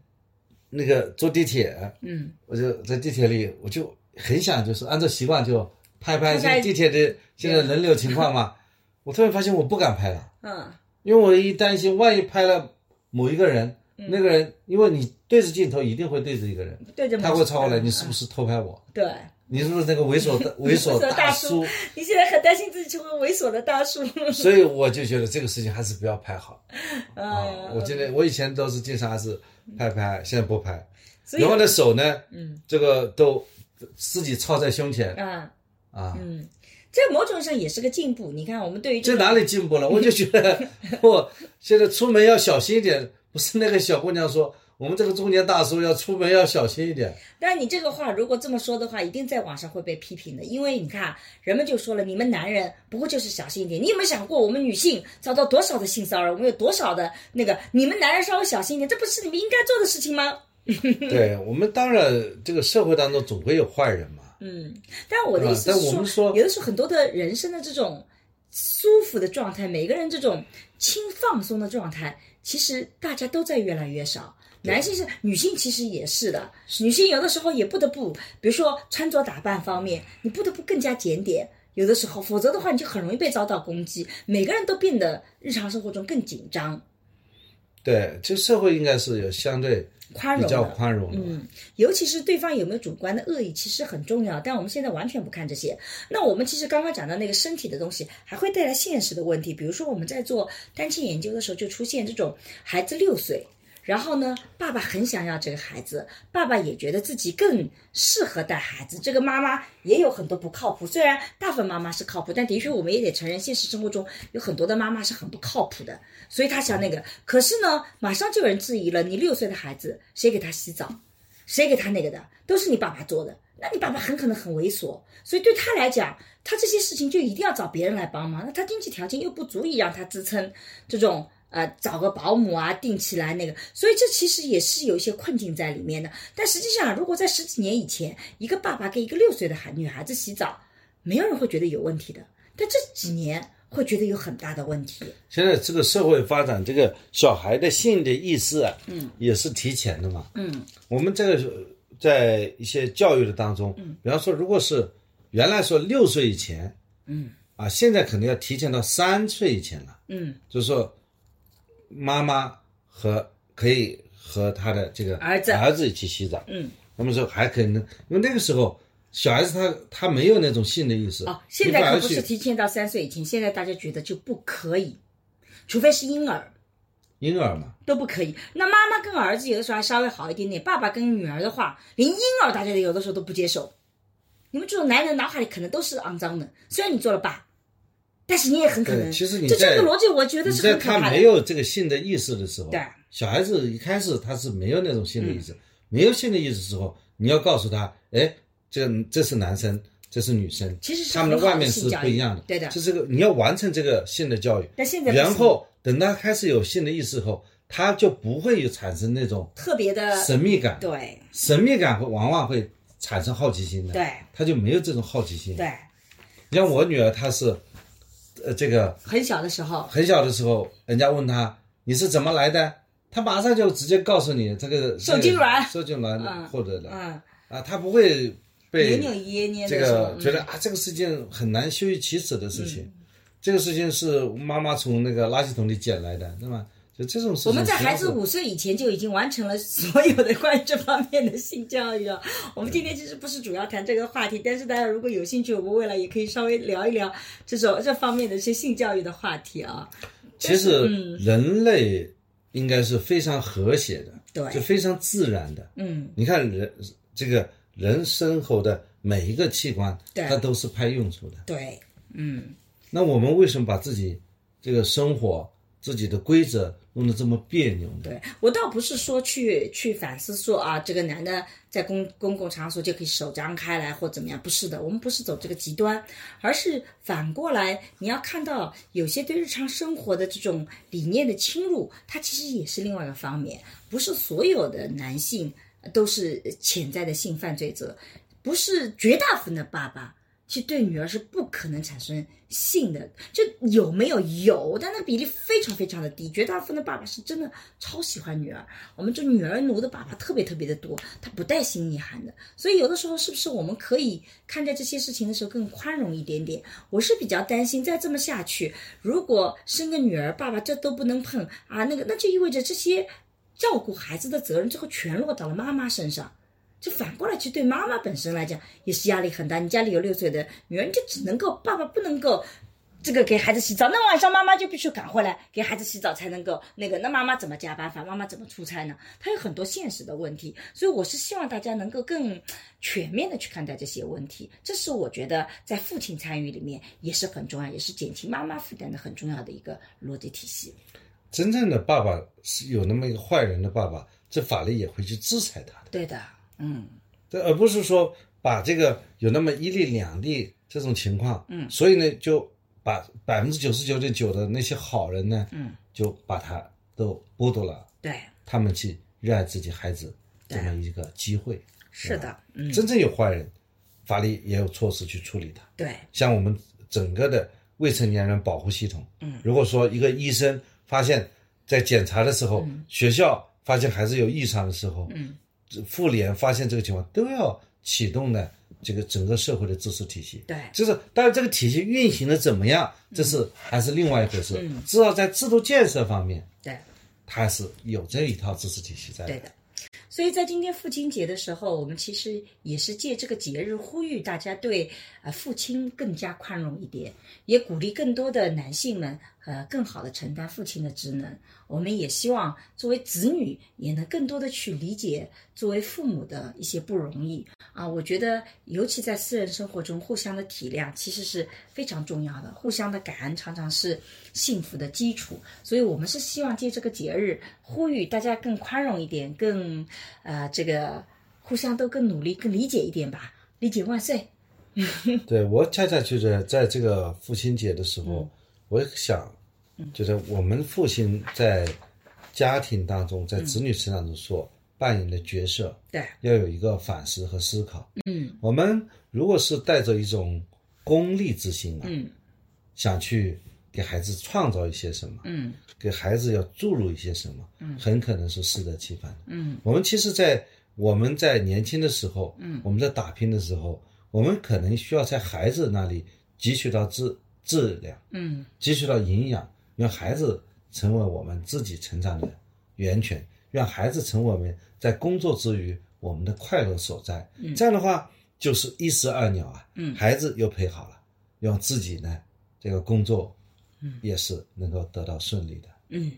[SPEAKER 2] 那个坐地铁，
[SPEAKER 1] 嗯，
[SPEAKER 2] 我就在地铁里，我就很想就是按照习惯就拍拍
[SPEAKER 1] 拍嗯
[SPEAKER 2] 这
[SPEAKER 1] 拍
[SPEAKER 2] 个地铁的现在人流情况嘛。我突然发现我不敢拍了，
[SPEAKER 1] 嗯
[SPEAKER 2] 因为我一担心，万一拍了某一个人，那个人因为你对着镜头一定会对着一个人，
[SPEAKER 1] 嗯，对着
[SPEAKER 2] 他会超过来，你
[SPEAKER 1] 嗯
[SPEAKER 2] 是不是偷拍我？
[SPEAKER 1] 对。
[SPEAKER 2] 你是不是那个猥琐 的猥琐大叔？
[SPEAKER 1] 你现在很担心自己成为猥琐的大叔。
[SPEAKER 2] 所以我就觉得这个事情还是不要拍好啊
[SPEAKER 1] 嗯！
[SPEAKER 2] 我今天我以前都是经常还是拍拍，现在不拍。
[SPEAKER 1] 所以
[SPEAKER 2] 然后呢，手呢，
[SPEAKER 1] 嗯，
[SPEAKER 2] 这个都自己抄在胸前
[SPEAKER 1] 啊，
[SPEAKER 2] 啊。
[SPEAKER 1] 嗯，这某种意义上也是个进步。你看，我们对于
[SPEAKER 2] 这
[SPEAKER 1] 种
[SPEAKER 2] 哪里进 步了？我就觉得我现在出门要小心一点。不是那个小姑娘说，我们这个中年大叔要出门要小心一点。
[SPEAKER 1] 但你这个话如果这么说的话，一定在网上会被批评的，因为你看啊，人们就说了，你们男人不过就是小心一点。你有没有想过，我们女性遭到多少的性骚扰，我们有多少的那个？你们男人稍微小心一点，这不是你们应该做的事情吗？
[SPEAKER 2] 对我们当然这个社会当中总会有坏人嘛，
[SPEAKER 1] 嗯，但我的意思
[SPEAKER 2] 啊但
[SPEAKER 1] 是
[SPEAKER 2] 我
[SPEAKER 1] 说，
[SPEAKER 2] 们说
[SPEAKER 1] 有的时候很多的人生的这种舒服的状态，每个人这种轻放松的状态，其实大家都在越来越少。男性是，女性其实也是的。女性有的时候也不得不，比如说穿着打扮方面，你不得不更加检点。有的时候，否则的话，你就很容易被遭到攻击。每个人都变得日常生活中更紧张、
[SPEAKER 2] 对，这社会应该是有相对
[SPEAKER 1] 宽
[SPEAKER 2] 比
[SPEAKER 1] 容
[SPEAKER 2] 较
[SPEAKER 1] 了。
[SPEAKER 2] 宽容的嘛，
[SPEAKER 1] 嗯，尤其是对方有没有主观的恶意，其实很重要。但我们现在完全不看这些。那我们其实刚刚讲到那个身体的东西，还会带来现实的问题。比如说我们在做单亲研究的时候，就出现这种孩子六岁，然后呢，爸爸很想要这个孩子，爸爸也觉得自己更适合带孩子。这个妈妈也有很多不靠谱，虽然大部分妈妈是靠谱，但的确我们也得承认，现实生活中有很多的妈妈是很不靠谱的。所以他想那个，可是呢，马上就有人质疑了：你六岁的孩子，谁给他洗澡？谁给他那个的，都是你爸爸做的。那你爸爸很可能很猥琐，所以对他来讲，他这些事情就一定要找别人来帮忙。那他经济条件又不足以让他支撑这种呃找个保姆啊，定期来那个，所以这其实也是有一些困境在里面的。但实际上，如果在十几年以前，一个爸爸给一个六岁的孩女孩子洗澡，没有人会觉得有问题的。但这几年会觉得有很大的问题。
[SPEAKER 2] 现在这个社会发展，这个小孩的性的意识啊，嗯，也是提前的嘛，嗯，我们这个在一些教育的当中，嗯，比方说，如果是原来说六岁以前，
[SPEAKER 1] 嗯，
[SPEAKER 2] 啊，现在可能要提前到三岁以前了，
[SPEAKER 1] 嗯，
[SPEAKER 2] 就是说，妈妈和可以和他的这个
[SPEAKER 1] 儿子
[SPEAKER 2] 儿子一起洗澡，
[SPEAKER 1] 嗯，
[SPEAKER 2] 那么说还可能，因为那个时候小孩子他他没有那种性的意识，
[SPEAKER 1] 哦，现
[SPEAKER 2] 你
[SPEAKER 1] 在
[SPEAKER 2] 反
[SPEAKER 1] 可
[SPEAKER 2] 而
[SPEAKER 1] 不
[SPEAKER 2] 去
[SPEAKER 1] 是提前到三岁以前，现在大家觉得就不可以，除非是婴儿
[SPEAKER 2] 婴儿嘛，
[SPEAKER 1] 都不可以。那妈妈跟儿子有的时候还稍微好一点点，爸爸跟女儿的话，连婴儿大家有的时候都不接受。你们这种男人脑海里可能都是肮脏的，虽然你做了爸，但是你也很可能。
[SPEAKER 2] 对其实你
[SPEAKER 1] 就这
[SPEAKER 2] 在
[SPEAKER 1] 个逻辑，我觉得
[SPEAKER 2] 你
[SPEAKER 1] 是
[SPEAKER 2] 在
[SPEAKER 1] 很可
[SPEAKER 2] 他
[SPEAKER 1] 怕
[SPEAKER 2] 没
[SPEAKER 1] 的。
[SPEAKER 2] 有这个性的意识的时候，
[SPEAKER 1] 对嗯
[SPEAKER 2] 小孩子一开始他是没有那种性的意识，没有性的意识的时候，你要告诉他，哎，这这是男生，这是女生，
[SPEAKER 1] 其实是
[SPEAKER 2] 他们
[SPEAKER 1] 很好
[SPEAKER 2] 的外
[SPEAKER 1] 的
[SPEAKER 2] 面
[SPEAKER 1] 性
[SPEAKER 2] 是
[SPEAKER 1] 教
[SPEAKER 2] 不
[SPEAKER 1] 育
[SPEAKER 2] 一样的，
[SPEAKER 1] 对的
[SPEAKER 2] 就这个你要完成这个性的教育，
[SPEAKER 1] 但现在不
[SPEAKER 2] 然
[SPEAKER 1] 行
[SPEAKER 2] 后等他开始有性的意识后，他就不会有产生那种
[SPEAKER 1] 特别的，
[SPEAKER 2] 神秘感，
[SPEAKER 1] 对
[SPEAKER 2] 神秘感会往往会产生好奇心的，
[SPEAKER 1] 对，
[SPEAKER 2] 他就没有这种好奇心。
[SPEAKER 1] 对，
[SPEAKER 2] 你像我女儿，她是，呃，这个。
[SPEAKER 1] 很小的时候，
[SPEAKER 2] 很小的时候，人家问他你是怎么来的，他马上就直接告诉你这个
[SPEAKER 1] 受精卵
[SPEAKER 2] 这个受精
[SPEAKER 1] 嗯
[SPEAKER 2] 卵获得的
[SPEAKER 1] 嗯，
[SPEAKER 2] 啊，他不会
[SPEAKER 1] 扭
[SPEAKER 2] 被
[SPEAKER 1] 扭捏捏
[SPEAKER 2] 这
[SPEAKER 1] 的时候嗯
[SPEAKER 2] 个，觉得啊这个是件很难羞于启齿的事情，这个事情是妈妈从那个垃圾桶里捡来的，那么就这种事情，
[SPEAKER 1] 我们在孩子
[SPEAKER 2] 实际上是
[SPEAKER 1] 五岁以前就已经完成了所有的关于这方面的性教育啊。我们今天其实不是主要谈这个话题，但是大家如果有兴趣，我们未来也可以稍微聊一聊这种这方面的一些性教育的话题啊。
[SPEAKER 2] 其实
[SPEAKER 1] 嗯
[SPEAKER 2] 人类应该是非常和谐的，
[SPEAKER 1] 对
[SPEAKER 2] 就非常自然的。
[SPEAKER 1] 嗯，
[SPEAKER 2] 你看人这个人生活的每一个器官，
[SPEAKER 1] 对
[SPEAKER 2] 它都是派用处的。
[SPEAKER 1] 对，嗯
[SPEAKER 2] 那我们为什么把自己这个生活、自己的规则弄得这么别扭呢？
[SPEAKER 1] 对我倒不是说去去反思说啊，这个男的在公公共场所就可以手张开来或怎么样，不是的，我们不是走这个极端，而是反过来你要看到有些对日常生活的这种理念的侵入，它其实也是另外一个方面，不是所有的男性都是潜在的性犯罪者，不是绝大部分的爸爸。其实对女儿是不可能产生性的，就有没有有，但那比例非常非常的低。绝大部分的爸爸是真的超喜欢女儿，我们这女儿奴的爸爸特别特别的多，他不带心意涵的。所以有的时候是不是我们可以看待这些事情的时候更宽容一点点？我是比较担心，再这么下去，如果生个女儿，爸爸这都不能碰啊，那个那就意味着这些照顾孩子的责任最后全落到了妈妈身上。就反过来，其实对妈妈本身来讲也是压力很大。你家里有六岁的女儿，你就只能够爸爸不能够这个给孩子洗澡，那晚上妈妈就必须赶回来给孩子洗澡才能够那个。那妈妈怎么加班法？妈妈怎么出差呢？它有很多现实的问题，所以我是希望大家能够更全面的去看待这些问题。这是我觉得在父亲参与里面也是很重要，也是减轻妈妈负担的很重要的一个逻辑体系。
[SPEAKER 2] 真正的爸爸是有那么一个坏人的爸爸，这法律也会去制裁他的，
[SPEAKER 1] 对的，嗯，
[SPEAKER 2] 对，而不是说把这个有那么一例两例这种情况，嗯，所以呢，就把百分之九十九点九的那些好人呢，嗯，就把他都剥夺了
[SPEAKER 1] 对
[SPEAKER 2] 他们去热爱自己孩子这么一个机会。
[SPEAKER 1] 是的，嗯，
[SPEAKER 2] 真正有坏人，法律也有措施去处理他。
[SPEAKER 1] 对，
[SPEAKER 2] 像我们整个的未成年人保护系统，嗯，如果说一个医生发现，在检查的时候，学校发现孩子有异常的时候，嗯，妇联发现这个情况，都要启动呢这个整个社会的支持体系。
[SPEAKER 1] 对
[SPEAKER 2] 就是，但是这个体系运行的怎么样，这是还是另外一回事。至少在制度建设方面，
[SPEAKER 1] 对。
[SPEAKER 2] 它还是有这一套支持体系在的。
[SPEAKER 1] 对的。所以在今天父亲节的时候，我们其实也是借这个节日呼吁大家对呃父亲更加宽容一点，也鼓励更多的男性们呃更好的承担父亲的职能。我们也希望作为子女也能更多的去理解作为父母的一些不容易啊。我觉得尤其在私人生活中，互相的体谅其实是非常重要的，互相的感恩常常是幸福的基础。所以我们是希望借这个节日呼吁大家更宽容一点，更。呃，这个互相都更努力、更理解一点吧，理解万岁。
[SPEAKER 2] 对我恰恰就是在这个父亲节的时候，
[SPEAKER 1] 嗯
[SPEAKER 2] 我想，就是我们父亲在家庭当中，在子女成长中所扮演的角色，
[SPEAKER 1] 对，
[SPEAKER 2] 要有一个反思和思考。
[SPEAKER 1] 嗯
[SPEAKER 2] 我们如果是带着一种功利之心啊，
[SPEAKER 1] 嗯
[SPEAKER 2] 想去给孩子创造一些什么，
[SPEAKER 1] 嗯
[SPEAKER 2] 给孩子要注入一些什么，很可能是适得其反的。
[SPEAKER 1] 嗯
[SPEAKER 2] 我们其实在，我们在年轻的时候，
[SPEAKER 1] 嗯
[SPEAKER 2] 我们在打拼的时候，我们可能需要在孩子那里汲取到质质量，
[SPEAKER 1] 嗯
[SPEAKER 2] 汲取到营养，让孩子成为我们自己成长的源泉，让孩子成为我们在工作之余我们的快乐所在。这样的话，就是一石二鸟啊，
[SPEAKER 1] 嗯
[SPEAKER 2] 孩子又陪好了，让自己呢这个工作，也是能够得到顺利的。
[SPEAKER 1] 嗯，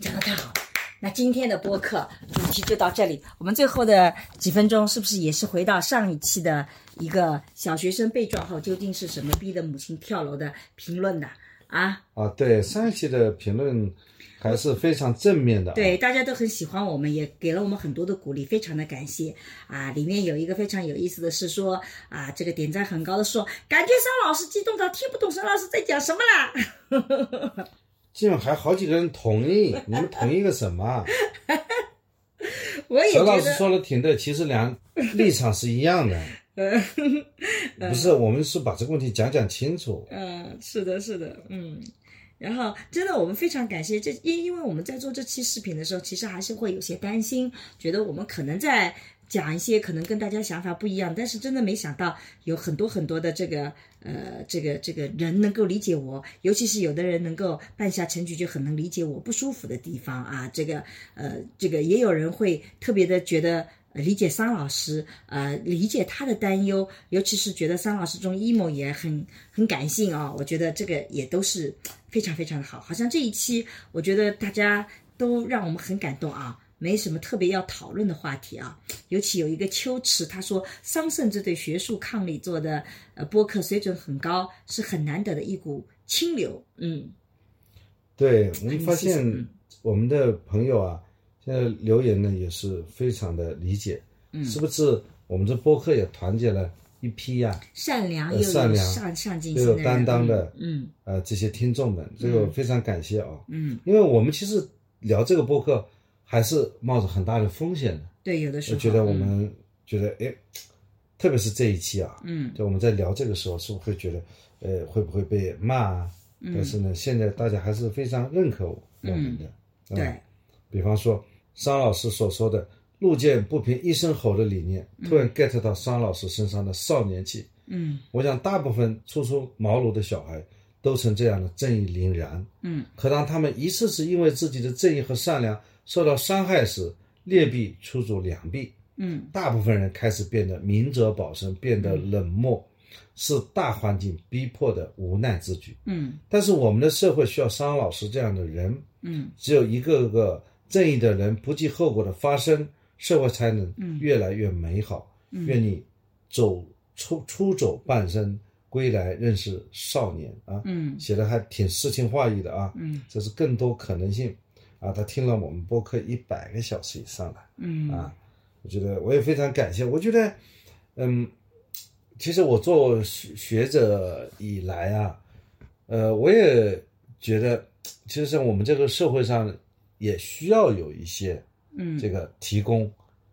[SPEAKER 1] 讲的太好了。那今天的播客主题就到这里。我们最后的几分钟，是不是也是回到上一期的一个小学生被撞后究竟是什么逼的母亲跳楼的评论的啊？
[SPEAKER 2] 啊，对上一期的评论还是非常正面的、啊。
[SPEAKER 1] 对，大家都很喜欢我们，也给了我们很多的鼓励，非常的感谢啊！里面有一个非常有意思的是说啊，这个点赞很高的说，感觉商老师激动到听不懂沈老师在讲什么啦。
[SPEAKER 2] 竟然还好几个人同意，你们同意个什么啊？
[SPEAKER 1] 我也
[SPEAKER 2] 陈老
[SPEAKER 1] 觉
[SPEAKER 2] 师
[SPEAKER 1] 得，嗯
[SPEAKER 2] 说的挺对，其实 俩立场是一样的。
[SPEAKER 1] 呃
[SPEAKER 2] 不是，我们是把这个问题讲讲清楚。
[SPEAKER 1] 嗯，是的，是的，嗯。然后，真的，我们非常感谢这，因因为我们在做这期视频的时候，其实还是会有些担心，觉得我们可能在讲一些可能跟大家想法不一样，但是真的没想到有很多很多的这个呃这个这个人能够理解我，尤其是有的人能够办下陈局就很能理解我不舒服的地方啊，这个呃这个也有人会特别的觉得。呃理解桑老师，呃，理解他的担忧，尤其是觉得桑老师中 emo 也很很感性啊、我觉得这个也都是非常非常的好。好像这一期，我觉得大家都让我们很感动啊，没什么特别要讨论的话题啊。尤其有一个秋池，他说桑葚这对学术抗力做的呃播客水准很高，是很难得的一股清流。嗯，
[SPEAKER 2] 对我们发
[SPEAKER 1] 嗯是
[SPEAKER 2] 现，我们的朋友啊，现在留言呢也是非常的理解，
[SPEAKER 1] 嗯
[SPEAKER 2] 是不是？我们这播客也团结了一批呀、
[SPEAKER 1] 善良
[SPEAKER 2] 呃
[SPEAKER 1] 又
[SPEAKER 2] 善
[SPEAKER 1] 有
[SPEAKER 2] 良
[SPEAKER 1] 上上进
[SPEAKER 2] 又
[SPEAKER 1] 心的
[SPEAKER 2] 有
[SPEAKER 1] 人，
[SPEAKER 2] 担当的
[SPEAKER 1] 嗯
[SPEAKER 2] 呃，这些听众们，这个非常感谢啊、
[SPEAKER 1] 嗯，
[SPEAKER 2] 因为我们其实聊这个播客还是冒着很大的风险的。
[SPEAKER 1] 对，有的时
[SPEAKER 2] 我
[SPEAKER 1] 候
[SPEAKER 2] 觉得我
[SPEAKER 1] 嗯
[SPEAKER 2] 们觉得，哎，特别是这一期啊，
[SPEAKER 1] 嗯
[SPEAKER 2] 就我们在聊这个时候，是不是会觉得，呃，会不会被骂啊？
[SPEAKER 1] 嗯
[SPEAKER 2] 但是呢，现在大家还是非常认可我们的。嗯
[SPEAKER 1] 对，
[SPEAKER 2] 比方说，商老师所说的“路见不平一声吼”的理念，突然 get 到商老师身上的少年气。
[SPEAKER 1] 嗯
[SPEAKER 2] 我想，大部分初出茅庐的小孩都曾这样的正义凛然。
[SPEAKER 1] 嗯
[SPEAKER 2] 可当他们一次次因为自己的正义和善良受到伤害时，劣币驱逐良币，
[SPEAKER 1] 嗯
[SPEAKER 2] 大部分人开始变得明哲保身，变得冷漠，是大环境逼迫的无奈之举。
[SPEAKER 1] 嗯
[SPEAKER 2] 但是我们的社会需要商老师这样的人，
[SPEAKER 1] 嗯
[SPEAKER 2] 只有一个个正义的人不计后果的发生，社会才能越来越美好。
[SPEAKER 1] 嗯
[SPEAKER 2] 愿你走出出走半生，归来仍是少年啊！
[SPEAKER 1] 嗯
[SPEAKER 2] 写的还挺诗情画意的啊，
[SPEAKER 1] 嗯，
[SPEAKER 2] 这是更多可能性啊！他听了我们播客一百个小时以上了。
[SPEAKER 1] 嗯
[SPEAKER 2] 啊，我觉得我也非常感谢。我觉得，嗯，其实我做学学者以来啊，呃，我也觉得，其实像我们这个社会上也需要有一些
[SPEAKER 1] 嗯
[SPEAKER 2] 这个提供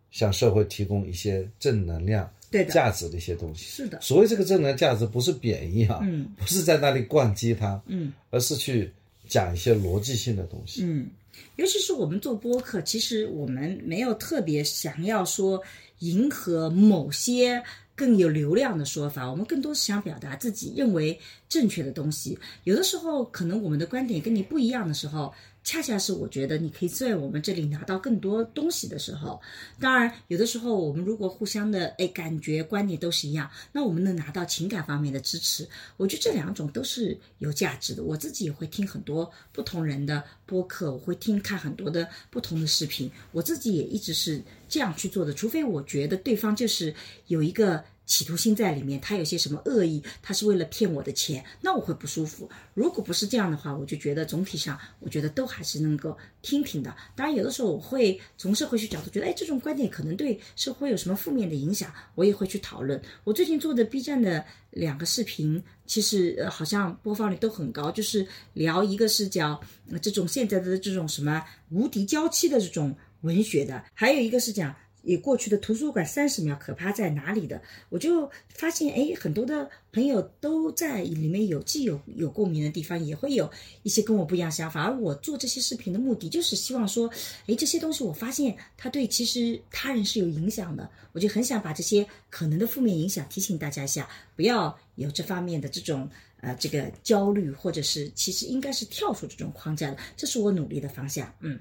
[SPEAKER 2] 向社会提供一些正能量、
[SPEAKER 1] 对的
[SPEAKER 2] 价值的一些东西。
[SPEAKER 1] 是的
[SPEAKER 2] 所谓这个正能量价值，不是贬义啊，
[SPEAKER 1] 嗯
[SPEAKER 2] 不是在那里灌鸡汤，
[SPEAKER 1] 嗯，
[SPEAKER 2] 而是去讲一些逻辑性的东西。
[SPEAKER 1] 嗯，尤其是我们做播客，其实我们没有特别想要说迎合某些更有流量的说法，我们更多是想表达自己认为正确的东西。有的时候，可能我们的观点跟你不一样的时候。恰恰是我觉得你可以在我们这里拿到更多东西的时候，当然有的时候我们如果互相的哎感觉观点都是一样，那我们能拿到情感方面的支持，我觉得这两种都是有价值的。我自己也会听很多不同人的播客，我会听看很多的不同的视频，我自己也一直是这样去做的。除非我觉得对方就是有一个企图心在里面，他有些什么恶意，他是为了骗我的钱，那我会不舒服。如果不是这样的话，我就觉得总体上，我觉得都还是能够听听的。当然，有的时候我会从社会学角度觉得，哎，这种观点可能对社会有什么负面的影响，我也会去讨论。我最近做的 B 站的两个视频，其实、呃、好像播放率都很高，就是聊一个是讲、呃这种现在的这种什么无敌娇妻的这种文学的，还有一个是讲。也过去的图书馆三十秒可怕在哪里的，我就发现哎，很多的朋友都在里面有既有有共鸣的地方，也会有一些跟我不一样的想法。而我做这些视频的目的，就是希望说，哎，这些东西我发现它对其实他人是有影响的，我就很想把这些可能的负面影响提醒大家一下，不要有这方面的这种呃这个焦虑，或者是其实应该是跳出这种框架的，这是我努力的方向。嗯，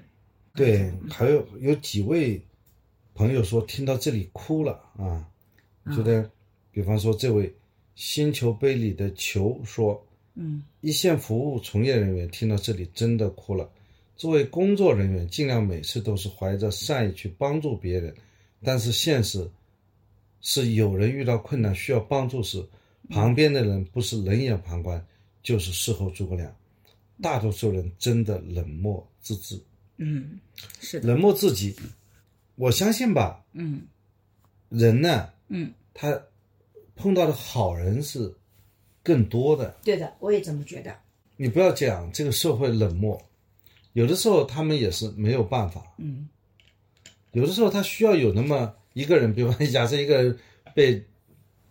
[SPEAKER 2] 对，还有有几位朋友说听到这里哭了啊，觉得，比方说这位星球杯里的球说，
[SPEAKER 1] 嗯
[SPEAKER 2] 一线服务从业人员听到这里真的哭了。作为工作人员，尽量每次都是怀着善意去帮助别人，但是现实是有人遇到困难需要帮助时，旁边的人不是冷眼旁观，就是事后诸葛亮。大多数人真的冷漠自知，
[SPEAKER 1] 嗯，是的，
[SPEAKER 2] 冷漠自己。我相信吧，
[SPEAKER 1] 嗯
[SPEAKER 2] 人呢，
[SPEAKER 1] 嗯，
[SPEAKER 2] 他碰到的好人是更多的。
[SPEAKER 1] 对的，我也这么觉得。
[SPEAKER 2] 你不要讲这个社会冷漠，有的时候他们也是没有办法，
[SPEAKER 1] 嗯
[SPEAKER 2] 有的时候他需要有那么一个人，比方假设一个人被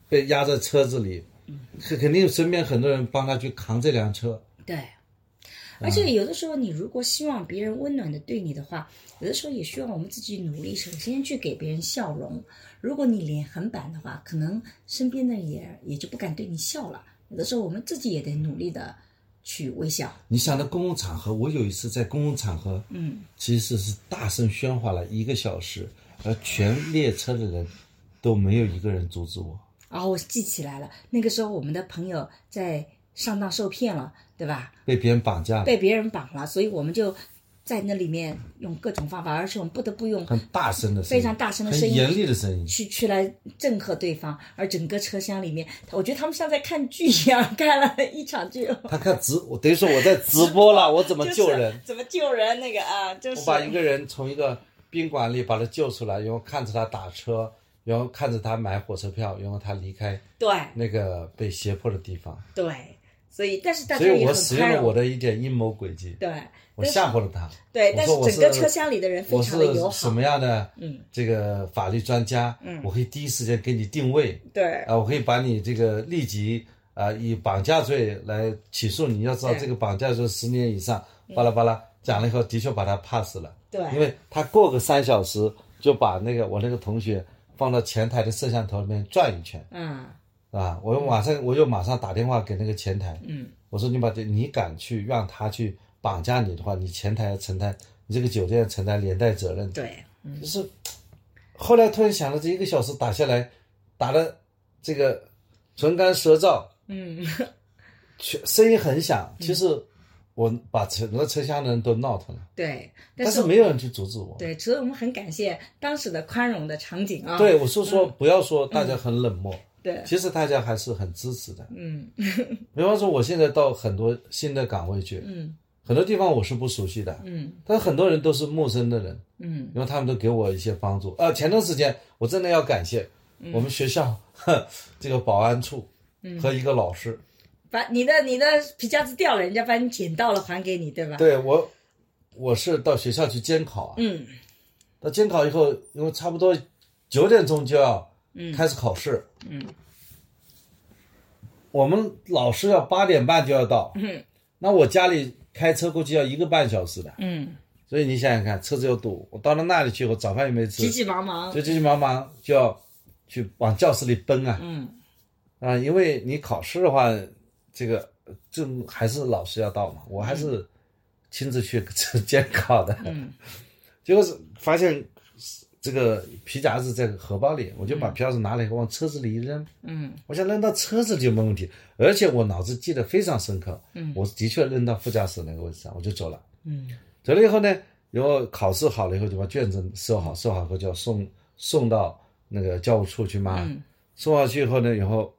[SPEAKER 2] 被压在车子里，肯肯定身边很多人帮他去扛这辆车，
[SPEAKER 1] 对，而且有的时候，你如果希望别人温暖的对你的话，有的时候也需要我们自己努力，首先去给别人笑容。如果你脸很板的话，可能身边的人也也就不敢对你笑了。有的时候，我们自己也得努力的去微笑。
[SPEAKER 2] 你想到公共场合，我有一次在公共场合，
[SPEAKER 1] 嗯，
[SPEAKER 2] 其实是大声喧哗了一个小时，而全列车的人都没有一个人阻止我。
[SPEAKER 1] 哦，我记起来了，那个时候我们的朋友在上当受骗了，对吧？
[SPEAKER 2] 被别人绑架了，
[SPEAKER 1] 被别人绑了，所以我们就在那里面用各种方法，而且我们不得不用
[SPEAKER 2] 很大声的声音，
[SPEAKER 1] 非常大声的声音
[SPEAKER 2] 很严厉的声音，
[SPEAKER 1] 去去来震慑对方，而整个车厢里面，我觉得他们像在看剧一样，看了一场剧，
[SPEAKER 2] 他看直，我等于说我在直播了，我怎么救
[SPEAKER 1] 就
[SPEAKER 2] 人
[SPEAKER 1] 是？怎么救人那个啊，就是
[SPEAKER 2] 我把一个人从一个宾馆里把他救出来，然后看着他打车，然后看着他买火车票，然后他离开
[SPEAKER 1] 对
[SPEAKER 2] 那个被胁迫的地方。
[SPEAKER 1] 对，所以但是大家
[SPEAKER 2] 所以
[SPEAKER 1] 也
[SPEAKER 2] 我
[SPEAKER 1] 很
[SPEAKER 2] 使用
[SPEAKER 1] 宽
[SPEAKER 2] 了我
[SPEAKER 1] 容，
[SPEAKER 2] 的一点阴谋诡计，
[SPEAKER 1] 对
[SPEAKER 2] 我吓唬了他。
[SPEAKER 1] 对，
[SPEAKER 2] 我
[SPEAKER 1] 但
[SPEAKER 2] 说我
[SPEAKER 1] 整个车厢里的人非
[SPEAKER 2] 我
[SPEAKER 1] 常的友
[SPEAKER 2] 是什
[SPEAKER 1] 好，
[SPEAKER 2] 么样的
[SPEAKER 1] 嗯
[SPEAKER 2] 这个法律专家？
[SPEAKER 1] 嗯
[SPEAKER 2] 我可以第一时间给你定位。
[SPEAKER 1] 对
[SPEAKER 2] 啊，我可以把你这个立即啊、以绑架罪来起诉你。要知道
[SPEAKER 1] 对
[SPEAKER 2] 这个绑架罪十年以上，巴拉巴拉讲了以后，的确把他 pass 了。
[SPEAKER 1] 对
[SPEAKER 2] 因为他过个三小时就把那个我那个同学放到前台的摄像头里面转一圈
[SPEAKER 1] 嗯
[SPEAKER 2] 啊，我马上我又马上打电话给那个前台，
[SPEAKER 1] 嗯
[SPEAKER 2] 我说你把这你敢去让他去绑架你的话，你前台要承担，你这个酒店要承担连带责任的。
[SPEAKER 1] 对，
[SPEAKER 2] 就是后来突然想到，这一个小时打下来，打的这个唇干舌燥，
[SPEAKER 1] 嗯
[SPEAKER 2] 全声音很响。其实我把整个车厢的人都闹腾了，
[SPEAKER 1] 对，
[SPEAKER 2] 但
[SPEAKER 1] 是
[SPEAKER 2] 是没有人去阻止我。
[SPEAKER 1] 对，所以我们很感谢当时的宽容的场景啊，
[SPEAKER 2] 对，我是说不要说大家很冷漠，
[SPEAKER 1] 对，
[SPEAKER 2] 其实大家还是很支持的。
[SPEAKER 1] 嗯
[SPEAKER 2] 比方说，我现在到很多新的岗位去，
[SPEAKER 1] 嗯
[SPEAKER 2] 很多地方我是不熟悉的，
[SPEAKER 1] 嗯
[SPEAKER 2] 但很多人都是陌生的人，
[SPEAKER 1] 嗯
[SPEAKER 2] 因为他们都给我一些帮助。呃，前段时间我真的要感谢
[SPEAKER 1] 嗯
[SPEAKER 2] 我们学校、 呵这个保安处和一个老师，
[SPEAKER 1] 把你的你的皮夹子掉了，人家把你捡到了还给你，对吧？
[SPEAKER 2] 对我我是到学校去监考啊，
[SPEAKER 1] 嗯
[SPEAKER 2] 到监考以后，因为差不多九点钟就要
[SPEAKER 1] 嗯
[SPEAKER 2] 开始考试，
[SPEAKER 1] 嗯
[SPEAKER 2] 我们老师要八点半就要到，
[SPEAKER 1] 嗯
[SPEAKER 2] 那我家里开车过去要一个半小时的，
[SPEAKER 1] 嗯，
[SPEAKER 2] 所以你想想看，车子又堵，我到了那里去以后，早饭也没吃，
[SPEAKER 1] 急急忙忙，
[SPEAKER 2] 就急急忙忙就要去往教室里奔啊
[SPEAKER 1] 嗯
[SPEAKER 2] 啊！因为你考试的话，这个这还是老师要到嘛，我还是亲自去 监考的，
[SPEAKER 1] 嗯
[SPEAKER 2] 结果是发现这个皮夹子在荷包里，我就把皮夹子拿了以后往车子里一扔，
[SPEAKER 1] 嗯
[SPEAKER 2] 我想扔到车子里就没问题，而且我脑子记得非常深刻，
[SPEAKER 1] 嗯
[SPEAKER 2] 我的确扔到副驾驶那个位置上，我就走了。
[SPEAKER 1] 嗯
[SPEAKER 2] 走了以后呢，然后考试好了以后就把卷子收好，收好以后就要送送到那个教务处去嘛。
[SPEAKER 1] 嗯
[SPEAKER 2] 送上去以后呢，以后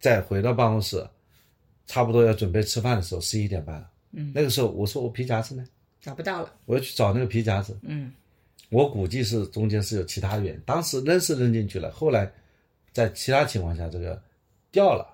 [SPEAKER 2] 再回到办公室，差不多要准备吃饭的时候，十一点半了。
[SPEAKER 1] 嗯
[SPEAKER 2] 那个时候我说我皮夹子呢，
[SPEAKER 1] 找不到了，
[SPEAKER 2] 我要去找那个皮夹子，
[SPEAKER 1] 嗯
[SPEAKER 2] 我估计是中间是有其他原因，当时扔是扔进去了，后来在其他情况下这个掉了，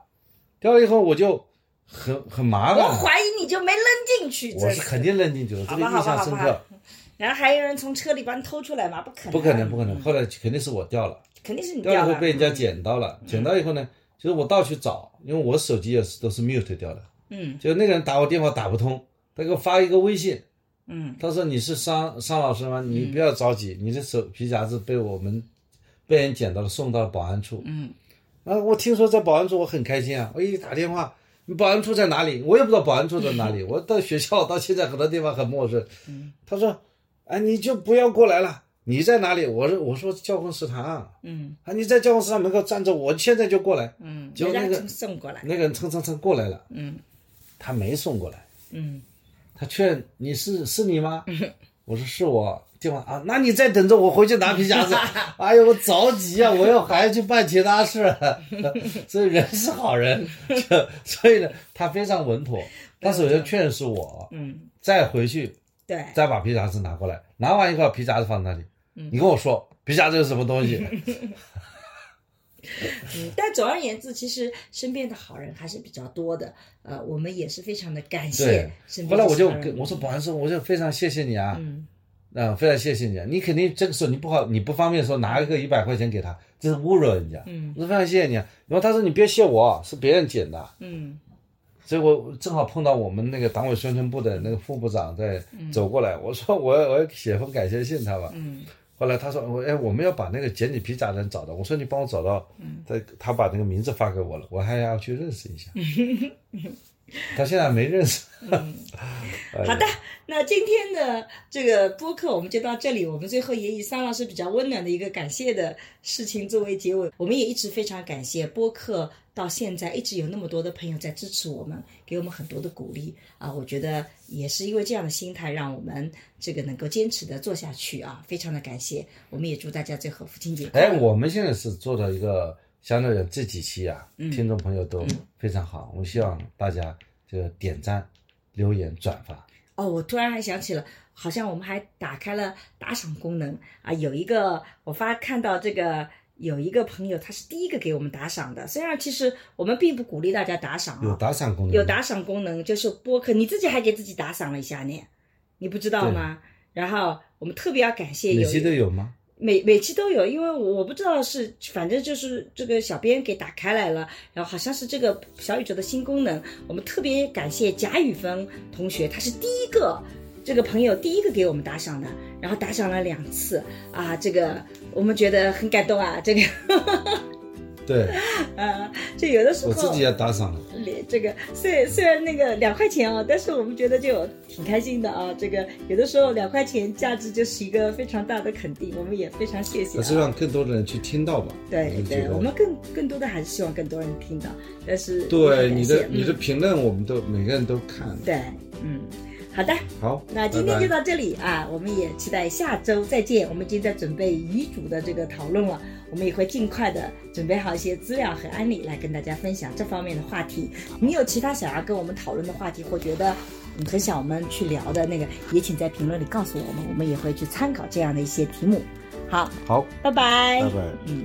[SPEAKER 2] 掉了以后我就很很麻
[SPEAKER 1] 我
[SPEAKER 2] 烦。啊
[SPEAKER 1] 怀疑你就没扔进去，
[SPEAKER 2] 我
[SPEAKER 1] 这
[SPEAKER 2] 是肯定扔进去了，这个
[SPEAKER 1] 好吧
[SPEAKER 2] 印象
[SPEAKER 1] 好吧
[SPEAKER 2] 深
[SPEAKER 1] 好吧
[SPEAKER 2] 刻，
[SPEAKER 1] 然后还有人从车里把你偷出来吗？不可能，
[SPEAKER 2] 不可能，不可能。后来肯定是我掉了，
[SPEAKER 1] 肯定是你
[SPEAKER 2] 掉了
[SPEAKER 1] 嗯
[SPEAKER 2] 以
[SPEAKER 1] 掉嗯
[SPEAKER 2] 后被人家捡到了，捡到以后呢，就是我到处找，因为我手机也是都是 mute 掉的，
[SPEAKER 1] 嗯
[SPEAKER 2] 就那个人打我电话打不通，他给我发一个微信，
[SPEAKER 1] 嗯
[SPEAKER 2] 他说你是商商老师吗？你不要着急，你的手皮夹子被我们被人捡到了，送到了保安处。
[SPEAKER 1] 嗯
[SPEAKER 2] 啊，我听说在保安处，我很开心啊！我一打电话，你保安处在哪里？我也不知道保安处在哪里。我到学校到现在很多地方很陌生。他说：“啊，你就不要过来了，你在哪里？”我说：“我说教工食堂啊，
[SPEAKER 1] 嗯
[SPEAKER 2] 啊你在教工食堂门口站着，我现在就过来。
[SPEAKER 1] 嗯，
[SPEAKER 2] 结果那
[SPEAKER 1] 人
[SPEAKER 2] 个
[SPEAKER 1] 家送过来，
[SPEAKER 2] 那个人蹭蹭蹭过来了，
[SPEAKER 1] 嗯
[SPEAKER 2] 他没送过来，
[SPEAKER 1] 嗯
[SPEAKER 2] 他劝你是是你吗？ 我说是我。电话啊，那你再等着我回去拿皮夹子。 哎呦，我着急啊，我要还要去办其他事。 所以人是好人， 所以呢，他非常稳妥。他首先劝是我，
[SPEAKER 1] 嗯，
[SPEAKER 2] 再回去
[SPEAKER 1] 对，
[SPEAKER 2] 再把皮夹子拿过来，拿完以后把皮夹子放那里。你跟我说皮夹子是什么 东西？
[SPEAKER 1] 嗯，但总而言之，其实身边的好人还是比较多的。呃，我们也是非常的感谢
[SPEAKER 2] 对
[SPEAKER 1] 身
[SPEAKER 2] 后
[SPEAKER 1] 边的
[SPEAKER 2] 来我就
[SPEAKER 1] 好人
[SPEAKER 2] 跟我说，保安说，我就非常谢谢你啊，
[SPEAKER 1] 嗯
[SPEAKER 2] 啊、非常谢谢你啊！你肯定这个时候你不好，你不方便说拿一个一百块钱给他，这是侮辱人家。
[SPEAKER 1] 嗯
[SPEAKER 2] 我说非常谢谢你啊。然后他说你别谢我，啊是别人捡的。
[SPEAKER 1] 嗯
[SPEAKER 2] 结果正好碰到我们那个党委宣传部的那个副部长在走过来，我说我要我要写封感谢信他吧。
[SPEAKER 1] 嗯
[SPEAKER 2] 后来他说我哎我们要把那个捡你皮夹的人找到，我说你帮我找到，
[SPEAKER 1] 嗯
[SPEAKER 2] 他他把那个名字发给我了，我还要去认识 一下。他现在没认识。
[SPEAKER 1] 好的，那今天的这个播客我们就到这里。我们最后也以桑老师比较温暖的一个感谢的事情作为结尾。我们也一直非常感谢播客到现在一直有那么多的朋友在支持我们，给我们很多的鼓励啊！我觉得也是因为这样的心态，让我们这个能够坚持的做下去啊！非常的感谢，我们也祝大家最后父亲节快
[SPEAKER 2] 哎，
[SPEAKER 1] 乐！
[SPEAKER 2] 我们现在是做到一个相对的这几期啊，
[SPEAKER 1] 嗯
[SPEAKER 2] 听众朋友都非常好，我希望大家这个点赞、留言、转发。
[SPEAKER 1] 哦，我突然还想起了，好像我们还打开了打赏功能啊。有一个我发看到这个有一个朋友，他是第一个给我们打赏的。虽然其实我们并不鼓励大家打赏
[SPEAKER 2] 有
[SPEAKER 1] 啊，
[SPEAKER 2] 打赏功能，
[SPEAKER 1] 有打赏功能就是播客，你自己还给自己打赏了一下呢，你不知道吗？然后我们特别要感谢
[SPEAKER 2] 每
[SPEAKER 1] 有
[SPEAKER 2] 期都有吗？
[SPEAKER 1] 每每期都有，因为我不知道是，反正就是这个小编给打开来了，然后好像是这个小宇宙的新功能，我们特别感谢贾宇峰同学，他是第一个。这个朋友第一个给我们打赏的，然后打赏了两次啊，这个我们觉得很感动啊，这个，
[SPEAKER 2] 对，
[SPEAKER 1] 啊，就有的时候
[SPEAKER 2] 我自己也打赏了。
[SPEAKER 1] 连这个虽虽然那个两块钱哦，但是我们觉得就挺开心的啊，这个有的时候两块钱价值就是一个非常大的肯定，我们也非常谢谢、
[SPEAKER 2] 可
[SPEAKER 1] 啊。
[SPEAKER 2] 是让更多的人去听到吧。
[SPEAKER 1] 对
[SPEAKER 2] 就觉
[SPEAKER 1] 对，
[SPEAKER 2] 得
[SPEAKER 1] 我们更更多的还是希望更多人听到，但是
[SPEAKER 2] 对你
[SPEAKER 1] 也
[SPEAKER 2] 的
[SPEAKER 1] 感谢
[SPEAKER 2] 你的
[SPEAKER 1] 嗯
[SPEAKER 2] 评论，我们都每个人都看。
[SPEAKER 1] 对，嗯，好的，
[SPEAKER 2] 好，
[SPEAKER 1] 那今
[SPEAKER 2] 拜
[SPEAKER 1] 天
[SPEAKER 2] 拜
[SPEAKER 1] 就到这里啊，我们也期待下周再见。我们已经在准备遗嘱的这个讨论了，我们也会尽快的准备好一些资料和案例来跟大家分享这方面的话题。你有其他想要跟我们讨论的话题，或觉得嗯很想我们去聊的那个，也请在评论里告诉我们，我们也会去参考这样的一些题目。好，
[SPEAKER 2] 好，
[SPEAKER 1] 拜拜，
[SPEAKER 2] 拜拜。
[SPEAKER 1] 嗯。